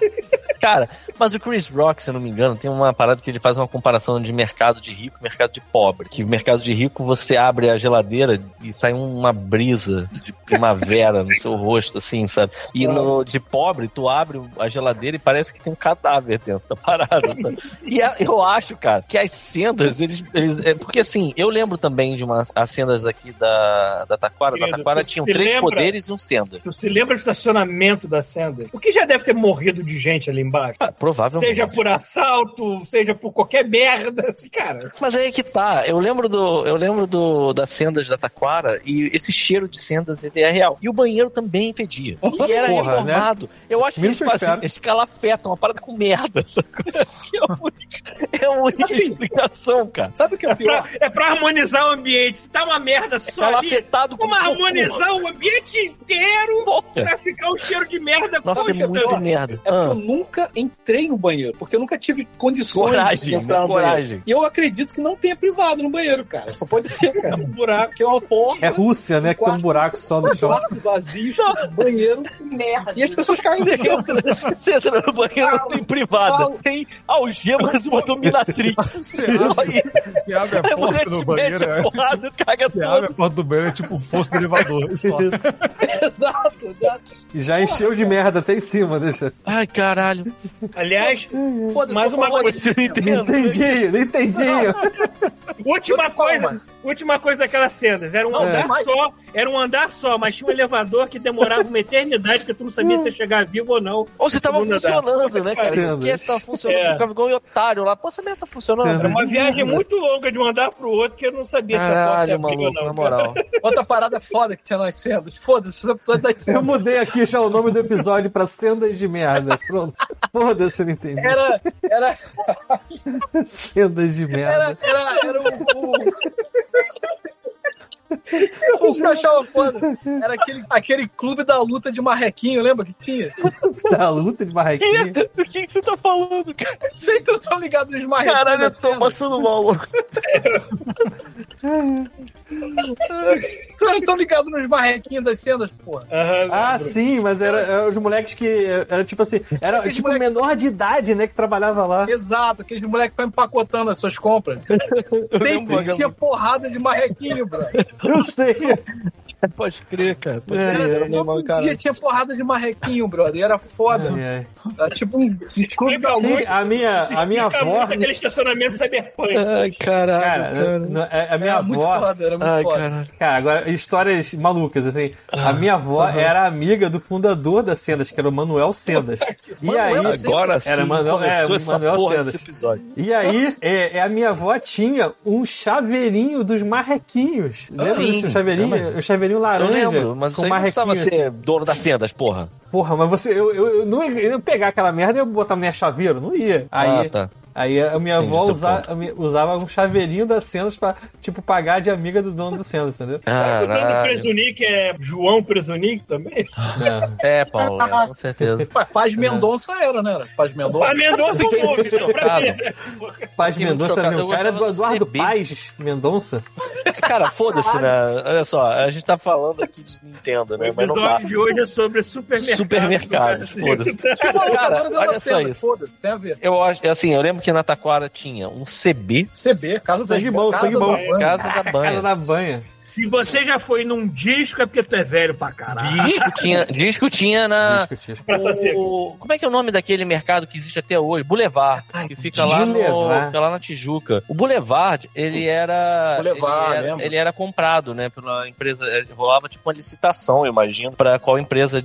Cara, mas o Chris Rock, se eu não me engano, tem uma parada que ele faz uma comparação de mercado de rico e mercado de pobre. Que o mercado de rico você abre a geladeira e sai uma brisa de primavera no seu rosto, assim, sabe? E no, de pobre, tu abre a geladeira e parece que tem um cadáver dentro da parada, sabe? E a- eu acho, cara, que as sendas, eles. eles- é, porque assim, eu lembro também de umas as sendas aqui da, da Taquara. Da
Querido,
Taquara
tu
tinham
se
três
lembra?
poderes e um senda.
Tu se lembra do estacionamento da Sender? O que já deve ter morrido de gente ali embaixo?
Ah, provavelmente.
Seja por assalto, seja por qualquer merda. <laughs> Cara,
Mas aí é que tá. Eu lembro do, eu lembro do das sendas da Taquara e esse cheiro de sendas ele é real. E o banheiro também fedia. E era
Porra,
reformado. Eu acho que
Mínimo
eles
que eu
fazem assim,
espero.
eles calafetam, uma parada com merda. <laughs> sacou? Que é a única, é a única
Assim,
explicação, cara.
Sabe o que é o
pra-
pior?
é pra harmonizar o ambiente. Se tá uma
É
merda só ali,
Calafetado com
vamos
cocô.
harmonizar o ambiente inteiro
Porra.
pra ficar o cheiro de merda
É. Nossa, é
constante.
muito merda.
É porque eu
Ah,
nunca entrei no banheiro, porque eu nunca tive condições de
coragem,
entrar no banheiro.
coragem.
E eu acredito que não tenha privado no banheiro, cara. Só pode ser, cara.
Um buraco.
Porque é uma porta,
É Rússia, né? Que tem um buraco só
É.
no chão.
quartos vazios, banheiro,
Merda.
e as pessoas caem no chão.
<laughs> Você entra no banheiro, não tem privada. Tem algemas e uma dominatrix.
Você
Só
abre,
isso.
você abre
Aí
a
a mulher
porta do
te mete
É banheiro,
a
é,
porrada, caga
você
tudo.
abre a porta do banheiro, é tipo um fosso do elevador.
<laughs>
Só.
<laughs>
É
exato, exato.
E já encheu de merda até em cima, né, deixa.
Ai, caralho.
Aliás,
Foda-se,
Mais
eu
uma
falo
coisa.
isso, assim, ó.
Entendo.
Entendi, não entendi.
última
Eu te falo,
coisa.
mano.
Última coisa daquelas sendas, era um
É.
Não,
andar
tem mais.
só, era um andar só, mas tinha um elevador que demorava uma eternidade, porque tu não sabia se ia chegar vivo ou não.
Ou você tava
Segundo andar.
funcionando, né, cara?
Sendo.
Isso aqui tava funcionando,
É.
é. ficava igual um otário lá. Pô, essa merda tá funcionando?
Sendo.
Era uma viagem muito longa de um andar pro outro que eu não sabia se a
Caralho,
porta abria ou
maluco, na
não.
<laughs> moral.
Outra parada foda que tinha nas sendas. Foda-se, os episódios das
Eu
sendas.
mudei aqui já o nome do episódio pra Sendas de Merda. Pronto. Foda-se, não entendi.
Era, era,
Sendas de
era,
Merda.
era, era o. o... O que eu achava foda era aquele, aquele clube da luta de marrequinho, lembra que tinha?
Da luta de barraquinha.
Do que, que você tá falando, cara?
Vocês não estão ligados nos marrequinhos?
Caralho, eu
das
tô
sendas?
passando mal.
Vocês não estão ligados nos marrequinhos das sendas, porra.
É.
Aham,
Ah,
lembro.
sim, mas era, era os moleques que. Era tipo assim. Era
Aqueles
tipo
moleque-
menor de idade, né? Que trabalhava lá.
Exato, aqueles moleques que ficam empacotando as suas compras. Tem
lembro, É,
que tinha porrada de marrequinho, bro.
Eu sei.
Pode crer, cara. Pode
É,
crer,
é,
Era,
era normal,
todo dia tinha porrada de marrequinho, brother. E era foda.
É.
Ai, ai.
Era tipo um clube da
Explica
Sim,
muito,
a
<laughs>
minha, a minha
explica
avó. né?
muito aquele estacionamento cyberpunk.
<laughs> Ai, caralho,
Cara,
cara.
não, é- a minha
Era muito
avó.
foda, era muito
Ai,
foda.
caralho.
Cara, agora histórias malucas, assim. a
Ah,
minha avó era amiga do fundador da Sendas, que era o Manuel Sendas. E aí,
Manuel Sendas.
Agora sim,
Era Manoel-
começou
é,
essa
Manoel
porra
Sendas.
desse episódio.
e aí é, é, a minha avó tinha um chaveirinho dos marrequinhos. Lembra
Ah, Sim,
desse chaveirinho?
também.
Um chaveirinho
Eu
laranja.
lembro, mas
com
você não
marrequinho.
precisava
assim.
ser dono das sendas, porra.
Porra, mas você. Eu, eu, eu não ia eu ia pegar aquela merda e eu botar no minha chaveiro. Não ia. Aí,
Ah, tá.
aí a minha
Entendi
avó
seu
usa-
ponto.
a minha- usava um chaveirinho da Sendas pra, tipo, pagar de amiga do dono do Sendas, entendeu?
O nome do
Caralho.
Presunic é João Presunic também?
<laughs> É, Paulo, é, com certeza. <laughs>
Pá, Paz Mendonça era, né? Paz Mendonça.
A Mendonça é um nome, só pra ver. né?
Paz
Fiquei muito
Mendonça era
chocado.
meu
Eu
cara. Era
gostava
do
do
Eduardo
CB.
Paz Mendonça?
Cara, foda-se, né? Olha só, a gente tá falando aqui de Nintendo,
O
né? Mas não dá.
episódio de hoje é sobre supermercado. né?
Supermercado, foda-se. Cara, olha só isso.
Foda-se, tem a ver.
Eu acho, é assim, eu lembro que na Taquara tinha um CB,
CB, Casa da
Sangue bom,
Casa
sangue
da
bom.
Banda.
Casa da
Casa
Banha.
da banha.
Se você já foi num disco, é porque tu é velho pra caralho.
Disco tinha, disco tinha na.
Disco, disco.
Praça Seca.
o- como é que é o nome daquele mercado que existe até hoje? Boulevard, que fica lá, no,
Boulevard.
fica lá na Tijuca. O Boulevard, ele era.
Boulevard,
ele,
lembro.
era ele era comprado, né? Pela empresa. eh, Rolava tipo uma licitação, eu imagino, pra qual empresa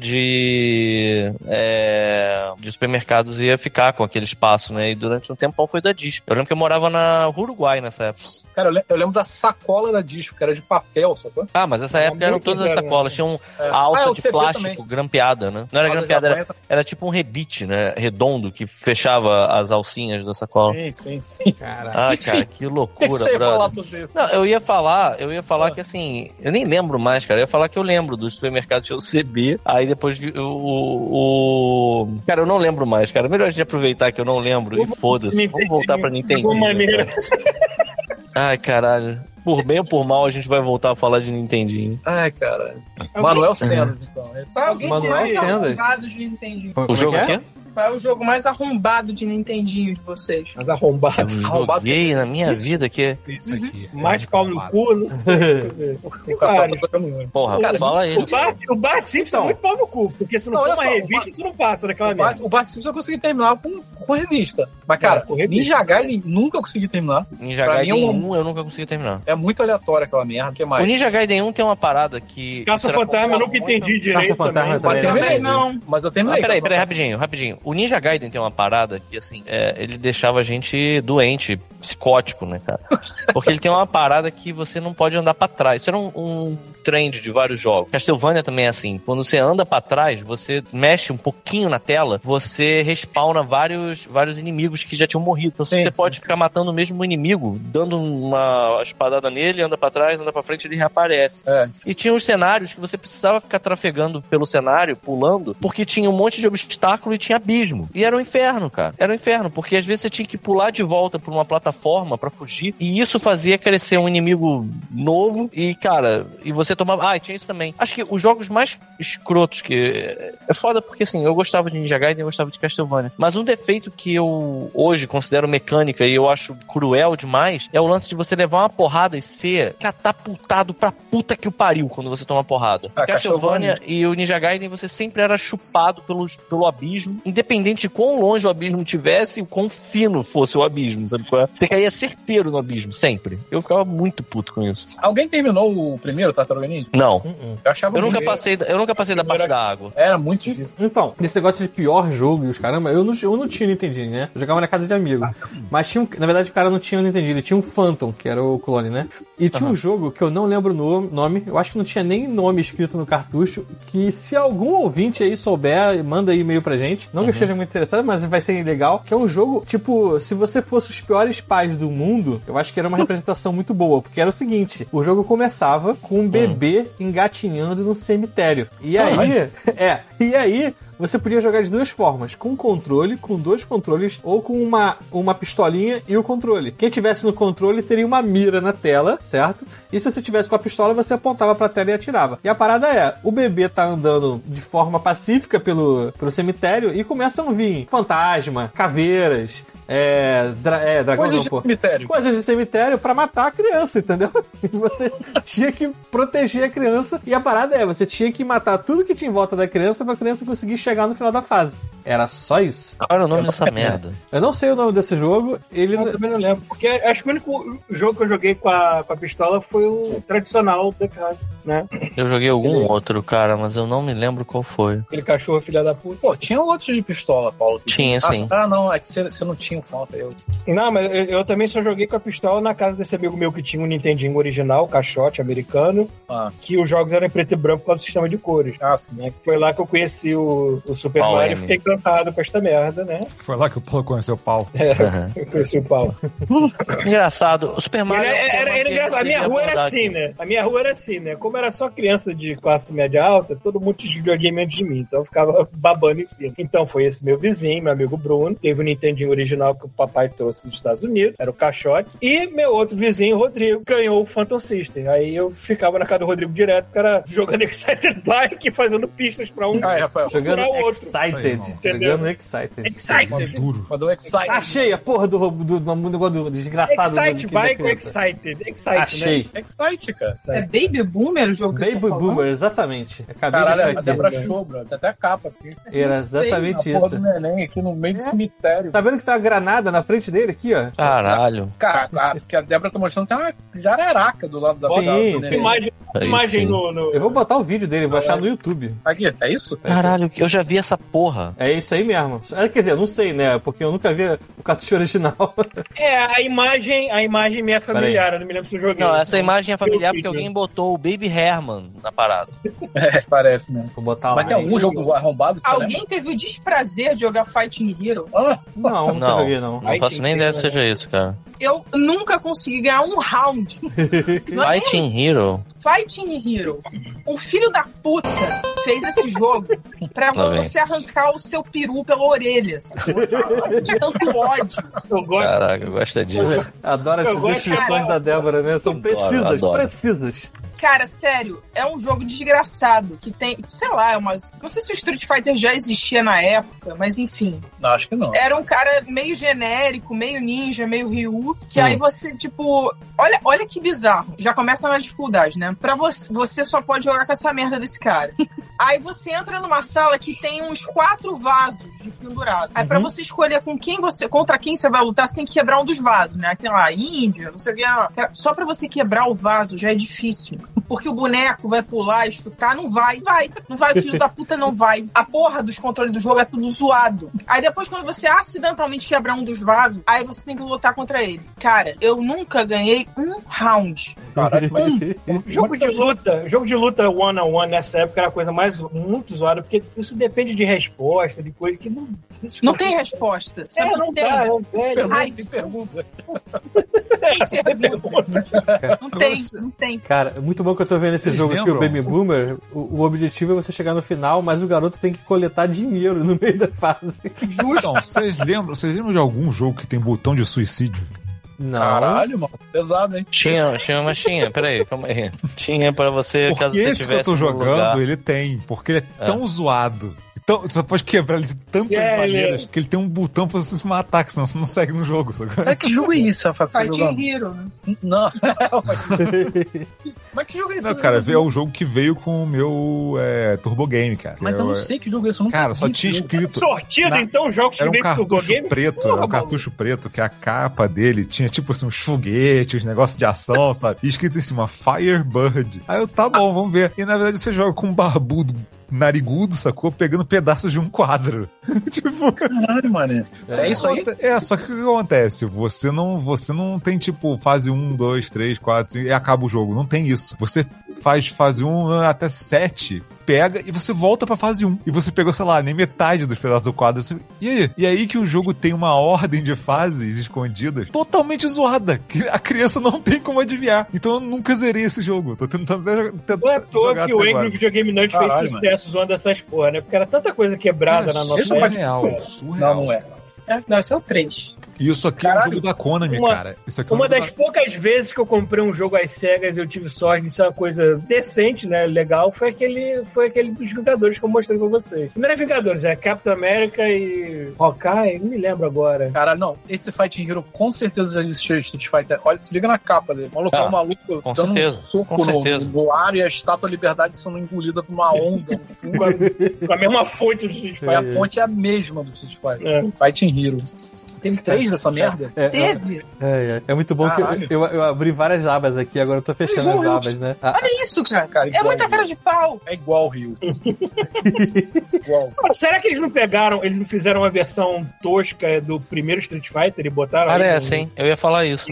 de. eh, de supermercados ia ficar com aquele espaço, né? E durante um tempão foi da Disco. Eu lembro que eu morava na Uruguai nessa época.
Cara, eu le- eu lembro da sacola da disco, que era de papel, sacou?
Ah, mas nessa época eram todas as sacolas, tinham
É.
a alça
Ah, é, o
de
CB
plástico
também.
grampeada, né? Não era
Casa
grampeada,
da
era,
Banha tá-
era tipo um rebite, né? Redondo que fechava as alcinhas da sacola.
Sim, sim, sim. <laughs>
Caraca.
Ah,
Enfim,
cara, que
O que, que
loucura,
você ia falar
brother.
sobre isso?
Não, eu ia falar, eu ia falar
Ah.
que assim, eu nem lembro mais, cara. Eu ia falar que eu lembro do supermercado tinha o CB, aí depois vi- o, o, o- Cara, eu não lembro mais, cara. Melhor a gente aproveitar que eu não lembro e foda-se. Vamos voltar pra
De
Nintendo.
alguma maneira.
<laughs> Ai, caralho. Por bem ou por mal, a gente vai voltar a falar de Nintendinho.
Ai, cara. Manuel Sendas, então.
Alguém
Manuel
tem é mais
Sendas.
alguns dados de Nintendo.
Como
O
é
jogo
que é?
aqui?
Qual é o jogo mais arrombado de Nintendinho de vocês?
Mas arrombado.
É
Arrombado
Joguei na minha vida que.
Isso aqui. é um
Mais pau no cu,
<laughs>
não sei. Tem
tá
vários.
Porra,
Cara,
fala aí.
O Bart, o Bart Simpson é muito pau no cu, porque se não,
Não,
for
olha
uma
só, o
revista, tu não passa naquela
O Bat-
merda.
O Bat Simpson eu consegui terminar com, com revista. Mas, cara,
Não, com revista.
Ninja Gaiden nunca consegui terminar.
Ninja
pra mim é
Gaiden
um-
1 eu nunca consegui terminar.
É muito aleatório aquela merda. O que mais?
O Ninja Gaiden 1 tem uma parada que. tá então?
Caça
será
Fantasma, eu
popular
nunca
muito.
entendi direito. também.
Caça-fantasma também.
Mas terminei.
Não.
Mas eu
Ah,
terminei.
peraí,
Só-
peraí, rapidinho, rapidinho. O Ninja Gaiden tem uma parada que, assim, é, ele deixava a gente doente, psicótico, né, cara? Porque ele tem uma parada que você não pode andar pra trás. Isso era um, um trend de vários jogos. Castlevania também é assim. Quando você anda pra trás, você mexe um pouquinho na tela, você respawna vários, vários inimigos que já tinham morrido. Então,
Sim,
você
sim.
pode ficar matando o mesmo inimigo, dando uma espadada nele, anda pra trás, anda pra frente, ele reaparece.
É.
E tinha uns cenários que você precisava ficar trafegando pelo cenário, pulando, porque tinha um monte de obstáculo e tinha abismo. E era um inferno, cara. Era um inferno, porque às vezes você tinha que pular de volta pra uma plataforma pra fugir, e isso fazia crescer um inimigo novo, e, cara, e você tomava. Ah, e tinha isso também. Acho que os jogos mais escrotos que. É foda porque, assim, eu gostava de Ninja Gaiden, eu gostava de Castlevania. Mas um defeito que eu hoje considero mecânica e eu acho cruel demais é o lance de você levar uma porrada e ser catapultado pra puta que o pariu quando você toma porrada.
Ah,
Castlevania e o Ninja Gaiden, você sempre era chupado pelos, pelo abismo, independente de quão longe o abismo tivesse e quão fino fosse o abismo, sabe qual é? Você caía certeiro no abismo, sempre. Eu ficava muito puto com isso.
Alguém terminou o primeiro Tartaruga Ninja?
Não.
Eu achava
Eu nunca
muito-
passei, da- eu nunca passei da parte da água.
Era muito difícil.
Então, esse negócio de pior jogo e os caramba, eu não, eu não tinha Nintendinho, né? Eu jogava na casa de amigo. Mas tinha um, na verdade o cara não tinha Nintendinho, ele tinha um Phantom, que era o clone, né? E tinha um jogo que eu não lembro o no- nome, eu acho que não tinha nem nome escrito no cartucho, que se algum ouvinte aí souber, manda aí e-mail pra gente. Não que eu esteja muito interessado, mas vai ser legal. Que é um jogo, tipo, se você fosse os piores pais do mundo, eu acho que era uma representação muito boa, porque era o seguinte, o jogo começava com um bebê engatinhando num cemitério. E aí, <laughs> é, e aí você podia jogar de duas formas, com um controle, com dois controles, ou com uma, uma pistolinha e o controle. Quem tivesse no controle teria uma mira na tela, certo? E se você tivesse com a pistola, você apontava pra tela e atirava. E a parada é, o bebê tá andando de forma pacífica pelo, pelo cemitério e começam a vir fantasma, caveiras, é, dra- é dragão
Coisas
não,
de
pô
cemitério.
coisas de cemitério pra matar a criança, entendeu? <laughs> E você tinha que proteger a criança. E a parada é, você tinha que matar tudo que tinha em volta da criança pra criança conseguir chegar no final da fase. Era só isso.
Olha o nome dessa merda.
Eu não sei o nome desse jogo, ele.
Eu também não lembro. Porque acho que o único jogo que eu joguei com a, com a pistola foi o tradicional Duck Hunt, né?
Eu joguei algum outro, cara, mas eu não me lembro qual foi.
Aquele cachorro filha da puta.
Pô, tinha outros de pistola, Paulo.
Tinha,
Ah,
sim.
Ah, não, é que você você não tinha o falta. Eu...
Não, mas eu, eu também só joguei com a pistola na casa desse amigo meu que tinha um Nintendinho original, caixote americano,
Ah.
que os jogos eram em preto e branco por causa do sistema de cores.
Ah, sim.
né? Foi lá que eu conheci o, o Super
Paulo
Mario e
M.
fiquei encantado com esta merda, né?
Foi lá que o Paulo conheceu o Paulo.
Eu conheci o Paulo.
<laughs> Engraçado, o Super Mario.
É. Ele é, era, era- era engraçado. A minha rua era assim, né? A minha rua era assim, né? Como era só criança de classe média alta, todo mundo tinha videogame antes de mim. Então eu ficava <laughs> babando em cima. Então foi esse meu vizinho, meu amigo Bruno. Teve o Nintendinho original que o papai trouxe dos Estados Unidos. Era o caixote. E meu outro vizinho, Rodrigo, ganhou o Phantom System. Aí eu ficava na casa do Rodrigo direto, cara, jogando <laughs> Excited Bike, fazendo pistas pra um.
Ah, é, Rafael.
Jogando
procurar outro.
Isso aí,
Excited.
irmão.
jogando Excited.
Excited!
Duro.
Mandou um excite.
Achei a porra do, ro- do, do, do, do desgraçado
Excite
do, da
Bike ou
criança.
Excited? Excited, né?
Achei.
Excite, cara.
É Baby Boomer o jogo que
Baby
eu tô falando?
Boomer, exatamente. Acabei de
Caralho, é,
achar
a
aqui.
Débora show, brother. Tem até a capa aqui.
Era
A
exatamente
porra do
isso.
neném aqui no meio do cemitério.
Tá vendo que tem uma granada na frente dele aqui, ó?
Caralho.
Cara, a, que a Débora tá mostrando tem uma jararaca do lado da
Sim,
da- do
tem
Que
neném.
imagem,
Aí
imagem
sim.
no, no-
Eu vou botar o vídeo dele, vou achar no YouTube.
Aqui, é isso? <laughs>
Caralho, eu já vi essa porra.
É isso aí mesmo. É, quer dizer, eu não sei, né? Porque eu nunca vi o cartucho original. <laughs>
É, a imagem, a imagem minha é familiar, eu não me lembro se eu joguei.
Não, essa imagem é familiar porque alguém botou o Baby Herman na parada.
É, parece mesmo.
Vou botar
Mas
lá.
tem algum jogo arrombado que você lembra?
Alguém teve o desprazer de jogar Fighting Hero?
Ah,
Não, nunca
Não.
joguei, não.
Não
Aí
faço
sim,
nem
tem
ideia
que
que seja isso, cara.
Eu nunca consegui ganhar
<laughs>
um round. Não é nem
Fighting Hero.
Fighting Hero. Um filho da puta fez esse jogo pra
Lá vem.
você arrancar o seu peru pela orelha. sacou? De Tanto ódio.
Eu gosto.
Caraca, eu gosto é disso.
Adoro as
Eu gosto
descrições
de-
da Débora, né? São
Adoro,
precisas,
adoro.
precisas.
Cara, sério, é um jogo desgraçado que tem, sei lá, é umas. Não sei se o Street Fighter já existia na época, mas enfim.
Não, acho que não.
Era um cara meio genérico, meio ninja, meio Ryu, que aí você, tipo. Olha, olha que bizarro. Já começa na dificuldade, né? Pra você, você só pode jogar com essa merda desse cara. aí você entra numa sala que tem uns quatro vasos de pendurados. Aí pra você escolher com quem você. contra quem você vai lutar, você tem que quebrar um dos vasos, né? Aí Tem lá, Índia, não sei o que. lá. Só pra você quebrar o vaso já é difícil. Porque o boneco vai pular e chutar, não vai, vai. Não vai, o filho da puta não vai. A porra dos controles do jogo é tudo zoado. Aí depois, quando você acidentalmente quebrar um dos vasos, aí você tem que lutar contra ele. Cara, eu nunca ganhei um round.
Caralho,
<laughs>
mas- um
Jogo de luta, jogo de luta one on one nessa época era a coisa mais muito zoada, porque isso depende de resposta, de coisa que não. isso-
Não tem resposta.
É,
Sabe?
não
tem.
dá, é velho.
Pergunta,
Ai.
tem pergunta.
Não tem, não tem.
Cara, é muito bom que eu tô vendo esse
Vocês
jogo aqui, o
lembram?
Baby Boomer. O, o objetivo é você chegar no final, mas o garoto tem que coletar dinheiro no meio da fase.
Então, vocês lembram, vocês lembram de algum jogo que tem botão de suicídio?
Não.
Caralho, mano. Pesado, hein?
Tinha, tinha, mas tinha, peraí, calma aí. Tinha pra você, É, caso
Porque
você
esse que eu
tivesse.
tô
no
jogando,
lugar.
ele tem, porque ele é, tão zoado. Então, você pode quebrar ele de tantas
É, ele-
maneiras que ele tem um botão pra você se matar, que senão você não segue no jogo. Sabe?
Mas que jogo é isso, Rafa? que você tá
Fighting
jogando?
Hero. né?
Não. Mas que jogo é isso?
<laughs> Não, cara, é um jogo que veio com o meu é, Turbo Game, cara.
Mas eu não
É,
sei que jogo é isso. eu nunca
Cara, só
vi
tinha
esse jogo.
escrito.
Sortido,
Na-
então, jogos que
Era um
vem com o
cartucho
Game.
preto, era um
maluco.
cartucho preto que a capa dele tinha tipo assim uns foguetes, uns negócios de ação, <laughs> sabe? E escrito em cima Firebird. Aí eu, tá bom, vamos ver. E na verdade você joga com um barbudo narigudo, sacou? Pegando pedaços de um quadro. <laughs> tipo,
Caralho, mano. É isso aí?
é, só que o que acontece? Você não, você não tem, tipo, fase 1, 2, 3, 4 e acaba o jogo. Não tem isso. Você faz fase 1 até 7, pega e você volta pra fase 1. E você pegou, sei lá, nem metade dos pedaços do quadro. Você- E aí? E aí que o jogo tem uma ordem de fases escondidas totalmente zoada, que a criança não tem como adivinhar. Então eu nunca zerei esse jogo. Eu Tô tentando até tentar
Não é à toa
jogar
que
até
o
agora.
Angry Videogame Nerd
Caralho,
fez sucesso zoando essas porra, né? Porque era tanta coisa quebrada
Cara,
na nossa época.
É surreal,
Não,
surreal.
não é.
É, Não, esse é o 3.
Isso aqui é um
Caralho.
jogo da Konami,
Uma-
cara. Isso aqui é um
Uma
jogo
das poucas vezes que eu comprei um jogo às cegas e eu tive sorte de ser uma coisa decente, né? Legal, foi aquele, foi aquele dos Vingadores que eu mostrei pra vocês. Não era Vingadores, era Capitão América e Hawkeye, não me lembro agora.
Caralho, não. Esse Fighting Hero com certeza já existiu Street Fighter. Olha, se liga na capa dele. O maluco é um
Ah,
maluco
com
dando
certeza,
um soco
com
no,
certeza.
no ar e a estátua da liberdade sendo engolida por uma onda. no
<laughs>
fundo.
Com a, com a mesma fonte do Street Fighter.
Mas a fonte é a mesma do Street Fighter.
É.
Fighting Hero. Teve três dessa merda?
É, é,
Teve?
é, é. É muito bom
Caralho.
que eu, eu- eu abri várias abas aqui, agora eu tô fechando as abas, né? A-
Olha isso, cara.
Cara,
É
igual
muita
Rio.
cara de pau.
É igual o Rio. igual.
Cara, será que eles não pegaram, eles não fizeram uma versão tosca do primeiro Street Fighter e botaram?
é
aí
Parece,
no-
assim.
hein? Eu ia falar isso.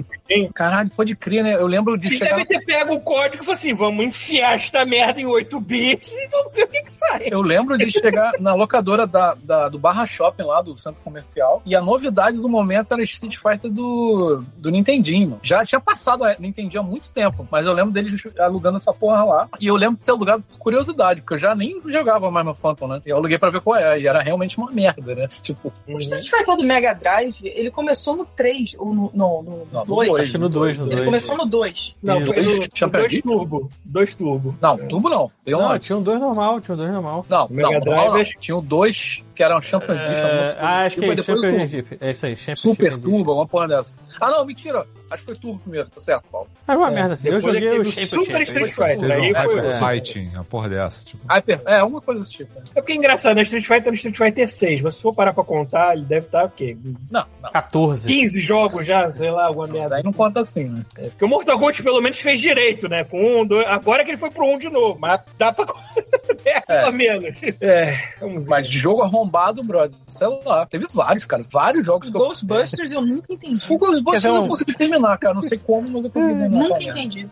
Caralho, pode crer, né? Eu lembro de
Eles
chegar.
devem ter pego o código e falou assim: vamos enfiar esta merda em 8 bits e vamos ver o que, que sai.
Eu lembro de chegar na locadora da, da- do Barra Shopping lá, do centro comercial, e a novidade do momento era Street Fighter do, do Nintendinho. mano. Já tinha passado a Nintendinho há muito tempo, mas eu lembro deles alugando essa porra lá. E eu lembro de ter alugado por curiosidade, porque eu já nem jogava mais no Phantom, né? E eu aluguei pra ver qual é, e era realmente uma merda, né? Tipo,
Uhum.
O Street Fighter do Mega Drive, ele começou no 3, ou no, não, no,
Não, no
2.
dois.
Acho que no né? 2, no
Ele
Ele
2.
começou no 2.
Não,
Isso.
foi no,
Eles tinham
no dois
perdido?
turbo. Dois turbo.
não, tubo não. Tem um
Não,
antes.
tinha um 2 normal, tinha um 2 normal.
Não,
Mega
não,
Drive,
não, não.
acho-
Tinha o dois, que era um Champion Edition.
É,
alguma
ah,
coisa.
acho que
E
é
depois um. o
Champion
Turbo.
Jeep. É isso aí, Champion
Super
Jeep.
Turbo, uma porra dessa. Ah, não, mentira. Acho que foi Turbo primeiro, tá certo, Paulo.
É uma merda assim. Eu
Depois
joguei
aquele
o
do
Shape
Super
Shape,
Street
foi-
Fighter.
Teve
Daí
um
foi
Hyper
É,
o-
Fighting, a porra dessa. Tipo,
Hyper, é, alguma coisa desse tipo. né?
É porque é engraçado, né? Street Fighter é o Street Fighter 6, mas se for parar pra contar, ele deve estar o quê?
Não, não.
14.
15 jogos já, sei lá, alguma
Mas
merda.
aí não conta assim, né?
É, Porque o Mortal Kombat pelo menos fez direito, né? Com um, dois. Agora que ele foi pro um de novo, mas dá pra. <laughs> é, pelo menos. É, vamos ver.
Mas de jogo arrombado, brother, sei lá. Teve vários, cara. Vários jogos que eu... É.
Ghostbusters eu nunca entendi.
O Ghostbusters
Quer ver
eu
um-
não consegui terminar, cara. Não sei como, mas eu consegui terminar.
Hum, Nunca
cara.
entendi.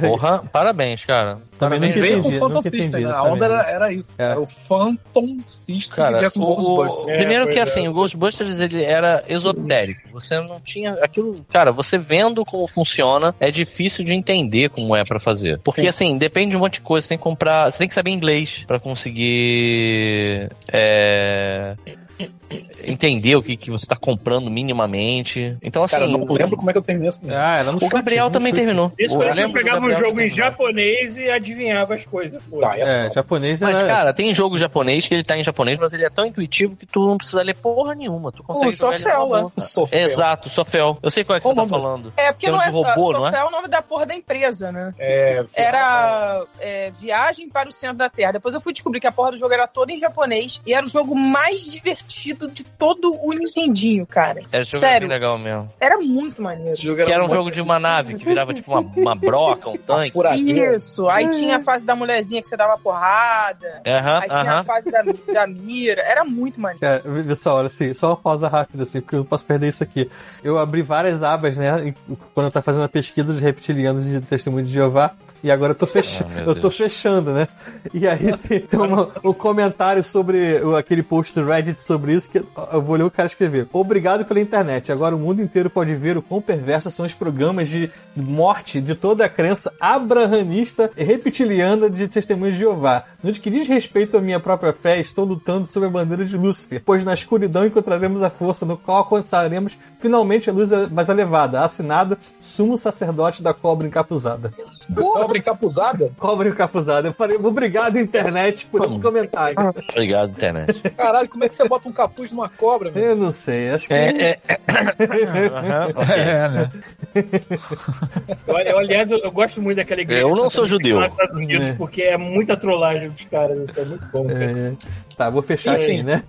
Porra, parabéns, cara.
Também não
Parabéns.
entendi.
Veio com o Phantom
nunca
System,
entendi
né? A
essa
onda
merda.
era, era isso.
É.
Era o Phantom System que
Cara,
veio com o
o,
Ghostbusters.
o-
É,
primeiro
pois
que
é.
assim, o Ghostbusters ele era esotérico. Você não tinha aquilo, cara, você vendo como funciona, é difícil de entender como é pra fazer. Porque
Sim.
assim, depende de um monte de coisa, você tem que comprar, você tem que saber inglês pra conseguir é, entender o que, que você tá comprando minimamente. Então, assim.
Cara, eu não
o-
lembro como é que eu terminei isso. né?
Ah, ela não
O Gabriel também terminou.
Isso
Eu
quando eu
lembro do
pegava um
Gabriel
jogo
que
em
terminou.
japonês e adivinhava as coisas. Pô.
Tá, essa
É,
não.
japonês
Mas,
era-
cara, tem jogo japonês que ele tá em japonês, mas ele é tão intuitivo que tu não precisa ler porra nenhuma. Tu consegue
O
jogar ele na
Sofel,
boa.
né? O Sofel.
Exato, Sofel. Eu sei qual é que
Qual
você tá
o nome?
falando.
É, porque
Tem um
não é,
de robô,
só-
não é?
só é o nome da porra da empresa, né?
É,
Era é, Viagem para o Centro da Terra. Depois eu fui descobrir que a porra do jogo era toda em japonês e era o jogo mais divertido de todo o Nintendinho, cara.
É, jogo bem
Sério,
legal mesmo.
um
era muito maneiro.
Esse jogo
Que era um
muito-
jogo de uma nave que virava tipo uma, uma broca, um
uma
tanque.
furadeira.
Isso, aí tinha a fase da mulherzinha que você dava porrada,
Aham,
aí tinha
aham.
a fase da, da mira, era muito maneiro.
Cara, vê É, só, olha assim, só uma pausa rápida, assim, porque eu não posso perder isso aqui. Eu abri várias abas, né, em- quando eu tava fazendo a pesquisa dos reptilianos de testemunho de Jeová, e agora eu tô fechando,
Ah, meu
eu tô
Deus.
fechando, né? E
<laughs>
aí tem, tem uma- um comentário sobre o- aquele post do Reddit sobre isso, que eu vou ler o cara escrever. Obrigado pela internet, agora o mundo inteiro pode ver o quão perversos são os programas de morte de toda a crença abrahamista e reptiliana de testemunho de Jeová. No que diz respeito à minha própria fé, estou lutando sob a bandeira de Lúcifer, pois na escuridão encontraremos a força no qual alcançaremos finalmente a luz mais elevada. Assinado, sumo sacerdote da cobra encapuzada.
Cobra encapuzada?
Cobra encapuzada. Eu falei, obrigado, internet, por esse comentário.
Obrigado, internet.
Caralho, como é que você bota um capuz numa cobra, velho?
Eu não sei, acho que.
É, é, é. <laughs> Aham, ok.
É, né?
Eu, eu, aliás, eu, eu gosto muito daquela igreja.
Eu não sou judeu.
Nos Estados Unidos,
É.
Porque é muita trollagem dos caras, isso é muito bom. cara.
É, Tá, vou fechar
Enfim.
aí, né?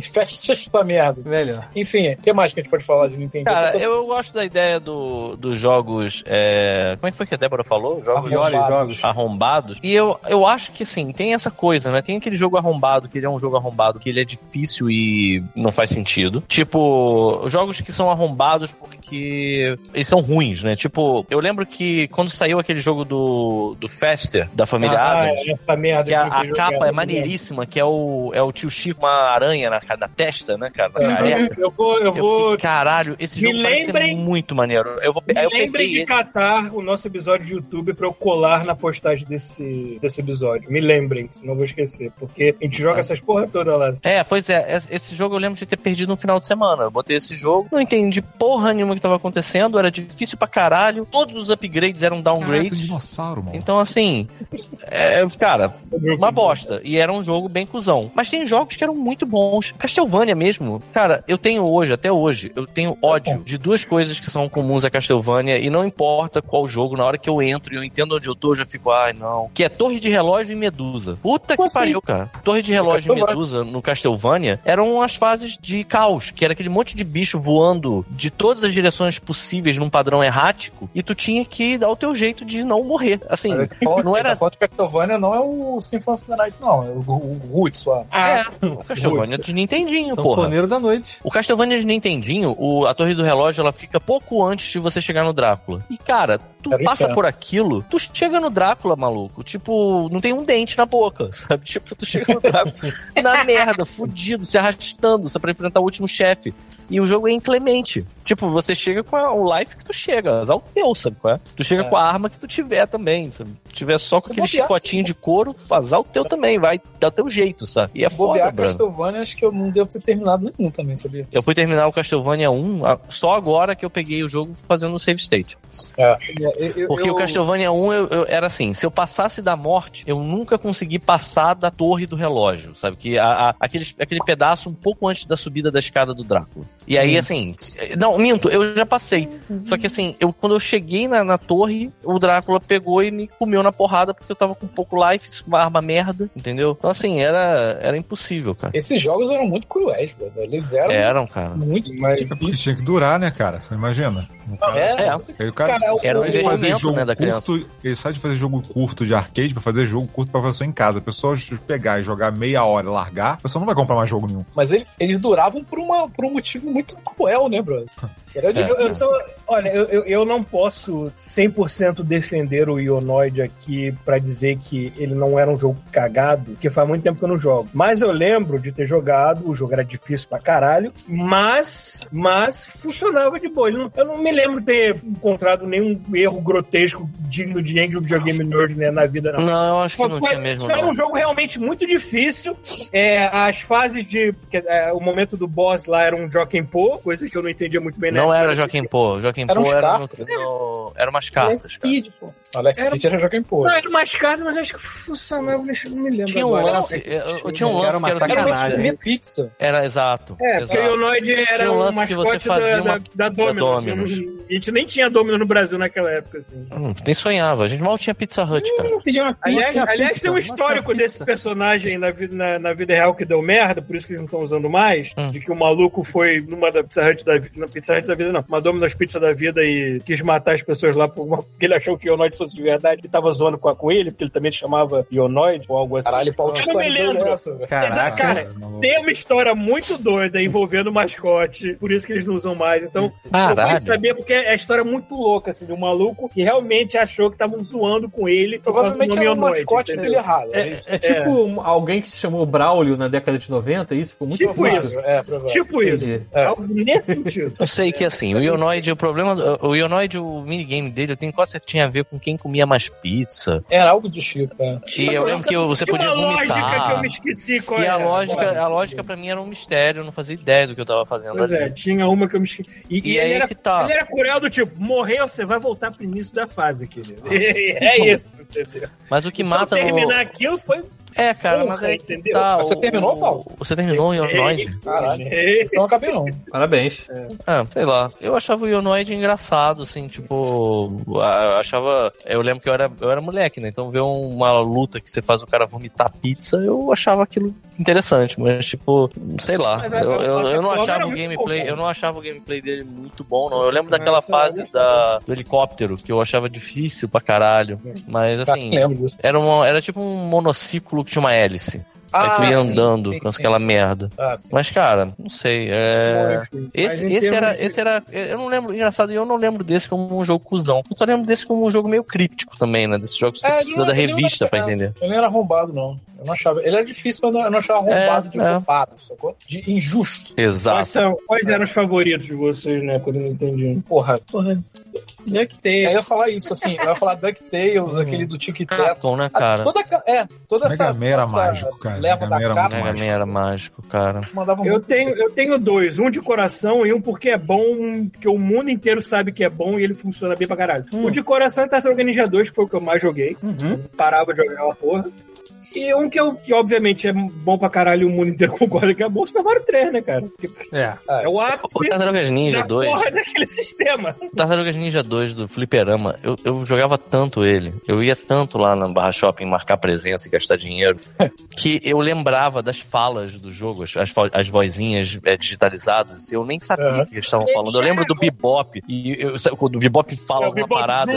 Fecha essa merda.
Melhor.
Enfim, o que mais que a gente pode falar de Nintendo?
Cara,
Tipo,
tô-
eu gosto da ideia do, dos jogos. é, Como é que foi que a Débora falou? Jogos
Piores jogos.
arrombados. E eu, eu acho que assim, tem essa coisa, né? Tem aquele jogo arrombado, que ele é um jogo arrombado, que ele é difícil e não faz sentido. Tipo, jogos que são arrombados porque eles são ruins, né? Tipo, eu lembro que quando saiu aquele jogo do, do Fester, da família
Ah,
Adams,
essa merda.
que a,
eu
a
joguei,
capa é
eu
maneiríssima, que é o, é o tio Chico, uma aranha na, ca- na testa, né, cara? Na careca.
Eu vou, eu
Eu
vou
fiquei, caralho, esse
Me
jogo parece ser
lembrem-
muito maneiro. Eu vou,
Me
aí eu
lembrem
peguei
de
ele.
catar tá, o nosso episódio de YouTube pra eu colar na postagem desse, desse episódio. Me lembrem, senão eu vou esquecer. Porque a gente
Tá.
joga essas porra toda lá.
É, pois é, es- esse jogo eu lembro de ter perdido no final de semana. Eu botei esse jogo, não entendi porra nenhuma que tava acontecendo, era difícil pra caralho, todos os upgrades eram
Caraca, tem
downgrades.
dinossauro, mano.
Então, assim, é, cara, uma bosta. E era um jogo bem cuzão. Mas tem jogos que eram muito bons. Castlevania mesmo. Cara, eu tenho hoje, até hoje, eu tenho ódio de duas coisas que são comuns a Castlevania. E não importa qual jogo, na hora que eu entro e eu entendo onde eu tô, eu já fico, ai não. Que é Torre de Relógio e Medusa. Puta que
Como assim?
pariu, cara. Torre de Relógio e
Castlevania.
Medusa no Castlevania eram as fases de caos, que era aquele monte de bicho voando de todas as direções possíveis num padrão errático. E tu tinha que dar o teu jeito de não morrer. Assim,
Mas ele tá falando-
não
ele
era
Tá falando que Castlevania não é o Symphony of the Night, não. É o, o Roots lá.
É, o Castlevania de Nintendinho,
São
porra.
Foneiro da noite.
O Castlevania de Nintendinho, o- a Torre do Relógio, ela fica pouco antes de você chegar no Drácula. E, cara, tu
Era o
passa
inferno.
por aquilo, tu chega no Drácula, maluco. Tipo, não tem um dente na boca, <laughs> sabe? Tipo, tu chega
<laughs>
no Drácula na merda, fudido, se arrastando, só pra enfrentar o último chefe. E o jogo é inclemente. Tipo, você chega com a- o life que tu chega, dá o teu, sabe qual é? Tu chega
É.
com a arma que tu tiver também, sabe? Se tiver só com
Se
aquele
bobear,
chicotinho de couro, vazar o teu também, vai dar o teu jeito, sabe? E é foda,
Bobear
Bruno.
Castlevania, acho que eu não devo ter terminado nenhum também, sabia?
Eu fui terminar o Castlevania 1 a- só agora que eu peguei o jogo fazendo o save state. Porque o Castlevania 1 eu- eu- era assim: se eu passasse da morte, eu nunca consegui passar da torre do relógio, sabe? Que a- a- aquele, aquele pedaço um pouco antes da subida da escada do Drácula. E
Uhum.
aí, assim. Não, minto, eu já passei. Só que assim, eu, quando eu cheguei na, na torre, o Drácula pegou e me comeu na porrada porque eu tava com um pouco life, uma arma merda, entendeu? Então, assim, era, era impossível, cara.
Esses jogos eram muito cruéis, velho. Eles
um
eram
Eram, cara.
muito
Mas-
Porque
difíceis.
tinha que durar, né, cara? Imagina. O cara-
É,
É.
Aí o
Cara,
cara, sai
era um
de fazer
investimento,
jogo
né, da criança.
curto, ele sai de fazer jogo curto de arcade pra fazer jogo curto pra pessoa em casa. A pessoa pegar e jogar meia hora e largar, a pessoa não vai comprar mais jogo nenhum.
mas ele- eles duravam por, uma, por um motivo muito cruel, né, brother? Era
É,
difícil.
Eu, eu tô, Olha, eu, eu, eu não posso 100% defender o Ionoid aqui pra dizer que ele não era um jogo cagado, porque faz muito tempo que eu não jogo. Mas eu lembro de ter jogado, o jogo era difícil pra caralho, mas, mas funcionava de boa. Ele não- Eu não me lembro de ter encontrado nenhum erro grotesco digno de Angry Video Game Nerd né, na vida, não.
Não, eu acho que não
Foi-
tinha mesmo.
isso era
Não.
um jogo realmente muito difícil. É, as fases de. que, é, o momento do boss lá era um Jockey Pô, coisa que eu não entendia muito bem na
Não
época.
era Joaquim Pô. Joaquim
um
Eram
Pô
uns
era, no, no- era umas cartas. cara.
Speed, pô.
Alex
Era-
Kidd era jogo em
Não,
porra.
era umas cartas, mas acho que funcionava, deixa eu não me lembro.
Tinha um
agora. né?
lance. Eu, eu tinha um
Era
lance
uma
que era o seguinte-
Era uma
Sacanagem,
gourmet
hein?
pizza.
Era exato.
É, porque o
exato.
Ionoid era
Tinha um
o
lance que
mascote
você fazia
da,
uma-
da, da Domino's.
Domino's.
A gente nem tinha Domino's no Brasil naquela época, assim.
Hum, nem sonhava. A gente mal tinha Pizza Hut, cara.
Eu pedi é uma
Aliás,
pizza.
aliás,
pizza,
tem um
uma
histórico
pizza.
desse personagem na, vi- na, na vida real que deu merda, por isso que eles não estão usando mais.
Hum.
De que o maluco foi numa da Pizza Hut da vida. Na Pizza Hut da vida, não. Uma Domino's Pizza da vida e quis matar as pessoas lá por uma- porque ele achou que Ionoid fosse de verdade e tava zoando com, a, com ele, porque ele também se chamava Ionoid ou algo assim.
Caralho, Paulo
Eu não me
Story deu
lembro.
essa, velho.
Exato,
Caraca.
cara, tem uma história muito doida envolvendo o mascote, por isso que eles não usam mais. Então, eu
Caralho.
quis saber porque é a história muito louca, assim, de um maluco que realmente achou que estavam zoando com ele. por causa do
Provavelmente
nome
era o
Ionoid,
mascote
entendeu?
dele errado. É,
É,
isso.
é tipo alguém que se chamou Braulio na década de 90, e isso ficou muito
Tipo
famoso.
isso.
É, provavelmente.
Tipo isso.
Entendi.
É.
Algo nesse
<laughs>
sentido.
Eu sei que assim, o Ionoid, o problema. O Ionoid, o minigame dele, eu tenho quase certeza que tinha a ver com quem comia mais pizza.
Era algo do tipo, é.
E eu lembro que eu- você
Tinha
podia
uma lógica que eu
vomitar.
me esqueci qual é.
E a
era.
lógica, a lógica pra mim era um mistério, eu não fazia ideia do que eu tava fazendo
Pois é,
ali.
tinha uma que eu me esqueci. E, e
E
ele,
aí
era,
que tá.
ele era cruel do tipo, morreu, você vai voltar pro início da fase, <laughs> querido.
<laughs>
é isso, entendeu?
Mas o que Ah. Então, mata
então,
no.
terminar um aquilo foi...
É, cara,
Porra,
mas aí que
entendeu?
tá,
Você
o-
terminou, Paulo?
Você terminou o Ionoid?
Caralho.
É.
Só não acabei não.
Tipo
Parabéns.
Ah, sei lá. Eu achava o Ionoid engraçado, assim, tipo. a- Achava. Eu lembro que eu era, eu era moleque, né? Então ver uma luta que você faz o cara vomitar pizza, eu achava aquilo interessante, mas tipo, sei lá.
Mas a-
Eu,
a
eu, eu não
plataforma
achava
era
o
muito
gameplay.
boa.
eu não achava o gameplay dele muito bom, não. Eu lembro daquela
Nossa, eu
fase da, do helicóptero, que eu achava difícil pra caralho. Mas
Cara,
Tá.
assim.
lembro disso.
Era, uma, era tipo um monociclo é que tinha uma hélice. aí tu ia
Ah, sim.
andando
Tem que
com
ter
aquela merda.
isso. Ah, sim.
Mas, cara, não sei. É...
Mas
Esse,
em
esse,
termos
era,
de-
esse era. Eu não lembro. Engraçado, eu não lembro desse como um jogo cuzão. Eu só lembro desse como um jogo meio críptico também, né? Desse jogo que você
É, ele
precisa
não-
da
ele não
revista
dá-
pra
é.
entender.
Ele não era arrombado, não. Eu não achava. Ele era difícil, mas eu não- eu não achava arrombado
É,
de
é.
roubado, sacou? De injusto.
Quais,
Exato.
são, quais eram os favoritos de vocês na época do Nintendinho?
Porra. Aí eu
DuckTales.
ia falar isso, assim. Eu ia falar DuckTales, aquele do Tic Tac.
Capcom, né,
Ah,
cara?
Toda, ca- é, toda essa.
Mega Man era
essa
mágico, cara.
Leva
Mega Man
da
era
capa
Mega Man era mágico, cara.
mandava
Eu
Tá muito
tenho, eu tenho dois, um de coração e um porque é bom, um que o mundo inteiro sabe que é bom e ele funciona bem pra caralho. O de coração é Tartaruga Ninja 2, que foi o que eu mais joguei. Parava de jogar aquela porra. E um que, eu, que obviamente é bom pra caralho e o mundo inteiro <laughs> concorda que é bom, Super Mario 3, né, cara? Tipo,
É.
Ah,
é o
O
ápice
Tartarugas Ninja
da
2.
porra daquele sistema.
O Tartarugas Ninja 2 do Fliperama, eu, eu jogava tanto ele, eu ia tanto lá na Barra Shopping marcar presença e gastar dinheiro, que eu lembrava das falas do jogo, as, as, fo- as vozinhas é, digitalizadas, eu nem sabia
Aham.
o que eles estavam falando. Eu lembro do Bebop, e eu, sabe quando o Bebop
É
fala
o
alguma
Bebop.
parada,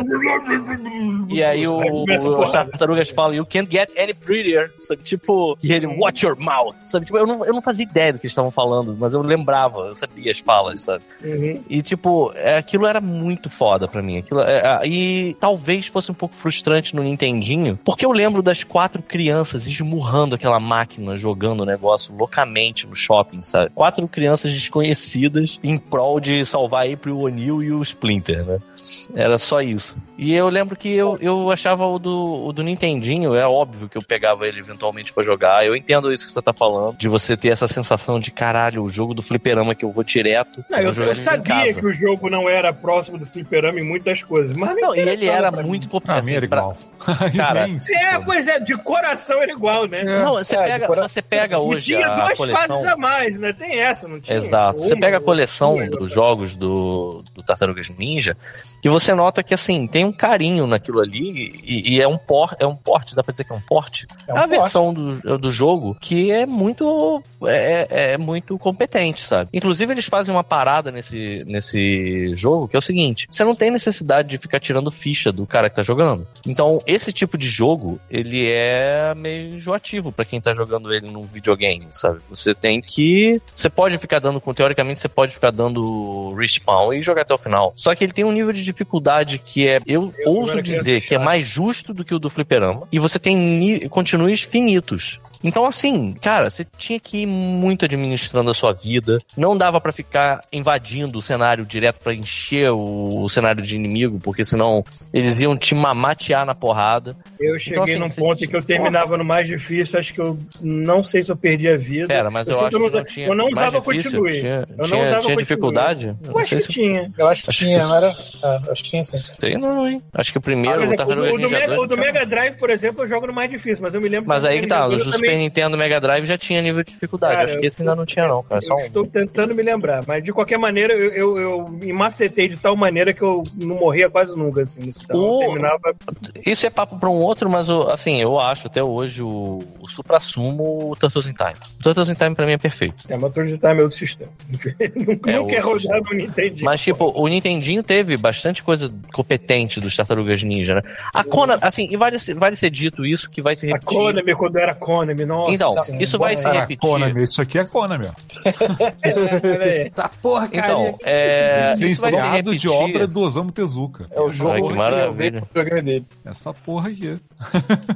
e aí o,
Aí começa a
o- as
porrada.
tartarugas falam, you can't get any prettier, sabe? Tipo, e ele, watch your mouth, sabe? Tipo, eu não, eu não fazia ideia do que eles estavam falando, mas eu lembrava, eu sabia as falas, sabe?
Uhum.
E, tipo, é, aquilo era muito foda pra mim. Aquilo, é, é, e talvez fosse um pouco frustrante no Nintendinho, porque eu lembro das quatro crianças esmurrando aquela máquina, jogando o negócio loucamente no shopping, sabe? Quatro crianças desconhecidas em prol de salvar a April O'Neil e o Splinter, né? Era só isso. E eu lembro que eu, eu achava o do, o do Nintendinho, é óbvio que eu pegava ele eventualmente pra jogar. Eu entendo isso que você tá falando, de você ter essa sensação de caralho, o jogo do fliperama que eu vou direto.
Não, eu,
vou jogar
eu
ele em
sabia
casa.
que o jogo não era próximo do fliperama em muitas coisas, mas me
Não, e ele
interessava
era
pra mim.
muito
Pra
complicado.
mim era Ah, igual. Aí
Assim, Cara,
<laughs> nem-
É, pois é, de coração era igual, né?
Não, você
É,
pega,
agora-
você pega
E
hoje
tinha
a
duas
coleção.
fases a mais, né? Tem essa, não tinha?
Exato. Você
Uma,
pega a coleção
duas.
dos jogos do, do Tartarugas Ninja e você nota que, assim, tem um carinho naquilo ali e, e é, um por, é um porte, dá pra dizer que é um porte. É,
É um
uma
porte.
versão do, eh, do jogo que é muito é, é muito competente, sabe? Inclusive eles fazem uma parada nesse, nesse jogo que é o seguinte, você não tem necessidade de ficar tirando ficha do cara que tá jogando. Então, esse tipo de jogo, ele é meio enjoativo pra quem tá jogando ele num videogame, sabe? Você tem que. Você pode ficar dando. Teoricamente, você pode ficar dando respawn e jogar até o final. Só que ele tem um nível de dificuldade que é. Eu,
Eu
ouso
agora quero
dizer que é
assistir.
mais justo do que o do Fliperama. E você tem ni- continues finitos. Então, assim, cara, você tinha que ir muito administrando a sua vida. Não dava pra ficar invadindo o cenário direto pra encher o, o cenário de inimigo, porque senão eles iam te mamatear na porrada.
Eu cheguei
assim,
num
você-
ponto em que eu terminava no mais difícil, acho que eu não sei se eu perdi a vida.
Pera, mas eu,
sei
acho que
eu não,
não
usa-
tinha.
eu não
mais
usava
difícil,
continue.
Tinha,
Eu não usava
tinha, tinha
continue.
dificuldade?
Eu acho que tinha.
Eu acho que tinha, não era? É, acho que tinha sim.
Sei não, hein? Acho que o
Por
primeiro, tá o
exemplo,
Tartaruga
o, do
Ninja
Mega,
2
o do
não tinha.
Mega Drive, por exemplo, eu jogo no mais difícil, mas eu me lembro
Mas aí que tá,
eu
os do Super
também-
Nintendo Mega Drive já tinha nível de dificuldade.
Cara,
acho que esse
eu-
ainda não tinha, não, cara. Só
Eu
um.
estou tentando me lembrar, mas de qualquer maneira eu, eu, eu me macetei de tal maneira que eu não morria quase nunca, assim. Então
O-
eu terminava.
Isso é papo pra um outro, mas o- assim, eu acho até hoje o, o supra-sumo o Turtles in Time. O Turtles in Time pra mim é perfeito.
É, mas todo dia tá meu outro sistema. <laughs> nunca
É,
nunca
outro
rodar no Nintendo.
Mas, tipo, o Nintendinho teve bastante coisa competente dos Tartarugas Ninja, né? A Konami, assim, e vale, ser- vale ser dito isso que vai se
A
repetir.
Konami, quando era Konami, nossa. <laughs>
Então,
senhora.
isso vai se
Cara,
repetir.
"Ah, Konami, isso aqui é Konami, ó.
É, Olha aí.
Essa porra, cara.
Então, é, isso vai se
Licenciado de
repetir.
obra do Osamu Tezuka.
É o jogo
que
que, eu vi
maravilha.
no programa dele.
Essa porra aqui.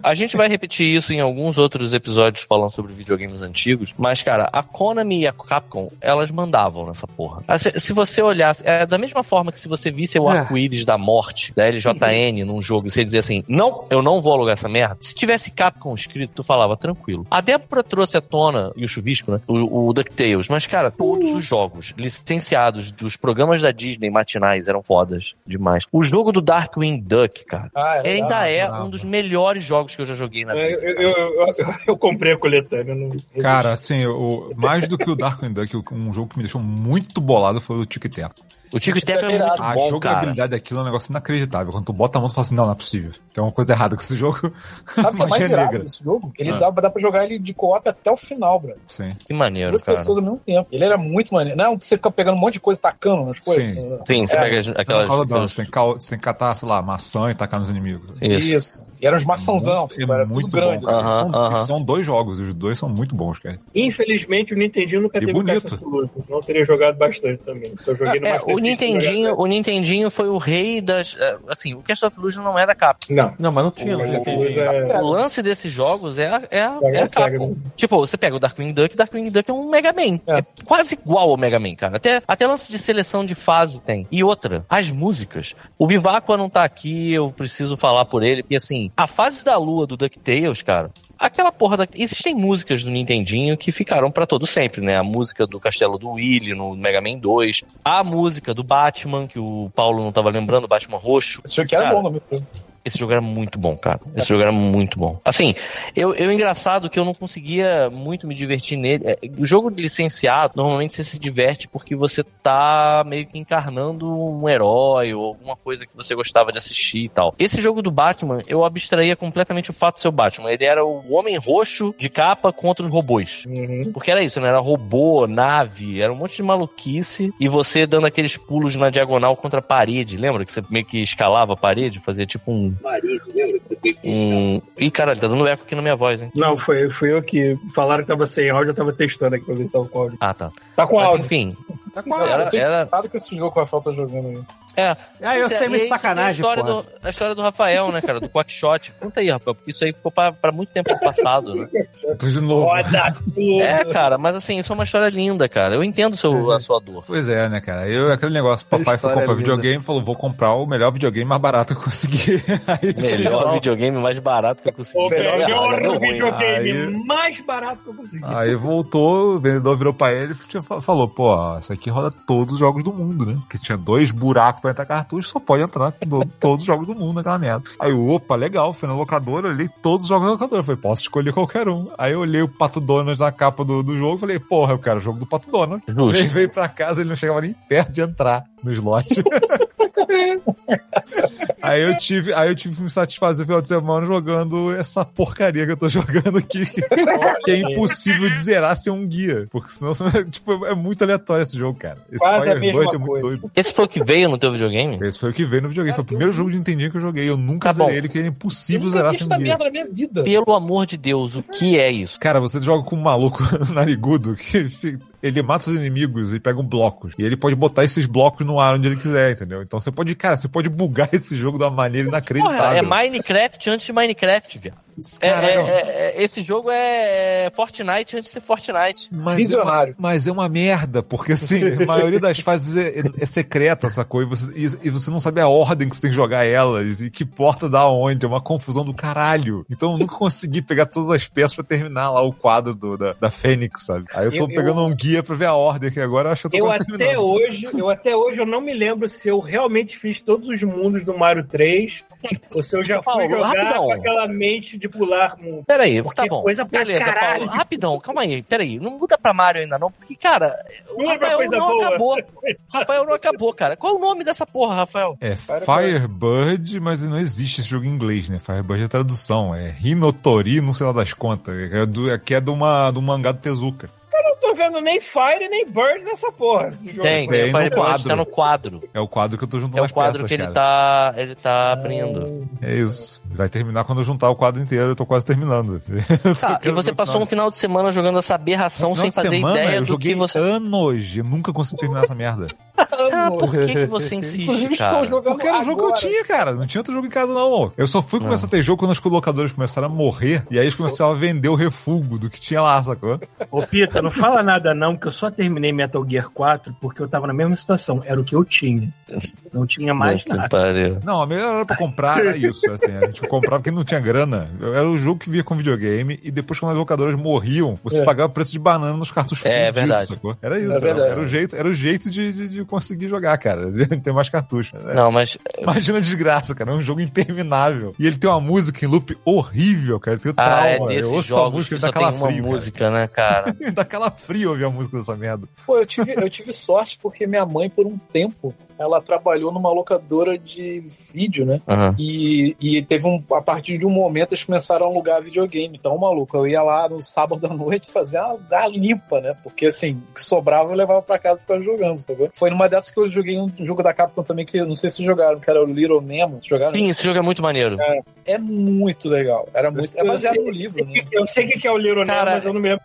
A gente vai repetir isso em alguns outros episódios falando sobre videogames antigos, mas, cara, a Konami e a Capcom, elas mandavam nessa porra. Ah, Se, se você olhasse, é da mesma forma que se você visse o
É.
arco-íris da morte da LJN num jogo e você dizer assim, não, eu não vou alugar essa merda. Se tivesse Capcom escrito, tu falava, tranquilo. A Débora trouxe à tona, e o Chuvisco, né, o, o DuckTales, mas, cara, todos os jogos licenciados dos programas da Disney matinais eram fodas demais. O jogo do Darkwing Duck, cara,
Ah, é,
ainda
verdade.
é
bravo.
um dos melhores jogos que eu já joguei na
Eu,
É,
vida.
eu, eu, eu- eu comprei a coletânea. Não...
Cara, assim, o, mais do que o Darkwing Duck, um jogo que me deixou muito bolado foi o Tic Tac.
O Tico Step é muito
A
bom, cara.
jogabilidade daquilo é um negócio inacreditável. Quando tu bota a mão, tu fala assim, não, não é possível. Tem alguma coisa errada com esse jogo.
Sabe o que é mais
<laughs> Magia
irado
negra.
desse jogo? Ele
Ah.
dá, dá pra jogar ele de co-op até o final, bro.
Sim,
Que maneiro,
Duas
um cara.
pessoas ao mesmo tempo. Ele era muito maneiro. Não é um que você fica pegando um monte de coisa e tacando nas coisas.
Sim.
Sim, você
É,
pega as-
Aquelas,
aquelas.
não, não, você, tem que, cal- você tem que catar, sei lá, maçã e tacar nos inimigos.
Isso.
Isso. E eram uns maçãozão, tipo,
é
era
muito
tudo grande.
bom. cara.
assim.
São-
Aham,
e
aham.
são dois jogos, e os dois são muito bons, cara.
Infelizmente, o Nintendinho nunca
E
teve
bonito.
caixa soluto. Não teria jogado bastante também. Só joguei no
É,
Master
o
System,
Nintendinho, o Nintendinho foi o rei das. é, Assim, o Cast of Illusion não é da Capcom.
Não.
Não, mas não
O
tinha. não tinha.
Master System
É.
O lance desses jogos é, a- é, a-
É,
é a
Sega,
Capcom.
né?
Tipo, você pega o Darkwing Duck, Darkwing Duck é um Mega Man. É,
É.
quase igual ao Mega Man, cara. Até, até lance de seleção de fase tem. E outra, as músicas. O Viváqua não tá aqui, eu preciso falar por ele, porque assim, a fase da lua do DuckTales, cara. Aquela porra da... Existem músicas do Nintendinho que ficaram pra todo sempre, né? A música do Castelo do Willy no Mega Man 2. A música do Batman, que o Paulo não tava lembrando, Batman Roxo.
Esse jogo que era
Cara,
bom o nome do jogo.
Esse jogo era muito bom, cara. Esse jogo era muito bom. Assim, eu, eu engraçado que eu não conseguia muito me divertir nele. É, O jogo de licenciado, normalmente você se diverte porque você tá meio que encarnando um herói ou alguma coisa que você gostava de assistir e tal. Esse jogo do Batman, eu abstraía completamente o fato de ser o Batman. Ele era o homem roxo de capa contra os robôs.
Uhum.
Porque era isso, né? Era robô, nave, era um monte de maluquice. E você dando aqueles pulos na diagonal contra a parede, lembra? Que você meio que escalava a parede, fazia tipo um. Um. Ih, caralho, tá dando eco aqui na minha voz, hein?
Não, foi, fui eu que falaram que tava sem áudio, eu tava testando aqui pra ver se tava com áudio.
Ah, tá.
Tá com
Mas
áudio.
enfim,
Tá com a-
era.
eu tô
era...
encantado com esse jogo que o Rafael tá jogando aí.
É.
Ah, eu
Pois é,
sei
e aí
meio de
tem
sacanagem,
A história,
porra.
do, a história do Rafael, né, cara? Do Quackshot.
<laughs>
Conta aí, Rafael, porque isso aí ficou pra, pra muito tempo passado, né?
Então, de novo.
Roda tudo.
<laughs> É, cara, mas assim, isso é uma história linda, cara. Eu entendo o seu, a sua dor.
Pois é, né, cara? Eu, aquele negócio, papai foi
história
comprar
linda.
videogame e falou, vou comprar o melhor videogame mais barato que eu conseguir. Aí
Melhor
tinha-
videogame mais barato que eu consegui.
O
Deu errado, deu
melhor
ruim.
videogame
Aí-
mais barato que eu consegui.
Aí voltou, o vendedor virou pra ele e tinha- falou, pô, isso aqui roda todos os jogos do mundo, né? Porque tinha dois buracos pra entrar cartucho, só pode entrar do- <laughs> todos os jogos do mundo naquela merda. Aí, eu, opa, legal, fui na locadora, olhei todos os jogos da locadora. Falei, posso escolher qualquer um. Aí eu olhei o Pato Donald na capa do, do jogo e falei, porra, eu quero o jogo do Pato Donald.
Justo.
Ele veio pra casa, ele não chegava nem perto de entrar.
<laughs>
no slot. aí eu tive, aí eu tive que me satisfazer o final de semana jogando essa porcaria que eu tô jogando aqui. que é impossível de zerar sem um guia. Porque senão, <laughs> você- tipo, é muito aleatório esse jogo, cara. Esse
Quase a
Firebird
mesma
é muito
coisa.
doido.
Esse foi o que veio no teu videogame?
Esse foi o que veio no videogame. Foi o primeiro jogo de Nintendinho que eu joguei. Eu nunca
É Tá bom.
zerei ele, que era
Eu
impossível
nunca
zerar
vi
sem
essa
um guia.
merda na minha vida.
Pelo amor de Deus, o que é isso?
Cara, você joga com um maluco <laughs> narigudo que fi- ele mata os inimigos e pega um blocos. E ele pode botar esses blocos no ar onde ele quiser, entendeu? Então você pode, cara, você pode bugar <laughs> esse jogo de uma maneira inacreditável.
Porra, é Minecraft antes de Minecraft, viado. É,
Caraca,
é- é- é- esse jogo é Fortnite antes de ser Fortnite.
mas
Visionário.
É uma, mas é uma merda, porque assim, a maioria das fases é, é- é secreta, sacou? E você, e, e você não sabe a ordem que você tem que jogar elas e que porta dá onde. É uma confusão do caralho. Então eu nunca consegui pegar todas as peças pra terminar lá o quadro do- da, da Fênix, sabe? Aí eu tô
Eu- eu-
pegando um guia pra ver a ordem aqui agora, eu acho que eu tô
Eu
quase
até,
terminando.
hoje, eu até hoje eu não me lembro se eu realmente fiz todos os mundos do Mario 3 ou se eu já fui
Paulo,
jogar
rapidão.
com aquela mente de pular mundo.
Peraí,
Porque
tá bom.
coisa pra
Beleza,
caralho.
Paulo. Rapidão, calma aí, peraí. Não muda pra Mario ainda não, porque, cara, o
Não é pra
Rafael
coisa
não
boa.
acabou. Rafael não acabou, cara. Qual o nome dessa porra, Rafael?
É Firebird, mas não existe esse jogo em inglês, né? Firebird é tradução, é Rinotori, não sei lá das contas. É do, é que é de, uma, do mangá do Tezuka.
Não tô vendo nem Fire nem Bird nessa porra. Esse jogo.
Tem,
Tem
eu
no
falei pra você,
quadro.
tá no quadro.
É o quadro que eu tô juntando
É o
as
quadro
peças,
que ele
cara.
tá, ele tá
<laughs>
abrindo.
É isso. Vai terminar quando eu juntar o quadro inteiro, eu tô quase terminando.
Tá, e você passou um final de semana jogando essa aberração
No
um sem
de
fazer
semana,
ideia
eu
do
joguei
que você.
anos e eu nunca consegui terminar essa merda.
tá
Ah, por que, que você insiste,
Estou
cara?
jogando
Porque era o jogo que eu
agora.
tinha, cara. Não tinha outro jogo em casa, não. Eu só
É.
fui começar a ter jogo quando os colocadores começaram a morrer e aí eles começaram a vender o refúgio do que tinha lá, sacou?
Ô, Pita, não fala nada não, que eu só terminei Metal Gear 4 porque eu tava na mesma situação. Era o que eu tinha. Não tinha mais
Puta que
nada.
pariu.
Não, a melhor era pra comprar era isso, assim. A gente comprava porque não tinha grana. Era o jogo que via com videogame e depois quando as locadoras morriam, você pagava preço de banana nos cartuchos
É,
fundidos,
verdade.
sacou? Era isso.
É
era-
verdade.
Era o jeito, era o jeito de, de- de conseguir jogar, cara. Ter mais cartuchos. É,
Não, mas
<laughs> Imagina a desgraça, cara. É um jogo interminável. E ele tem uma música em loop horrível, cara. Ele tem o
ah, é
trauma. Eu
desses
ouço a
jogos
música
que
e
só
dá
tem uma
calafrio, cara.
música, né, cara?
<laughs> Dá calafrio ouvir a música dessa merda.
Pô, eu tive, eu tive sorte porque minha mãe, por um tempo, ela trabalhou numa locadora de vídeo, né?
<laughs>
Aham.
E, e teve um. A partir de um momento eles começaram a alugar videogame. Então, maluco, eu ia lá no sábado à noite fazer a, a limpa, né? Porque assim, o que sobrava eu levava pra casa e ficava jogando, sacou? Foi numa dessas que eu joguei um jogo da Capcom também, que eu não sei se jogaram, que era o Little Nemo. Jogaram?
Sim, esse jogo é muito maneiro.
É muito legal. Era muito. É
Eu
baseado
sei-
no livro, né?
Eu sei o que que é o Little Nemo,
Cara,
mas eu não me lembro.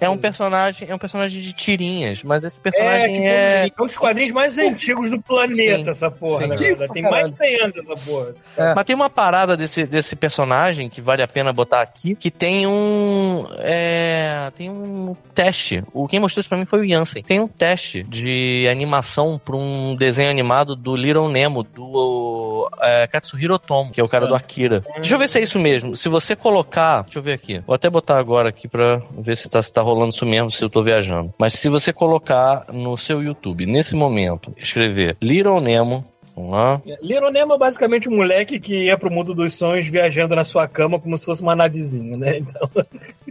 É um personagem, é um personagem de tirinhas, mas esse
É,
personagem
tipo, é...
é,
um dos quadrinhos mais antigos do planeta,
Sim.
essa porra,
Sim.
na verdade. Tem mais de 100 anos essa porra.
Mas tem uma parada desse, desse personagem que vale a pena botar aqui, que tem um. É, tem um teste. O quem mostrou isso pra mim foi o Jansen. Tem um teste de animação pra um desenho animado do Little Nemo, do é, Katsuhiro Tomo, que é o cara do Akira. Deixa eu ver se é isso mesmo. Se você colocar. Deixa eu ver aqui. Vou até botar agora aqui pra ver se tá, se tá rolando isso mesmo, se eu tô viajando. Mas se você colocar no seu YouTube, nesse momento, escrever Little Nemo. Vamos lá.
Little Nemo é basicamente um moleque que ia pro mundo dos sonhos viajando na sua cama como se fosse uma navezinha, né? <laughs>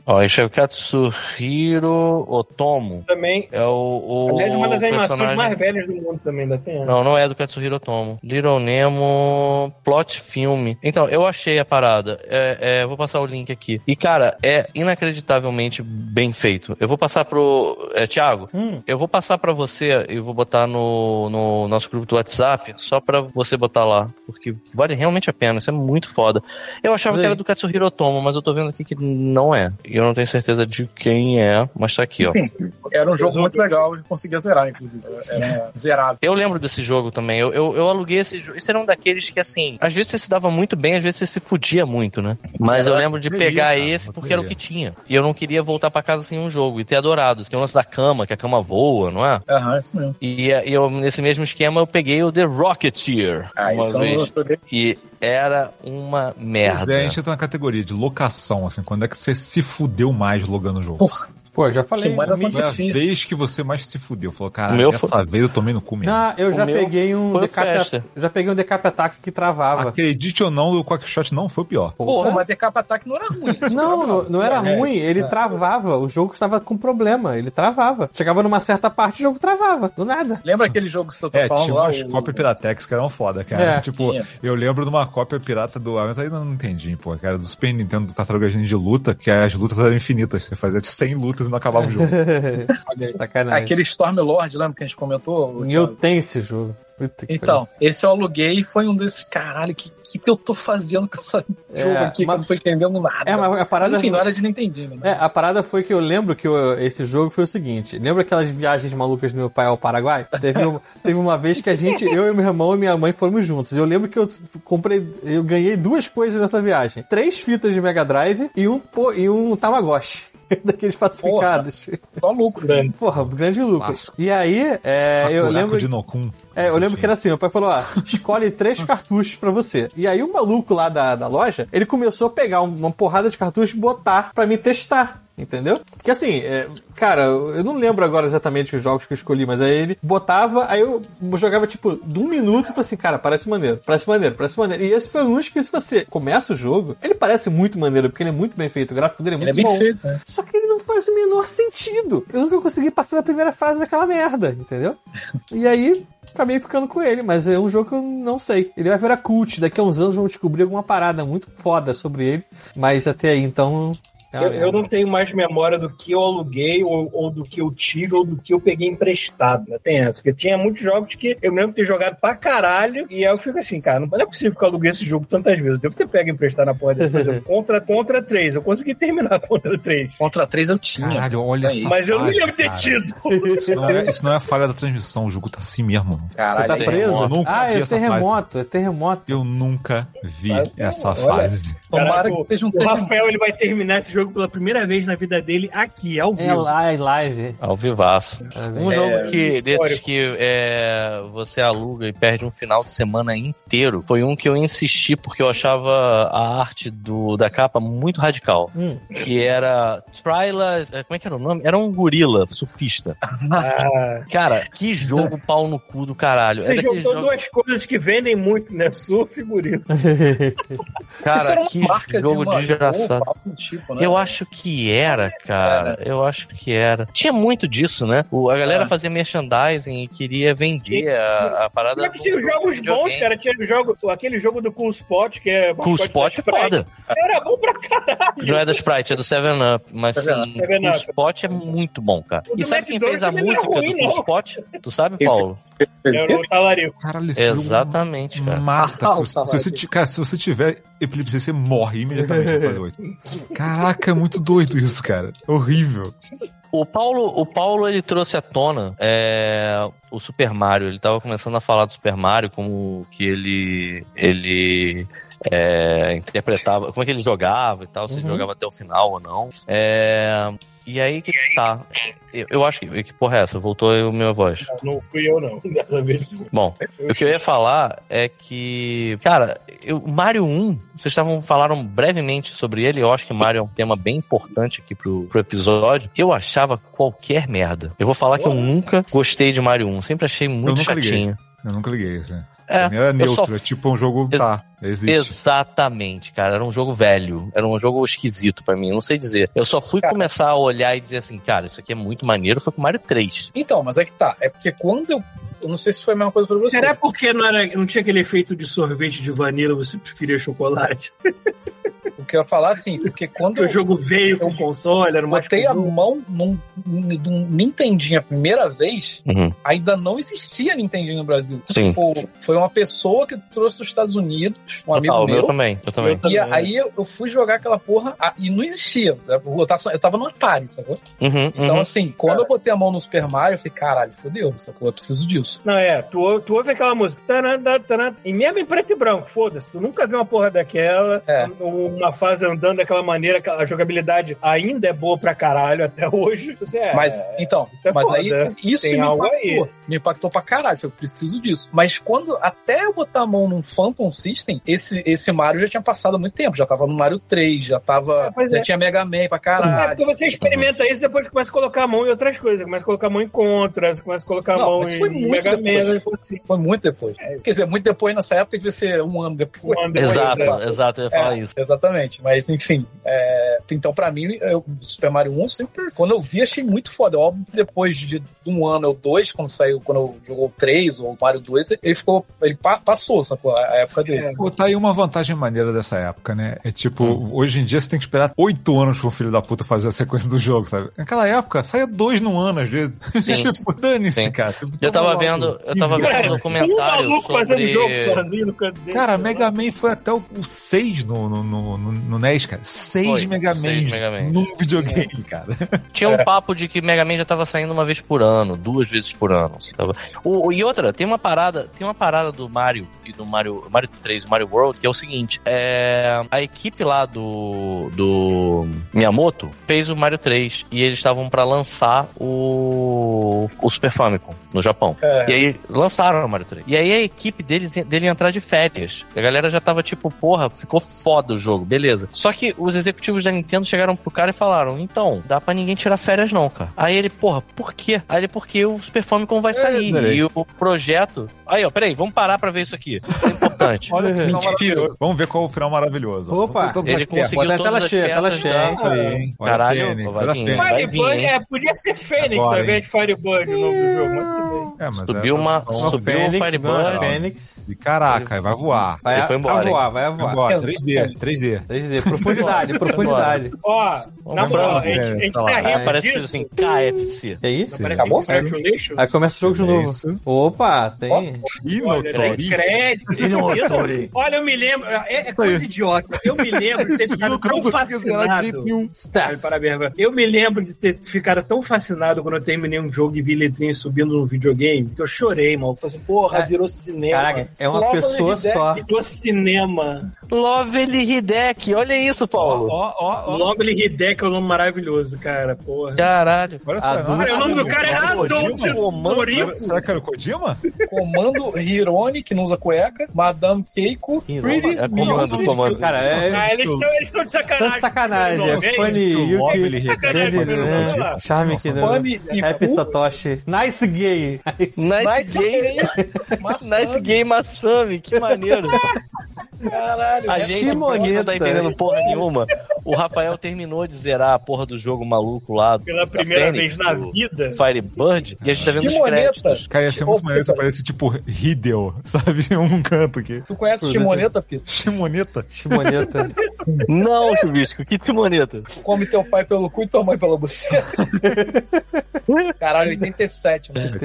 Então,
Ó, esse é o Katsuhiro Otomo.
também...
É o. o
Aliás, uma das animações
personagem-
mais velhas do mundo também, ainda tem. né?
Não, não é do Katsuhiro Otomo. Little Nemo Plot Filme. Então, eu achei a parada. É, é, vou passar o link aqui. E, cara, é inacreditavelmente bem feito. Eu vou passar pro. É, Thiago, eu vou passar pra você e vou botar no, no nosso grupo do WhatsApp, só pra você botar lá. Porque vale realmente a pena. Isso é muito foda. Eu achava que era do Katsuhiro Otomo, mas eu tô vendo aqui que não é. E eu não tenho certeza de quem é, mas tá aqui, ó.
Enfim, era um jogo muito legal, eu conseguia zerar, inclusive. Era zerável.
Eu lembro desse jogo também. Eu, eu, eu aluguei esse jogo. Esse era um daqueles que, assim, às vezes você se dava muito bem, às vezes você se fudia muito, né? Mas eu lembro de
loteria,
pegar
cara,
esse porque era o que
loteria.
tinha. E eu não queria voltar pra casa sem um jogo e ter adorado. Tem o lance da cama, que a cama voa, não é?
Aham, isso mesmo.
E, eh, eu, nesse mesmo esquema, eu peguei o The Rocketeer
Ah,
uma
isso é um
vez.
outro
E era uma
Pois
merda.
é, a gente entra na categoria de locação, assim. Quando é que você se fudeu mais logando o jogo?
Porra,
Pô, já falei.
Que moeda
né?
Foi a
Sim.
vez que você mais se fudeu. Falou, caralho,
O meu
dessa vez eu tomei no cu mesmo.
Não, eu
O
já
meu
peguei um
foi
decap...
festa.
já peguei um decap ataque que travava.
Acredite ou não, o Quackshot não foi o pior.
Porra, mas decapa ataque não era ruim. isso
Não, não,
era bom.
não era
É,
ruim, ele travava. O jogo estava com problema, ele travava. Chegava numa certa parte, o jogo travava, do
<laughs>
nada.
Lembra aquele jogo que você tá
É,
falando
tinha
lá?
umas
o-
cópias Piratex que eram foda, cara.
É.
tipo,
Tinha.
eu lembro de uma cópia pirata do. Eu ainda não entendi, pô, cara, do Super Nintendo do Tartaruga Ninja de luta, que as lutas eram infinitas. Você fazia 100 lutas e não acabava o jogo.
Olha aí, sacanagem.
Aquele Stormlord, lembra que a gente comentou?
Eu tenho esse jogo. Puta que
Então, esse eu aluguei e foi um desses, caralho, que que, que eu tô fazendo com essa
É,
jogo aqui
mas-
que eu não tô entendendo nada.
É, mas a parada-
Enfim, na hora de não entendi, né?
É, a parada foi que eu lembro que eu- esse jogo foi o seguinte. Lembra aquelas viagens malucas do meu pai ao Paraguai? Teve,
<laughs>
um- teve uma vez que a gente, eu e meu irmão e minha mãe fomos juntos. Eu lembro que eu comprei, eu ganhei duas coisas nessa viagem: três fitas de Mega Drive e um, pô- e um Tamagotchi. <laughs> Daqueles pacificados.
Só lucro.
Porra, grande lucro.
Clássico.
E aí, é, eu
Hakuraku
lembro.
de Nokun.
É, eu lembro que era assim, meu pai falou, ó, escolhe três
<laughs>
cartuchos pra você. E aí o maluco lá da, da loja, ele começou a pegar um- uma porrada de cartuchos e botar pra mim testar. Entendeu? Porque assim, é, cara, eu não lembro agora exatamente os jogos que eu escolhi, mas aí ele botava, aí eu jogava tipo de um minuto e falei assim, cara, parece maneiro, parece maneiro, parece maneiro. E esse foi um que se você começa o jogo, ele parece muito maneiro, porque ele é muito bem feito, o gráfico dele é muito
Ele é bem
bom.
feito, né?
Só que ele não faz o menor sentido. Eu nunca consegui passar da primeira fase daquela merda, entendeu? E aí, acabei ficando com ele, mas é um jogo que eu não sei. Ele vai virar cult, daqui a uns anos vão descobrir alguma parada muito foda sobre ele, mas até aí, então. é uma
Eu, eu
merda.
não tenho mais memória do que eu aluguei, ou, ou do que eu tive, ou do que eu peguei emprestado. Né? Tem essa. Porque tinha muitos jogos que eu me lembro de ter jogado pra caralho. E aí eu fico assim, cara, não é possível que eu aluguei esse jogo tantas vezes. Eu devo ter pego emprestado na porra desse, por exemplo, contra, contra 3. Eu consegui terminar <laughs> contra 3.
Contra 3 eu tinha.
Caralho, olha
Aí.
essa
Mas eu não
fase,
lembro de ter
cara.
tido.
<laughs> Isso não, é, isso não é a falha da transmissão, o jogo tá assim mesmo.
Você tá
Caralho,
preso?
Eu nunca
Ah,
vi
é
essa
terremoto, é terremoto.
Eu nunca vi
Mas não,
essa
olha.
fase.
Tomara
Caraca,
que seja um
O
terremoto.
Rafael ele vai terminar esse jogo pela primeira vez na vida dele aqui, ao vivo.
É lá, é live.
Ao vivaço. Um
É.
jogo que,
histórico.
desses que é, você aluga e perde um final de semana inteiro foi um que eu insisti porque eu achava a arte do, da capa muito radical.
Hum.
Que era Tryla. é, Como é que era o nome? Era um gorila surfista.
Ah,
Cara, que jogo pau no cu do caralho.
você
é
juntou
daqueles jogos-
duas coisas que vendem muito, né? Surf e gorila.
Isso era um
Cara,
uma
que
marca de
jogo
uma-
desgraçado.
ou algo do tipo, né?
Eu acho que era, cara. Eu acho que era. Tinha muito disso, né? O- a galera
Ah.
fazia merchandising e queria vender a, a parada.
é
Mas tinha jogos bons, cara. Tinha o jogo, aquele jogo do Cool Spot, que é.
Com o spot é foda.
Era bom pra
Não é da Sprite, é do 7-Up. Mas sim,
7up,
o
7up.
spot é muito bom, cara.
O
E
do
sabe quem
McDonald's
fez a
também não é
música
ruim,
do Cool
não.
Spot? Tu sabe, Paulo?
Era o Talarico.
Caralho,
é
esse jogo
Exatamente, cara.
Mata.
Ah,
se,
o
você-
salário.
se você, ti- cara, se você tiver epilepsia, você morre imediatamente depois oito. Caraca, é muito doido isso, cara. É Horrível.
O Paulo, o Paulo ele trouxe à tona é, o Super Mario. Ele tava começando a falar do Super Mario, como que ele ele é, interpretava, como é que ele jogava e tal, se ele jogava até o final ou não. É, e aí que tá. Eu, eu acho que. Que porra é essa? Voltou aí a minha voz.
Não fui eu, não. <laughs> Dessa vez.
Bom,
É
o que eu ia falar é que. Cara, eu, Mario 1, vocês estavam, falaram brevemente sobre ele. Eu acho que Mario é um tema bem importante aqui pro, pro episódio. Eu achava qualquer merda. Eu vou falar que eu nunca gostei de Mario 1. Sempre achei muito
nunca liguei.
chatinho.
Eu nunca liguei isso, né?
É,
Pra mim era
eu só-
neutro, é tipo um jogo,
Ex-
tá, existe.
Exatamente, cara. Era um jogo velho. Era um jogo esquisito pra mim. eu Não sei dizer. Eu só fui começar a olhar e dizer assim, cara, isso aqui é muito maneiro. Foi com Mario 3.
Então, mas é que tá. É porque quando eu. Eu não sei se foi a mesma coisa pra você.
Será porque não, era, não tinha aquele efeito de sorvete de vanila, você preferia chocolate? <laughs>
O que eu ia falar assim, porque quando
Porque o
eu
jogo veio com o console, era um mais
botei a
comum.
mão num, num Nintendinho a primeira vez,
Uhum.
ainda não existia Nintendinho no Brasil.
Sim.
Tipo, foi uma pessoa que trouxe dos Estados Unidos, um amigo
Total, o meu
meu.
também. Eu também.
E
também.
aí eu eu fui jogar aquela porra ah, e não existia. Eu tava- eu tava no Atari, sacou?
Uhum,
Então,
uhum.
assim, quando eu botei a mão no Super Mario, eu falei, caralho, fodeu, sacou? Eu preciso disso.
Não, é, tu, ou- tu ouve aquela música, taran, taran, taran, e mesmo em preto e branco, foda-se, tu nunca viu uma porra daquela,
É.
um- uma fase andando daquela maneira, que a jogabilidade ainda é boa pra caralho até hoje. Você é,
Mas, então,
isso é
mas
foda.
aí, isso
Tem
me
algo
impactou. Me impactou pra caralho. Eu preciso disso. Mas quando, até eu botar a mão num Phantom System, esse, esse Mario já tinha passado há muito tempo. Já tava no Mario 3, já
É,
tava.
pois
já
é.
tinha Mega Man pra
É
caralho.
porque você experimenta isso depois que começa a colocar a mão em outras coisas. Você Começa a colocar a mão em contras, começa a colocar a
Não,
mão
mas foi
em
muito
Mega Man.
depois.
né? Tipo assim,
Foi muito depois. Quer dizer, muito depois nessa época devia ser um ano depois.
Um ano depois,
Exato, exato, eu ia falar
É,
isso.
Exatamente, mas enfim. é, então, pra mim, eu- Super Mario 1 sempre. Quando eu vi, achei muito foda. Óbvio que depois de um ano ou dois, quando saiu, quando eu jogou o 3 ou o Mario 2, ele ficou. Ele pa- passou, sacou? A a época dele.
Pô, tá aí uma vantagem maneira dessa época, né? É tipo,
Hum.
hoje em dia você tem que esperar oito anos pro filho da puta fazer a sequência do jogo, sabe? Naquela época, saia dois num ano, às vezes.
Sim.
<laughs> tipo, dane-se,
Sim.
cara. Tipo,
Eu
toma
tava
logo
vendo, eu
15
tava
anos.
vendo um
um
documentário
maluco fazendo jogo
sobre...
sozinho no canto dele.
Cara, Mega Man foi até o 6 no, no, no, no- no NES, cara. Seis
Foi,
Mega
seis
Man
Mega Mans.
num videogame, cara.
Tinha
É.
um papo de que Mega Man já tava saindo uma vez por ano, duas vezes por ano. assim, Tava- O, o- e outra, tem uma parada, tem uma parada do Mario e do Mario, Mario 3, do Mario World, que é o seguinte, é, a equipe lá do, do Miyamoto fez o Mario 3 e eles estavam pra lançar o, o Super Famicom no Japão.
É.
E aí lançaram o Mario 3. E aí a equipe deles, dele ia entrar de férias. A galera já tava tipo, porra, ficou foda o jogo, beleza. Só que os executivos da Nintendo chegaram pro cara e falaram: então, dá pra ninguém tirar férias, não, cara. Aí ele, porra, por quê? Aí ele, porque o Super Famicom vai sair.
É, zerei.
E o projeto. Aí, ó, peraí, vamos parar pra ver isso aqui. Isso é importante.
<laughs> Olha que final
Mentira.
maravilhoso. Vamos ver qual é o final maravilhoso.
Opa,
Vamos ter todas
ele
as peças.
conseguiu
Bota a tela
todas as
cheia, tela
peças
cheia.
da-
Aí, hein? Olha a
Caralho,
Fênix,
vai
olha a
vir.
Fênix.
Vai vir,
Firebug,
hein?
é, podia ser Fênix
Agora,
ao invés de Firebug o nome do jogo, mas tudo
Hum.
bem.
É, mas
Subiu
é-
uma.
Então,
Subiu um
Fênix,
Firebird.
Fênix, Fênix.
E caraca, vai voar.
Vai
Ele
a-
foi embora,
a voar, vai a
Vai
voar.
voar. 3D, 3D.
3D,
<laughs>
profundidade, profundidade.
Ó, na
Vamos
moral,
lá,
a gente, a gente
tá
tá
lá.
rindo
Parece que
disso.
fez assim, KFC.
É isso?
Parece
Acabou,
que faz um lixo.
Aí começa o jogo de
É
novo.
isso.
Opa, tem.
Olha, é tem
Inotori.
crédito.
Inotori.
Olha, eu me lembro. É, é coisa
aí.
idiota. Eu me lembro de ter ficado tão fascinado. Aí,
Staff.
parabéns, Rafael. Eu me lembro de ter ficado tão fascinado quando eu terminei um jogo e vi letrinhas subindo no videogame que eu chorei, mal. Falei assim, porra,
É.
virou cinema.
Caraca, é uma
Logo
pessoa
ele der-
só.
Virou cinema.
Lovely Hideki, olha isso, Paulo.
Ó, ó, ó.
Logo ele Hideki é um nome maravilhoso, cara, porra.
Caralho.
Olha só,
Adulto.
olha-
Cara, o nome do cara é
Adolfo
Adolfo
Será-
Toriko.
Será que era o Kojima?
é,
É.
Comando Hirone, que não usa cueca. Madame Keiko.
Hirone,
Pretty
é comando,
Miss-
comando.
Cara, é
Ah, eles estão eles estão de
tanto
sacanagem.
sacanagem. É
Nossa,
Funny,
gente, o Lovely
Yuki,
Hideki.
David,
Sacanagem,
né?
vamos lá.
Charme
Nossa,
que
Funny e
Happy
Cool.
Satoshi. Nice gay.
Nice,
Nice
game.
Game.
é
Maçã,
<laughs> Nice Game Masami, que maneiro.
Caralho.
A
é
gente pra quem não tá entendendo porra nenhuma. O Rafael terminou de zerar a porra do jogo maluco lá.
Pela
da
primeira
Fênix,
vez na
do
vida.
Firebird. E a gente tá vendo os
Chimoneta.
créditos.
Cara, ia ser muito maneiro se aparece tipo Hideo, <laughs> sabe? Em um canto aqui.
Tu conhece Chimoneta, Pito?
Shimoneta.
Chimoneta.
Não, Chubisco, que timoneta.
Come teu pai pelo cu e tua mãe pela buceta.
<laughs>
Caralho, 87, mano.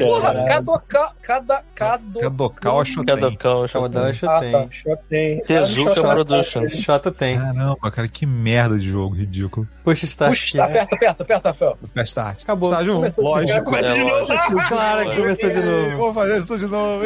Porra, cada, ca- cada, cada,
Kadokawa Shoten.
Cadocão,
Chama da
Ah,
tem.
tá. Shoten.
Tezuka Productions.
Xota tem.
Caramba, cara, que merda de jogo ridículo.
Puxa, está aqui.
Puxa, aperta, aperta, aperta, Rafael.
Best Art.
Acabou.
Estágio 1,
Começou de
lógico.
novo.
É,
Começa de novo. né?
É, Claro que começou de novo.
Vou fazer isso de novo.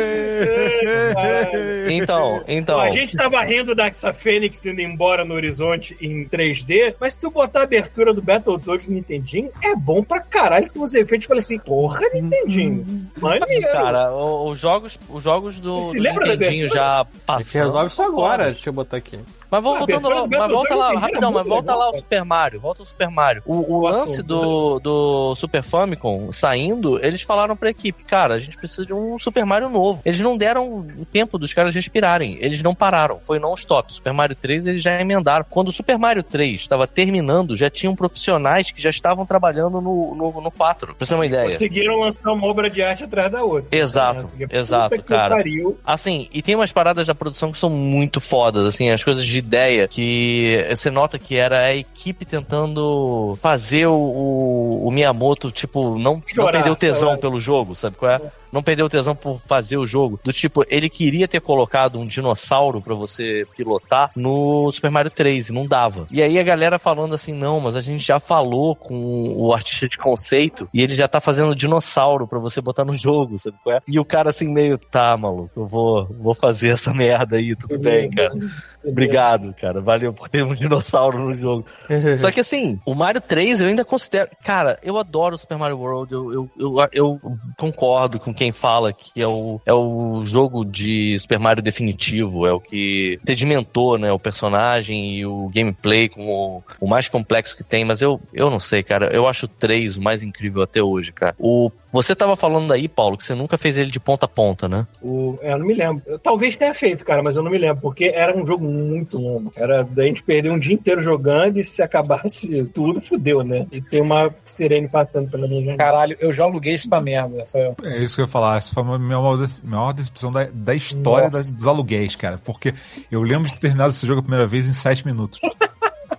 Então, então.
A gente tá tava rindo dessa Fênix indo embora no horizonte em 3D, mas se tu botar a abertura do Battletoads no Nintendinho, é bom pra caralho que os efeitos falam assim, porra,
Uhum.
Nintendinho, maneiro.
Cara, o- os jogos, os jogos do,
tá Você
do
lembra da
Nintendinho já
A gente
passaram.
resolve isso agora. Deixa eu botar aqui.
Mas
Ah,
vamos voltando
Bertone
lá,
Bertone
mas volta
Bertone
lá,
Bertone
rapidão,
é
mas
muito
volta
legal,
lá o
cara.
Super Mario, volta o Super Mario. O, o lance do, do Super Famicom saindo, eles falaram pra equipe, cara, a gente precisa de um Super Mario novo. Eles não deram o tempo dos caras respirarem, eles não pararam, foi non-stop. Super Mario 3 eles já emendaram. Quando o Super Mario 3 estava terminando, já tinham profissionais que já estavam trabalhando no, no, no 4, pra você ter uma ideia.
Conseguiram lançar uma obra de arte atrás da outra.
Exato,
Puta
exato,
que
cara.
pariu.
Assim, e tem umas paradas da produção que são muito fodas, assim, as coisas de ideia que você nota que era a equipe tentando fazer o, o, o Miyamoto, tipo, não, não
Chorar,
perder o tesão
chorar.
pelo jogo, sabe qual é? não perdeu o tesão por fazer o jogo. Do tipo, ele queria ter colocado um dinossauro pra você pilotar no Super Mario 3 e não dava. E aí a galera falando assim, não, mas a gente já falou com o artista de conceito e ele já tá fazendo dinossauro pra você botar no jogo, sabe qual é? E o cara assim meio, tá, maluco, eu vou, vou fazer essa merda aí, tudo bem, cara. Obrigado, cara. Valeu por ter um dinossauro no jogo. Só que assim, o Mario 3 eu ainda considero. Cara, eu adoro o Super Mario World. Eu, eu, eu, eu concordo com quem fala que é o, é o jogo de Super Mario definitivo. É o que sedimentou, né? O personagem e o gameplay como o, o mais complexo que tem. Mas eu, eu não sei, cara. Eu acho o 3 o mais incrível até hoje, cara. O, você tava falando aí, Paulo, que você nunca fez ele de ponta a ponta, né?
O, é, eu não me lembro. Eu talvez tenha feito, cara, mas eu não me lembro, porque era um jogo muito longo. Era da gente perder um dia inteiro jogando e se acabasse tudo, fudeu, né? E tem uma sirene passando pela minha janela.
Caralho, eu já aluguei essa merda. Foi...
É isso que eu ia falar. Essa foi a minha maior, des- maior decepção da, da história
Nossa.
da- dos aluguéis, cara. Porque eu lembro de ter terminado esse jogo a primeira vez em 7 minutos.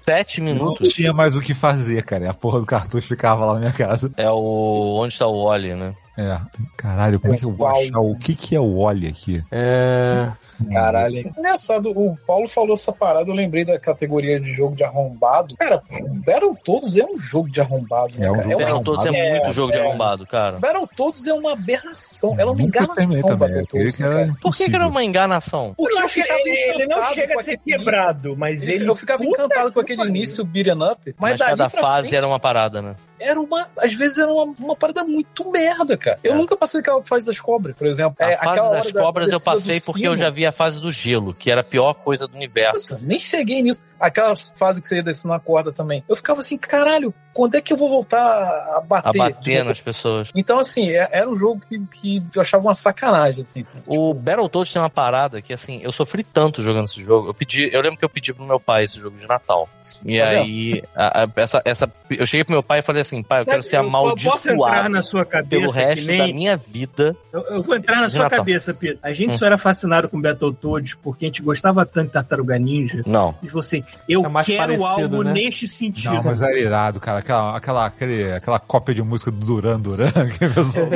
Sete
Não
minutos
tinha mais o que fazer, cara. A porra do cartucho ficava lá na minha casa.
é o Onde está o Wally, né?
É. Caralho, como é que eu vou
Uau.
achar? O que, que é o Oli aqui?
É.
Caralho, hein?
Engraçado, o Paulo falou essa parada, eu lembrei da categoria de jogo de arrombado. Cara, Battletoads é um jogo de arrombado, né,
É um
cara?
jogo de
uma-
arrombado.
Battletoads é muito jogo de
é.
arrombado, cara.
Battletoads é uma aberração, ela é uma
Nunca terminei
enganação,
também. Eu queria
Battletoads.
que
né,
era
cara?
Por que, que era
impossível.
uma
é
enganação?
Porque eu
Não,
ficava
ele, ele não
encantado
chega
com
a ser
aquele-
quebrado, mas ele.
Eu ficava
Puta
encantado com
que
aquele
pariu.
início beat'em up, mas,
Mas,
dali
cada
pra
fase
frente,
era uma parada, né?
era uma. Às vezes era uma, uma parada muito merda, cara. Eu
É.
nunca passei aquela fase das cobras, por exemplo.
A
É, aquela
fase
hora
das
da-
cobras
da
eu
descida do
passei porque eu
sino.
já vi a fase do gelo, que era a pior coisa do universo.
Puta, nem cheguei nisso. Aquela fase que você ia descendo a corda também. Eu ficava assim, caralho, quando é que eu vou voltar a
A
bater?
bater nas pessoas.
Então, assim, é- era um jogo que, que eu achava uma sacanagem, assim. sabe?
O Battletoads tem uma parada que, assim, eu sofri tanto jogando esse jogo. Eu pedi, eu lembro que eu pedi pro meu pai esse jogo de Natal. E
Tá vendo?
aí, a- a- essa, essa, eu cheguei pro meu pai e falei assim, pai, eu quero ser
Sabe, eu Posso entrar
amaldiçoado
na sua cabeça
pelo resto
que
da
nem...
minha vida.
Eu, eu vou entrar na
De
sua
Natal.
cabeça, Pedro. A gente
Hum.
só era fascinado com Battletoads porque a gente gostava tanto de Tartaruga Ninja.
Não.
E você, eu
É mais
quero
parecido,
algo
né?
neste sentido.
Não, mas era irado, cara. Aquela, aquela, aquele, aquela cópia de música do Duran Duran <laughs> que a pessoa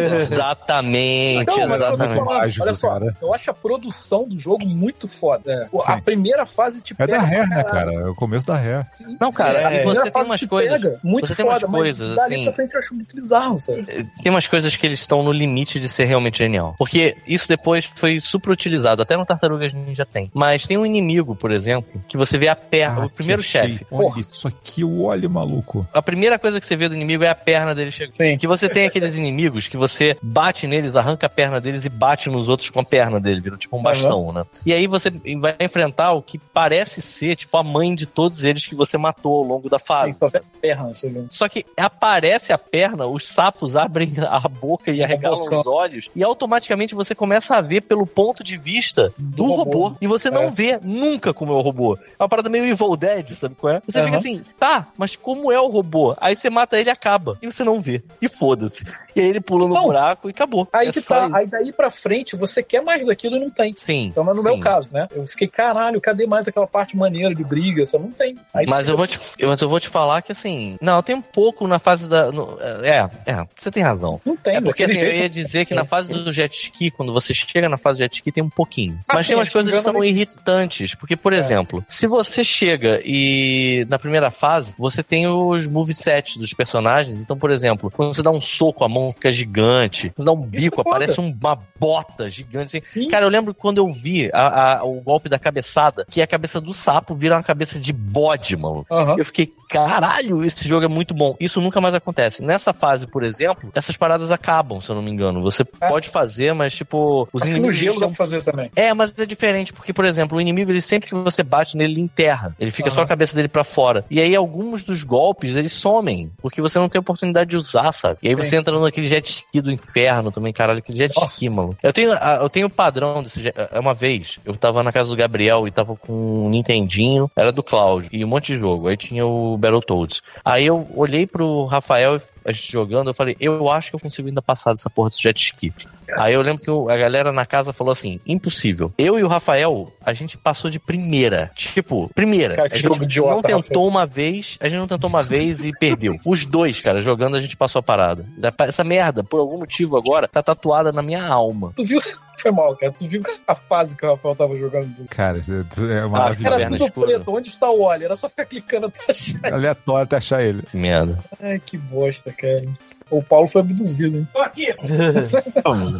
Exatamente,
Então, mas eu tô
exatamente.
exatamente.
falando, olha só,
Cara. É,
eu acho a produção do jogo muito foda. Pô, a
sim.
primeira fase te
É
pega.
da
pra
Hair, né,
caralho.
cara? É o começo da Hair.
Sim,
Não,
sim,
cara,
a
aí
primeira
você tem
fase
umas
te
coisas-
Pega, muito
você tem
foda,
umas
mas
coisas,
dali
assim-
pra frente eu acho muito bizarro, sabe?
tem umas coisas que eles estão no limite de ser realmente genial. Porque isso depois foi super utilizado. Até no Tartarugas Ninja tem. Mas tem um inimigo, por exemplo, que você vê a perna,
Ah,
É, o primeiro
que
chefe.
achei. Olha
Porra.
isso aqui, o Oli, maluco.
A primeira coisa que você vê do inimigo é a perna dele chegando.
Sim.
Que você tem aqueles inimigos que você bate neles, arranca a perna deles e bate nos outros com a perna dele, vira tipo um bastão, né? E aí você vai enfrentar o que parece ser, tipo, a mãe de todos eles que você matou ao longo da
Tem
fase.
só até perna, chegando.
Só que aparece a perna, os sapos abrem <laughs> a boca e arregalam
bocão.
os olhos, e automaticamente você começa a ver pelo ponto de vista do,
Do
robô.
robô.
E você não
É.
vê nunca como é o robô. É uma parada meio Evil Dead, sabe qual é? Você fica
Aham.
assim, tá, mas como é o robô? Aí você mata ele e acaba. E você não vê. E foda-se. E aí ele pula no
Bom,
buraco e acabou.
Aí
É
que
só
tá,
isso.
aí daí pra frente você quer mais daquilo e não tem.
Sim.
Então, mas no
sim.
meu caso, né? Eu fiquei, caralho, cadê mais aquela parte maneira de briga? Essa não tem. Aí
Mas
você-
eu, vou te, eu- mas eu vou te falar que assim. Não, tem um pouco na fase da. no- é, é, você tem razão.
Não tem, né? É.
É porque assim,
daquele
eu
<laughs> jeito-
ia dizer que na fase do jet ski, quando você chega na fase do jet ski, tem um pouquinho.
Ah,
Mas
sim,
tem umas
acho que
coisas que
engana
são
muito.
irritantes. Porque,
É.
por exemplo, se você chega e na primeira fase, você tem os movesets dos personagens. Então, por exemplo, quando você dá um soco, a mão fica gigante. Quando dá um
Isso
bico,
é foda.
aparece uma bota gigante. assim.
Sim.
Cara, eu lembro quando eu vi a- a- o golpe da cabeçada, que a cabeça do sapo vira uma cabeça de bode, mano.
Aham.
Eu fiquei, caralho, esse jogo é muito bom. Isso nunca mais acontece. Nessa fase, por exemplo, essas paradas acabam, se eu não me engano. Você
É.
pode fazer, mas tipo, os
Acho que no
inimigos
gelo dá
estão
pra fazer também.
é, mas é diferente, porque, por exemplo, o inimigo, ele sempre que você bate nele, ele enterra. Ele fica só a
Aham.
cabeça dele pra fora. E aí, alguns dos golpes, eles somem, porque você não tem oportunidade de usar, sabe? E aí você
Sim.
entra naquele jet ski do inferno também, caralho, aquele jet
Nossa.
ski, mano. Eu tenho a- eu tenho o padrão desse jet... é, Uma vez, eu tava na casa do Gabriel e tava com um Nintendinho, era do Cláudio, e um monte de jogo. Aí tinha o Battletoads. Aí eu olhei pro Rafael a gente jogando, eu falei, eu acho que eu consigo ainda passar dessa porra desse jet ski. Aí eu lembro que o- a galera na casa falou assim: impossível. Eu e o Rafael, a gente passou de primeira. Tipo, primeira.
Cara,
a
que
gente
jogo idiota,
não tentou
Rafael.
uma vez, a gente não tentou uma vez e perdeu. Os dois, cara, jogando, a gente passou a parada. Da- Essa merda, por algum motivo agora, tá tatuada na minha alma.
Tu viu? <laughs> Foi mal, cara. Tu viu a fase que o Rafael tava jogando?
Cara, isso é- é
Era
maravilhoso.
perna
tudo
escura.
preto. Onde está o óleo? Era só ficar clicando até achar. <laughs>
Aleatório até achar ele.
Que merda.
Ai, que bosta, cara. O Paulo foi abduzido, hein?
Tô
<laughs>
aqui,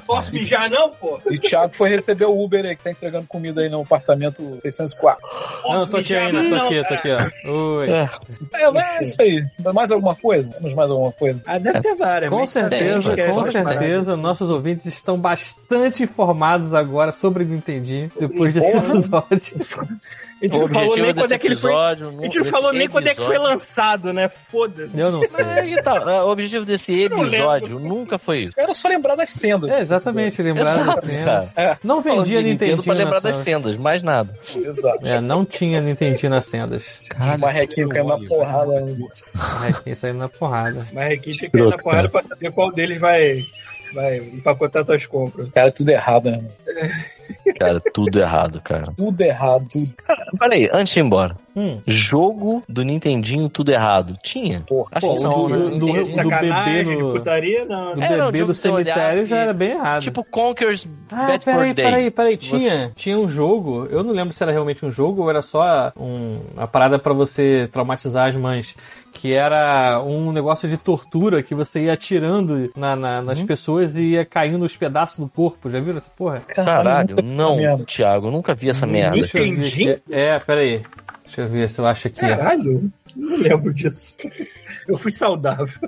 posso mijar não, pô?
E o Thiago foi receber o Uber aí, que tá entregando comida aí no apartamento 604.
Não, tô aqui ainda, tô aqui, tô aqui, ó. Ui.
É, mas é isso aí. Mais alguma coisa? Temos mais alguma coisa?
Ah, deve ter
É
várias.
Com
mas é também
certeza,
esquece
com
essas paradas.
certeza, nossos ouvintes estão bastante informados agora sobre o Nintendinho, depois desse episódio.
A gente não falou nem quando é que ele foi...
episódio,
A gente não falou nem quando é que foi lançado, né? Foda-se.
Eu não
Mas
sei.
aí que tá, é, o objetivo desse
não
episódio nunca foi isso.
Era só lembrar das sendas.
<laughs> É, exatamente, lembrar da
Exato,
cena.
cara.
Não
Falando de
vendia
Nintendo pra
Nintendinho
lembrar
na
das
cena.
sendas, mais nada.
Exato.
É, não tinha Nintendinho nas
<laughs>
sendas.
O marrequinho caiu na
Olha,
porrada. né?
Ai, isso aí na porrada.
Mas aqui tinha que ir na porrada pra saber qual deles vai, vai empacotar tuas compras.
Cara, tudo errado, né?
Cara, tudo errado, cara.
Tudo errado, tudo.
Peraí, antes de ir embora.
Hum.
Jogo do Nintendinho, tudo errado. Tinha?
Porra.
Acho
Pô,
que não,
o
né?
do- do-
Entendi.
do-
Sacanagem,
bebê no-
de putaria, não.
Do
né?
É, não,
bebê
jogo
do
que você olhasse-
cemitério já era bem errado.
Tipo Conker's
Ah,
Bad for
peraí,
Day.
peraí, peraí. Tinha, tinha um jogo, eu não lembro se era realmente um jogo ou era só um, uma parada pra você traumatizar as mães. Que era um negócio de tortura que você ia atirando na- na- nas pessoas e ia caindo os pedaços do corpo. Já viram essa porra?
Ah, Caralho, não,
merda.
Thiago, eu nunca vi essa merda.
Tá Hum, Deixa eu ver
Entendi.
aqui. É, peraí. Deixa eu ver se eu acho aqui.
Caralho, não lembro disso. Eu fui saudável.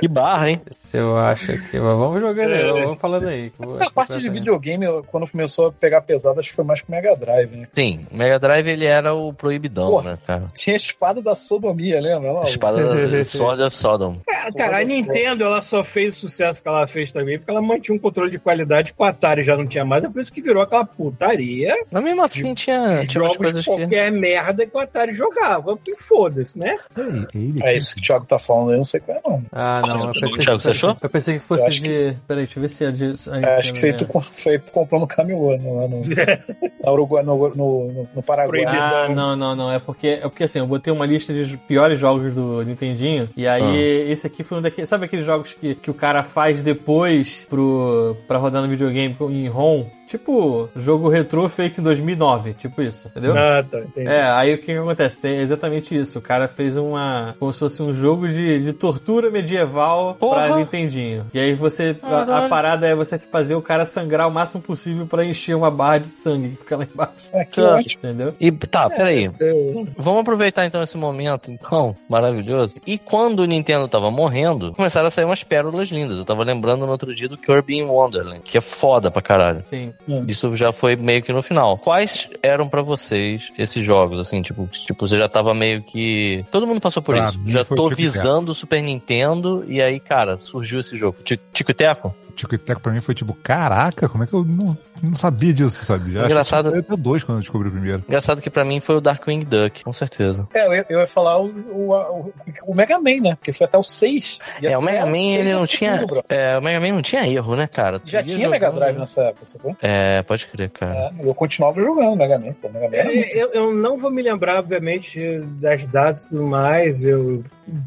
Que barra, hein?
Se eu acho aqui. Mas vamos jogando aí, vamos falando aí. que eu vou-
A parte de videogame, eu- quando começou a pegar pesado, acho que foi mais com o Mega Drive, né?
Sim, o Mega Drive ele era o proibidão,
Porra.
né, cara?
Tinha a espada da sodomia, lembra? Lá,
A espada da Sword of Sodom.
Cara, a Nintendo ela só fez o sucesso que ela fez também porque ela mantinha um controle de qualidade que o Atari já não tinha mais. É por isso que virou aquela putaria.
Mas mesmo assim tinha, tinha umas
jogos
coisas
de
que.
qualquer merda que o Atari jogava. E foda-se, né?
É isso que o Thiago tá falando, eu não sei qual é não.
Ah, não. Eu pensei,
Thiago, você achou?
eu pensei que
Eu
fosse
acho
de. Peraí, deixa eu ver se é de.
É, acho que isso aí tu, com- foi, tu comprou no camelô, né? Lá no, na Uruguai, no, no, no, no Paraguai.
Proibido.
Ah,
Não.
não, não, não. É porque, é porque assim, eu botei uma lista de piores jogos do Nintendinho. E aí, esse aqui foi um daqueles. Sabe aqueles jogos que, que o cara faz depois pro, pra rodar no videogame com- em ROM? Tipo, jogo retrô feito em 2009. Tipo isso, entendeu?
Ah, tá, entendi.
É, aí o que, que acontece? Tem exatamente isso. O cara fez uma. como se fosse um jogo de, de tortura medieval
Porra.
pra Nintendinho. E aí você. A, a parada é você fazer o cara sangrar o máximo possível pra encher uma barra de sangue que fica lá embaixo.
Ah, que
Tá.
ótimo.
Entendeu?
E tá, peraí.
Eu-
Vamos aproveitar então esse momento, então, maravilhoso. E quando o Nintendo tava morrendo, começaram a sair umas pérolas lindas. Eu tava lembrando no outro dia do Kirby in Wonderland, que é foda pra caralho.
Sim.
Isso já foi meio que no final. Quais eram pra vocês esses jogos, assim, tipo, tipo, você já tava meio que... Todo mundo passou por
Pra
isso.
mim
Já
foi
tô
o Tic Tac.
visando o Super Nintendo e aí, cara, surgiu esse jogo. Ti- Tico e Teco?
Tico e Teco pra mim foi tipo, caraca, como é que eu não, não sabia disso, sabe? Já achei
Engraçado.
que tinha saído dois quando eu descobri o primeiro.
Engraçado que pra mim foi o Darkwing Duck, com certeza.
É, eu, eu ia falar o, o, o, o Mega Man, né? Porque foi até o 6. E
É, o
até
Mega Man,
seis
ele
é o
não tinha...
segundo, bro.
É, o Mega Man não tinha erro, né, cara? Tu
Já
ia
tinha Mega
jogando-
Drive nessa época, sacou?
né? É, pode crer, cara.
É, eu continuava jogando Mega Man. pô, Mega Man era muito-
Eu, eu não vou me lembrar, obviamente, das datas e tudo mais. Eu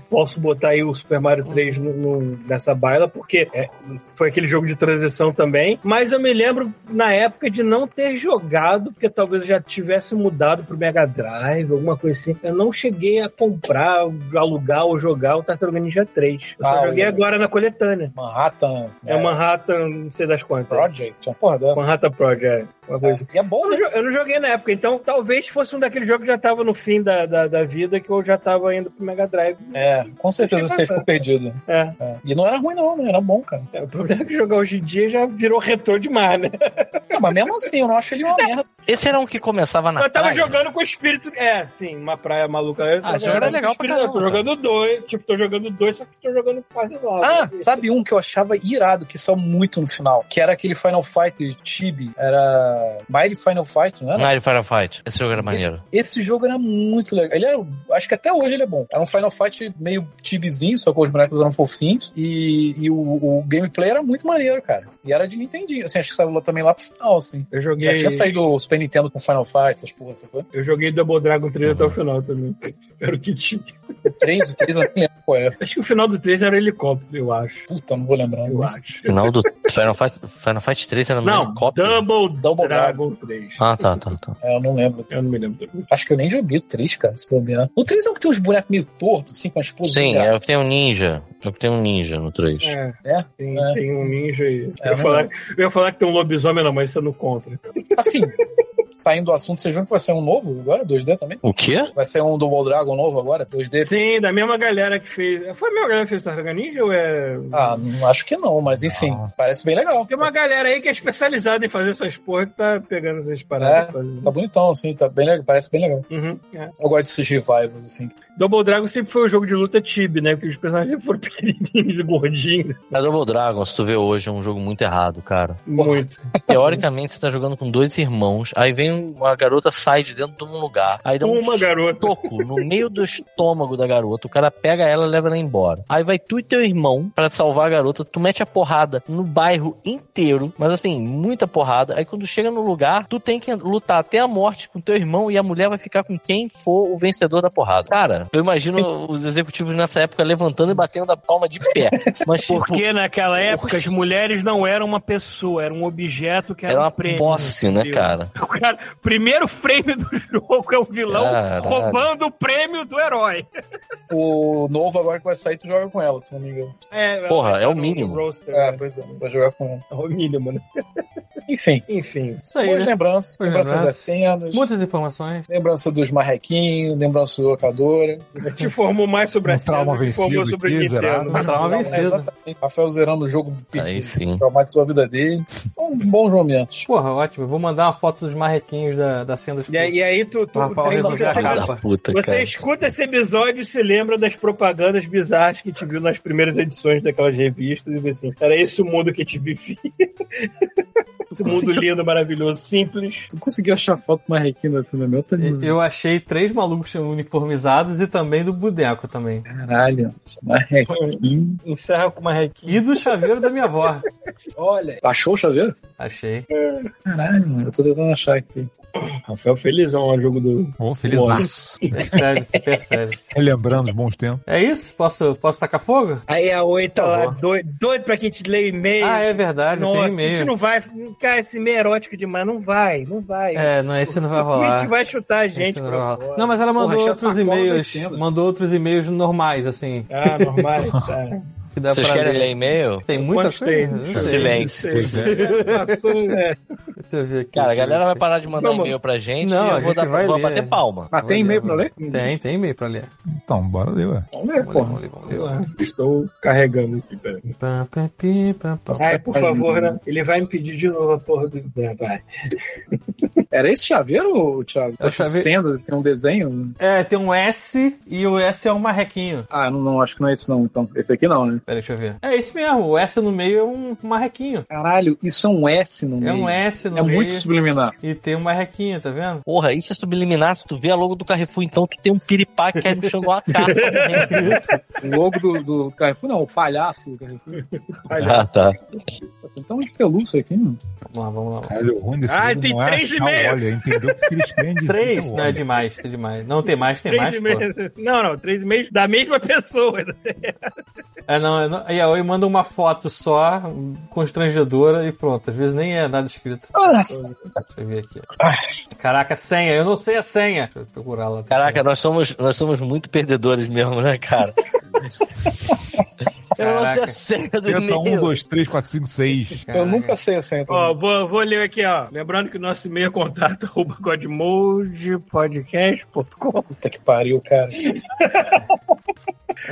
posso botar aí o Super Mario 3 no- no- nessa baila, porque é, foi aquele jogo de transição também. Mas eu me lembro, na época, de não ter jogado, porque talvez eu já tivesse mudado pro Mega Drive, alguma coisa assim. Eu não cheguei a comprar, alugar ou jogar o Tartaruga Ninja 3. Eu só
Ah,
joguei
o-
agora na coletânea.
Manhattan. é,
É, o Manhattan, não sei das quantas.
Project, uma porra dessa.
Manhattan Project, é. Uma coisa assim.
E é bom,
Eu não
né?
jo- Eu não joguei na época, então talvez fosse um daqueles jogos que já tava no fim da, da, da vida, que eu já tava indo pro Mega Drive.
É, com certeza você ficou perdido.
É.
É. E não era ruim, não, né? Era bom, cara.
É, o problema é que jogar hoje em dia já virou retorno demais, né?
É, mas mesmo assim, eu não acho ele uma merda.
Esse era um que começava na
eu tava
praia?
jogando com o espírito. É, sim, uma praia maluca. Eu tava
esse jogo era
jogando
legal
com o espírito,
pra
Eu tô
caramba,
jogando dois, tipo, tô jogando dois, só que tô jogando quase lá.
Ah, sabe um que eu achava irado, que saiu muito no final? Que era aquele Final Fight Chibi. Era. Mighty Final Fight, não era?
Mario Firefight. Esse jogo era maneiro.
Esse jogo era muito legal. Ele era, acho que até hoje ele é bom. Era um Final Fight meio tibizinho, só que os bonecos eram fofinhos. E, e o, o gameplay era muito maneiro, cara. E era de Nintendinho. Assim, acho que saiu lá também lá pro final, assim.
Eu
Já
joguei,
tinha saído o Super Nintendo com Final Fight, essas porra, sacou?
eu joguei Double Dragon 3 até o final também. Era o que tinha.
O 3, o 3 eu não lembro qual é.
Acho que o final do 3 era helicóptero, eu acho.
Puta, não vou lembrar.
Eu acho.
Final do Final Fight, Final Fight 3 era no
Não,
helicóptero?
Double,
Double
Dragon 3.
Ah, tá, tá, tá.
É, eu não lembro.
Eu não me lembro.
Acho que eu nem joguei o 3, cara, se bobear. O 3 é o que tem uns bonecos meio tortos, assim, com as poses.
Sim,
é.
é o que tem um ninja. É o que tem um ninja no 3.
É,
É?
tem,
É.
tem um ninja aí.
É,
eu, ia
não
falar, eu ia falar que tem um lobisomem, não, mas isso eu não né? contra.
Assim, saindo do assunto, vocês viram que vai ser um novo agora, 2D também?
O quê?
Vai ser um Double Dragon novo agora, 2D?
Sim, da mesma galera que fez. Foi a mesma galera que fez Tartaruga Ninja ou é.
Ah, não acho que não, mas enfim, parece bem legal.
Tem uma galera aí que é especializada em fazer essas porra que tá pegando essas paradas.
É,
e fazendo.
Tá bonitão, assim, tá bem legal, parece bem legal.
Uhum, é.
Eu gosto desses revivals, assim.
Double Dragon sempre foi um jogo de luta tibi, né? Porque os personagens foram <laughs> pequenininhos, gordinhos.
A É Double Dragon, se tu vê hoje, é um jogo muito errado, cara.
Muito.
Teoricamente, você tá jogando com dois irmãos, aí vem uma garota, sai de dentro de um lugar, aí dá um
Uma garota.
toco no meio do estômago da garota, o cara pega ela e leva ela embora. Aí vai tu e teu irmão pra salvar a garota, tu mete a porrada no bairro inteiro, mas assim, muita porrada. Aí quando chega no lugar, tu tem que lutar até a morte com teu irmão e a mulher vai ficar com quem for o vencedor da porrada. Cara, eu imagino os executivos nessa época levantando e batendo a palma de pé. Mas tipo,
Porque naquela época as
Oxi.
mulheres não eram uma pessoa, era um objeto que era,
era
um
uma
prêmio.
posse, né,
entendeu?
cara?
O cara, primeiro frame do jogo é o vilão
Caralho.
roubando o prêmio do herói.
O novo agora que vai sair, tu joga com ela, se não me engano.
É,
Porra, é o
no- no
mínimo.
roster,
É,
né?
pois é, você vai jogar com ela.
É o mínimo, né?
Enfim,
Enfim.
Isso aí,
boas
né?
lembranças,
Boas
lembranças das
lembranças.
cenas,
Muitas informações.
lembrança dos marrequinhos, lembrança do locadora.
Te informou mais sobre a
Um
cena,
trauma
te informou
vencido
sobre o
aqui, zerado.
Nintendo.
Uma trauma
Não, é
vencida.
exatamente. Rafael zerando o jogo,
Aí sim.
traumatizou a vida dele. Então, São bons momentos.
Porra, ótimo. Vou mandar uma foto dos marrequinhos da, da cena dos
E aí, e aí tu, tu,
Rafael
tu-
resolveu
você-
a capa.
Da puta,
Você
cara.
escuta esse episódio e se lembra das propagandas bizarras que te viu nas primeiras edições daquelas revistas e vê assim, era esse o mundo que te vivia. <laughs> esse mundo lindo, maravilhoso, simples.
Tu conseguiu achar foto do marrequinho da cena meu? Tá
E- Eu achei três malucos uniformizados e também do Budeco também.
Caralho, marrequinho.
Encerra com uma requinha.
E do chaveiro da minha avó.
Olha,
É. Achou o chaveiro?
Achei.
Caralho, mano, Hum, eu tô tentando achar aqui.
Rafael Felizão lá, jogo do.
Ô, felizaço.
Percebe, se percebe. -se.
Relembrando os bons tempos.
É isso? Posso, posso tacar fogo?
Aí a Oi tá lá,
favor.
doido, doido pra quem te lê e-mail.
Ah, é verdade, tem
Nossa, a gente
e-mail.
não vai. Cara, esse e-mail é erótico demais. Não vai, não vai.
É, não, esse não vai
A
rolar.
gente vai chutar a gente.
Esse não,
pra
vai rolar.
fora.
Não, mas ela mandou
Porra, achei a
outros
sacola
e-mails.
descendo.
Mandou outros e-mails normais, assim.
Ah,
<laughs>
normal. Tá.
Que dá
Vocês
pra
querem
ler.
ler e-mail?
Tem muita
Quantos
coisa. né? É.
tem?
Não sei.
Silêncio.
Pois é.
Passou, né?
Deixa eu ver aqui.
Cara, a
deixa eu
galera
ver
vai
aqui.
parar de mandar
Vamos.
e-mail pra gente
Não,
e
a
eu vou,
gente
dar,
vai
vou
ler.
bater palma.
Ah, tem e-mail pra ler?
Tem, tem e-mail pra ler.
<laughs> Então, bora ler, ué.
Vamos ler,
Vamos ler,
porra.
vamos ler, vamos ler, vamos ler.
Estou carregando aqui, peraí.
Pá, pá, pi, pá, pá.
Ai, por favor, né? Ele vai me pedir de novo a porra do. né, Vai, vai.
Era esse chaveiro, Thiago?
É o
Tá
chaveiro.
sendo, tem um desenho?
É, tem um S e o S é um marrequinho.
Ah, não, não, acho que não é esse não, então. Esse aqui não, né?
Pera, deixa eu ver. É esse mesmo, o S no meio é um marrequinho.
Caralho, isso é um S no meio.
É um S no
É
meio
muito subliminar.
e tem um marrequinho, tá vendo?
Porra, isso é subliminar. Se tu vê a logo do Carrefour, então tu tem um piripá que cai no chão
<laughs>
igual né? uma carta. morrendo.
O logo do, do Carrefour, não, o palhaço do Carrefour.
ah, tá.
Tem tão de pelúcia aqui, mano.
Vamos lá, vamos lá. vamos lá.
Caralho, o ruim desse
Ah,
jogo
tem
não é
três
achar,
e-mails.
Olha, entendeu o que eles querem dizer.
Três?
olha.
né?
Não, é demais, tem demais. Não, tem mais, tem
Três
mais.
e
Pô.
meio. Não, não, três e meio da mesma pessoa.
É, não, é, não. A Yaoi manda uma foto só, constrangedora e pronto. Às vezes nem é nada escrito. Deixa eu ver aqui. Caraca, senha, eu não sei a senha. Deixa eu procurar lá.
Caraca, nós somos, nós somos muito perdedores mesmo, né, cara? Eu não sei
Caraca.
a senha do
Tenta um,
e-mail.
dois, três, quatro, cinco, seis.
Eu nunca sei a senha.
Ó, vou, vou ler aqui, ó. Lembrando que o nosso e-mail é contato <laughs> arroba godmoldepodcast.com.
Puta que pariu, cara.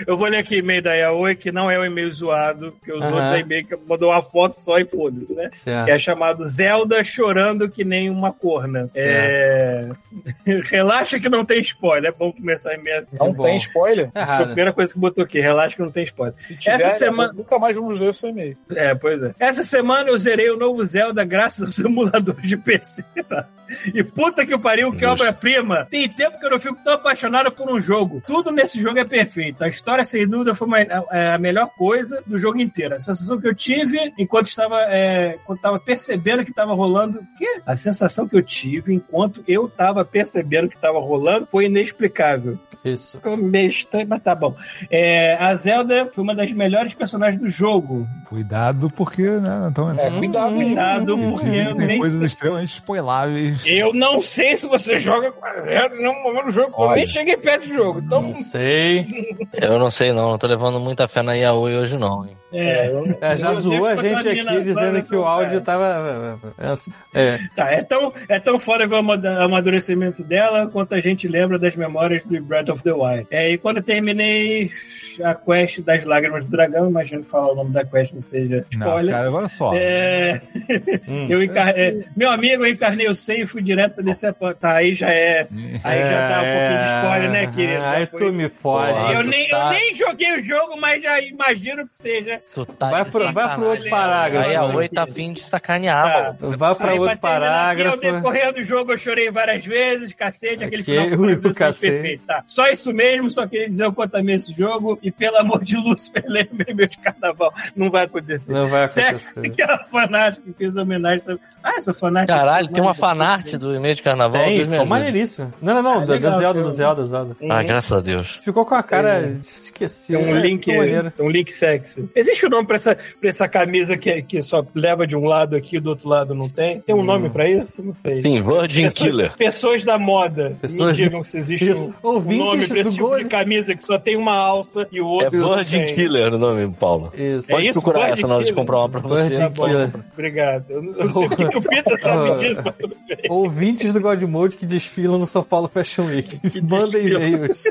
Eu vou ler aqui o e-mail da Yaoi, que não é o e-mail zoado, porque os
Aham. Ah.
outros é e-mail que mandou uma foto só e foda-se, né?
Certo.
Que é chamado Zelda chorando que nem uma corna. É... <laughs> Relaxa que não tem spoiler. É bom começar em meio assim.
Não
bom.
tem spoiler?
Foi a
Tá errado.
primeira coisa que botou aqui. Relaxa que não tem spoiler.
Se tiver,
Essa semana-
Nunca mais vamos ler o seu e-mail.
<laughs> É, pois é. Essa semana eu zerei o novo Zelda graças aos emuladores de PC, tá? E puta que o pariu, que
Justo.
obra-prima. Tem tempo que eu não fico tão apaixonado por um jogo. Tudo nesse jogo é perfeito. A história, sem dúvida, foi uma- é a melhor coisa do jogo inteiro. A sensação que eu tive enquanto estava é, quando estava percebendo que estava rolando. O quê? A sensação que eu tive enquanto eu estava percebendo que estava rolando foi inexplicável.
Isso.
Ficou meio estranho, mas tá bom. É, a Zelda foi uma das melhores personagens do jogo.
Cuidado, porque, né? Então,
É, cuidado aí.
Cuidado, porque eu
tem
nem
coisas extremamente spoiláveis.
Eu não sei se você joga com a zero, não momento do jogo, porque eu nem
Olha.
cheguei perto do jogo. Então,
Não sei.
Eu não sei não, não tô levando muita fé na Yaoi hoje não, hein?
é,
É, já
Meu
zoou
Deus,
a
pra
gente
tua
aqui
mina,
dizendo
para
que o
tua
áudio
cara.
tava. É,
tá, é tão, é tão fora do amada- amadurecimento dela quanto a gente lembra das memórias do Breath of the Wild. É, e quando eu terminei a quest das lágrimas do dragão, imagino que falar o nome da quest não seja
Não,
spoiler.
cara, olha só.
É,
hum.
eu encar... é, meu amigo, eu encarnei o seio e fui direto pra descer a porta. Tá, aí já é. Aí já dá um pouquinho de spoiler, né, querido?
É, Aí
Já foi-
tu me fode.
eu,
tu
nem,
tá-
eu nem joguei o jogo, mas já imagino que seja.
Tu tá
Vai
de
pro- vai pro
sacanagem.
outro parágrafo,
A Yaoi
né?
tá afim de sacanear,
Tá.
maluco.
Vá pra
Aí,
outro
pra terminar aqui,
parágrafo.
Ao decorrer do jogo eu chorei várias vezes, cacete, aquele
Ok,
final
ui,
maravilhoso,
pro cacete.
Tá. Só isso mesmo, só queria dizer o quanto amei esse jogo e pelo amor de Lúcifer, lembrei <laughs> meu de carnaval. Não vai acontecer.
Não vai
Certo,
acontecer.
<laughs> que é uma fanática que fez homenagem. Ah, essa fanática.
Caralho, tem uma fanart do e-mail de carnaval.
né? Tem,
Deus me
ficou
livre.
maneiríssimo. Não, não, não,
É
da- da
legal,
Zelda,
tem
do
um-
Zelda, do Zelda.
Uhum.
Ah, graças a Deus.
Ficou com a cara. Esqueci.
Tem um
né?
link,
Ficou maneiro.
tem um link sexy. Existe um nome pra essa, pra essa camisa que, que só leva de um lado aqui e do outro lado não tem? Tem um nome pra isso? Não sei.
Sim, Virgin
Pessoas-
Killer.
Pessoas da moda.
Pessoas-
Me digam se existe
Isso.
um, um
Ouvintes
nome pra
do
esse tipo
Gold.
de camisa que só tem uma alça e o
É
outro. não
Virgin
tem.
Killer é o nome, Paulo.
Isso.
É
Pode
isso,
procurar
Virgin
essa na hora de
Killer.
comprar uma pra você.
Tá
Virgin
bom.
Killer.
Obrigado. Eu não eu não sei por que que o Peter sabe disso, mas tudo bem.
Ouvintes do God Mode que desfilam no São Paulo Fashion
<laughs>
Week. Mandem
desfilam.
e-mails.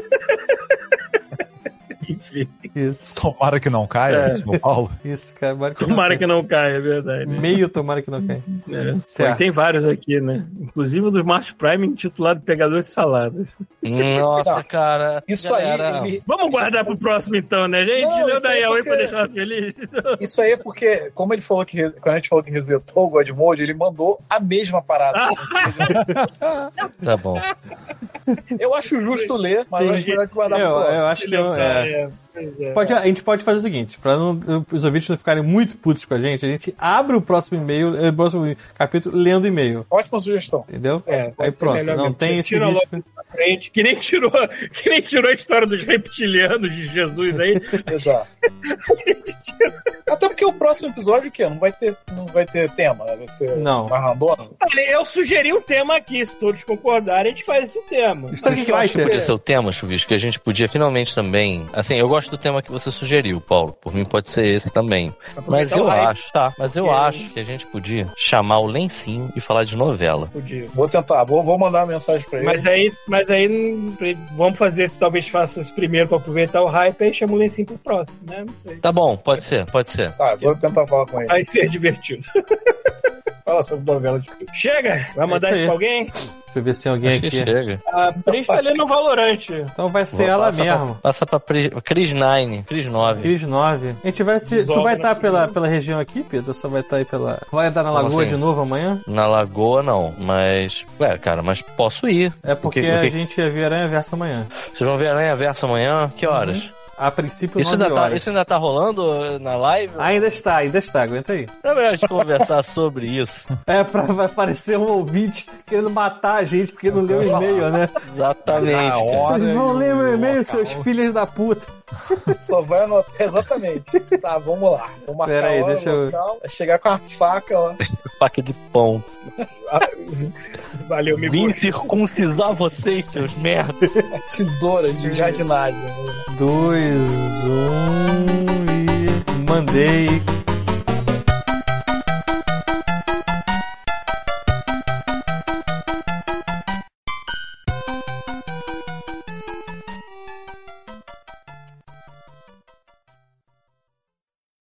Enfim.
Isso,
Tomara que não caia,
É.
São Paulo.
isso, cara. Tomara que não
Tomara
caia.
que não caia, é verdade.
Meio tomara que não caia.
É. Pô,
Certo.
tem vários aqui, né? Inclusive o do Márcio Prime intitulado Pegador de Saladas.
Nossa, cara.
Isso
Galera,
aí, ele-
Vamos guardar pro próximo então, né, gente?
Não,
Leu
isso
daí
aí
a oi
porque-
pra deixar ela feliz.
Isso aí é porque, como ele falou que, quando a gente falou que resetou o God Mode, ele mandou a mesma
Ah,
parada.
Tá bom.
Eu acho justo ler, mas
Sim.
eu acho melhor que guardar
Eu,
pro próximo.
eu acho que. eu- é.
É, pois é.
Pode, a gente pode fazer o seguinte, pra não- os ouvintes não ficarem muito putos com a gente, a gente abre o próximo e-mail, eh, o próximo capítulo lendo e-mail,
Ótima sugestão.
entendeu?
É, pode
Aí
ser
pronto,
melhor
não
mesmo.
tem esse
Tira logo
risco.
frente, que nem tirou, <laughs> que nem tirou a história dos reptilianos de Jesus aí. <laughs>
Exato. Até porque o próximo episódio, o quê? Não vai ter, não vai ter tema, né? Vai ser
Não.
uma randona.
Olha, eu sugeri um tema aqui, se todos concordarem, a gente faz esse tema.
Sabe o que eu acho que
Fighter.
podia ser o tema, Chuvisco? Que a gente podia finalmente também. Assim, eu gosto do tema que você sugeriu, Paulo. Por mim pode ser esse também. Mas
aproveitar o
eu
hype.
acho, tá? Mas eu
Porque-
acho que a gente podia chamar o lencinho e falar de novela.
Podia.
Vou tentar, vou, vou mandar uma mensagem pra ele.
Mas aí, mas aí hum, vamos fazer, esse- talvez faça esse primeiro pra aproveitar o hype, aí chama o lencinho pro próximo, né? Não sei.
Tá bom, pode ser, pode ser.
Tá, vou tentar falar com ele.
Vai ser divertido. <laughs> Fala sobre novela de Chega!
É
Vai mandar
isso
isso
aí.
pra alguém?
Deixa eu ver se tem alguém
Acho que é?
aqui.
chega.
A Pris tá lendo um Valorante.
Então vai
Vou
ser ela
passar pra-
mesmo.
Passa pra Pri- Cris 9, Cris 9.
Cris 9. A gente vai se. Tu
Dobra
vai estar
na
pela,
primeira.
pela região aqui, Pedro? Ou Só vai estar aí pela. Vai dar na
Como
lagoa
assim?
de novo amanhã?
Na Lagoa, não. Mas, ué, cara, mas posso ir.
É porque
O que- o
a
que-
gente ia ver Aranha Versa amanhã.
Vocês vão ver Aranha Verso amanhã?
Uhum.
Que horas?
A princípio,
Isso,
9
ainda tá,
horas.
isso ainda tá rolando na live?
Ainda está, ainda está, aguenta aí.
Não é melhor a gente conversar sobre isso.
É, pra, <laughs> vai aparecer um ouvinte querendo matar a gente porque não leu o e-mail, né?
Exatamente.
<laughs> Na
cara.
hora
Vocês não
e o-
lêem o e-mail,
local.
seus filhos da puta.
Só vai anotar. <laughs> Exatamente. Tá, vamos lá. Vou marcar
Pera aí,
a hora,
deixa eu-
local, É chegar com a faca lá.
Faca de pão.
Valeu, me
Vim circuncisar vocês, seus merda.
Tesoura de jardinagem.
Dois, um e. Mandei.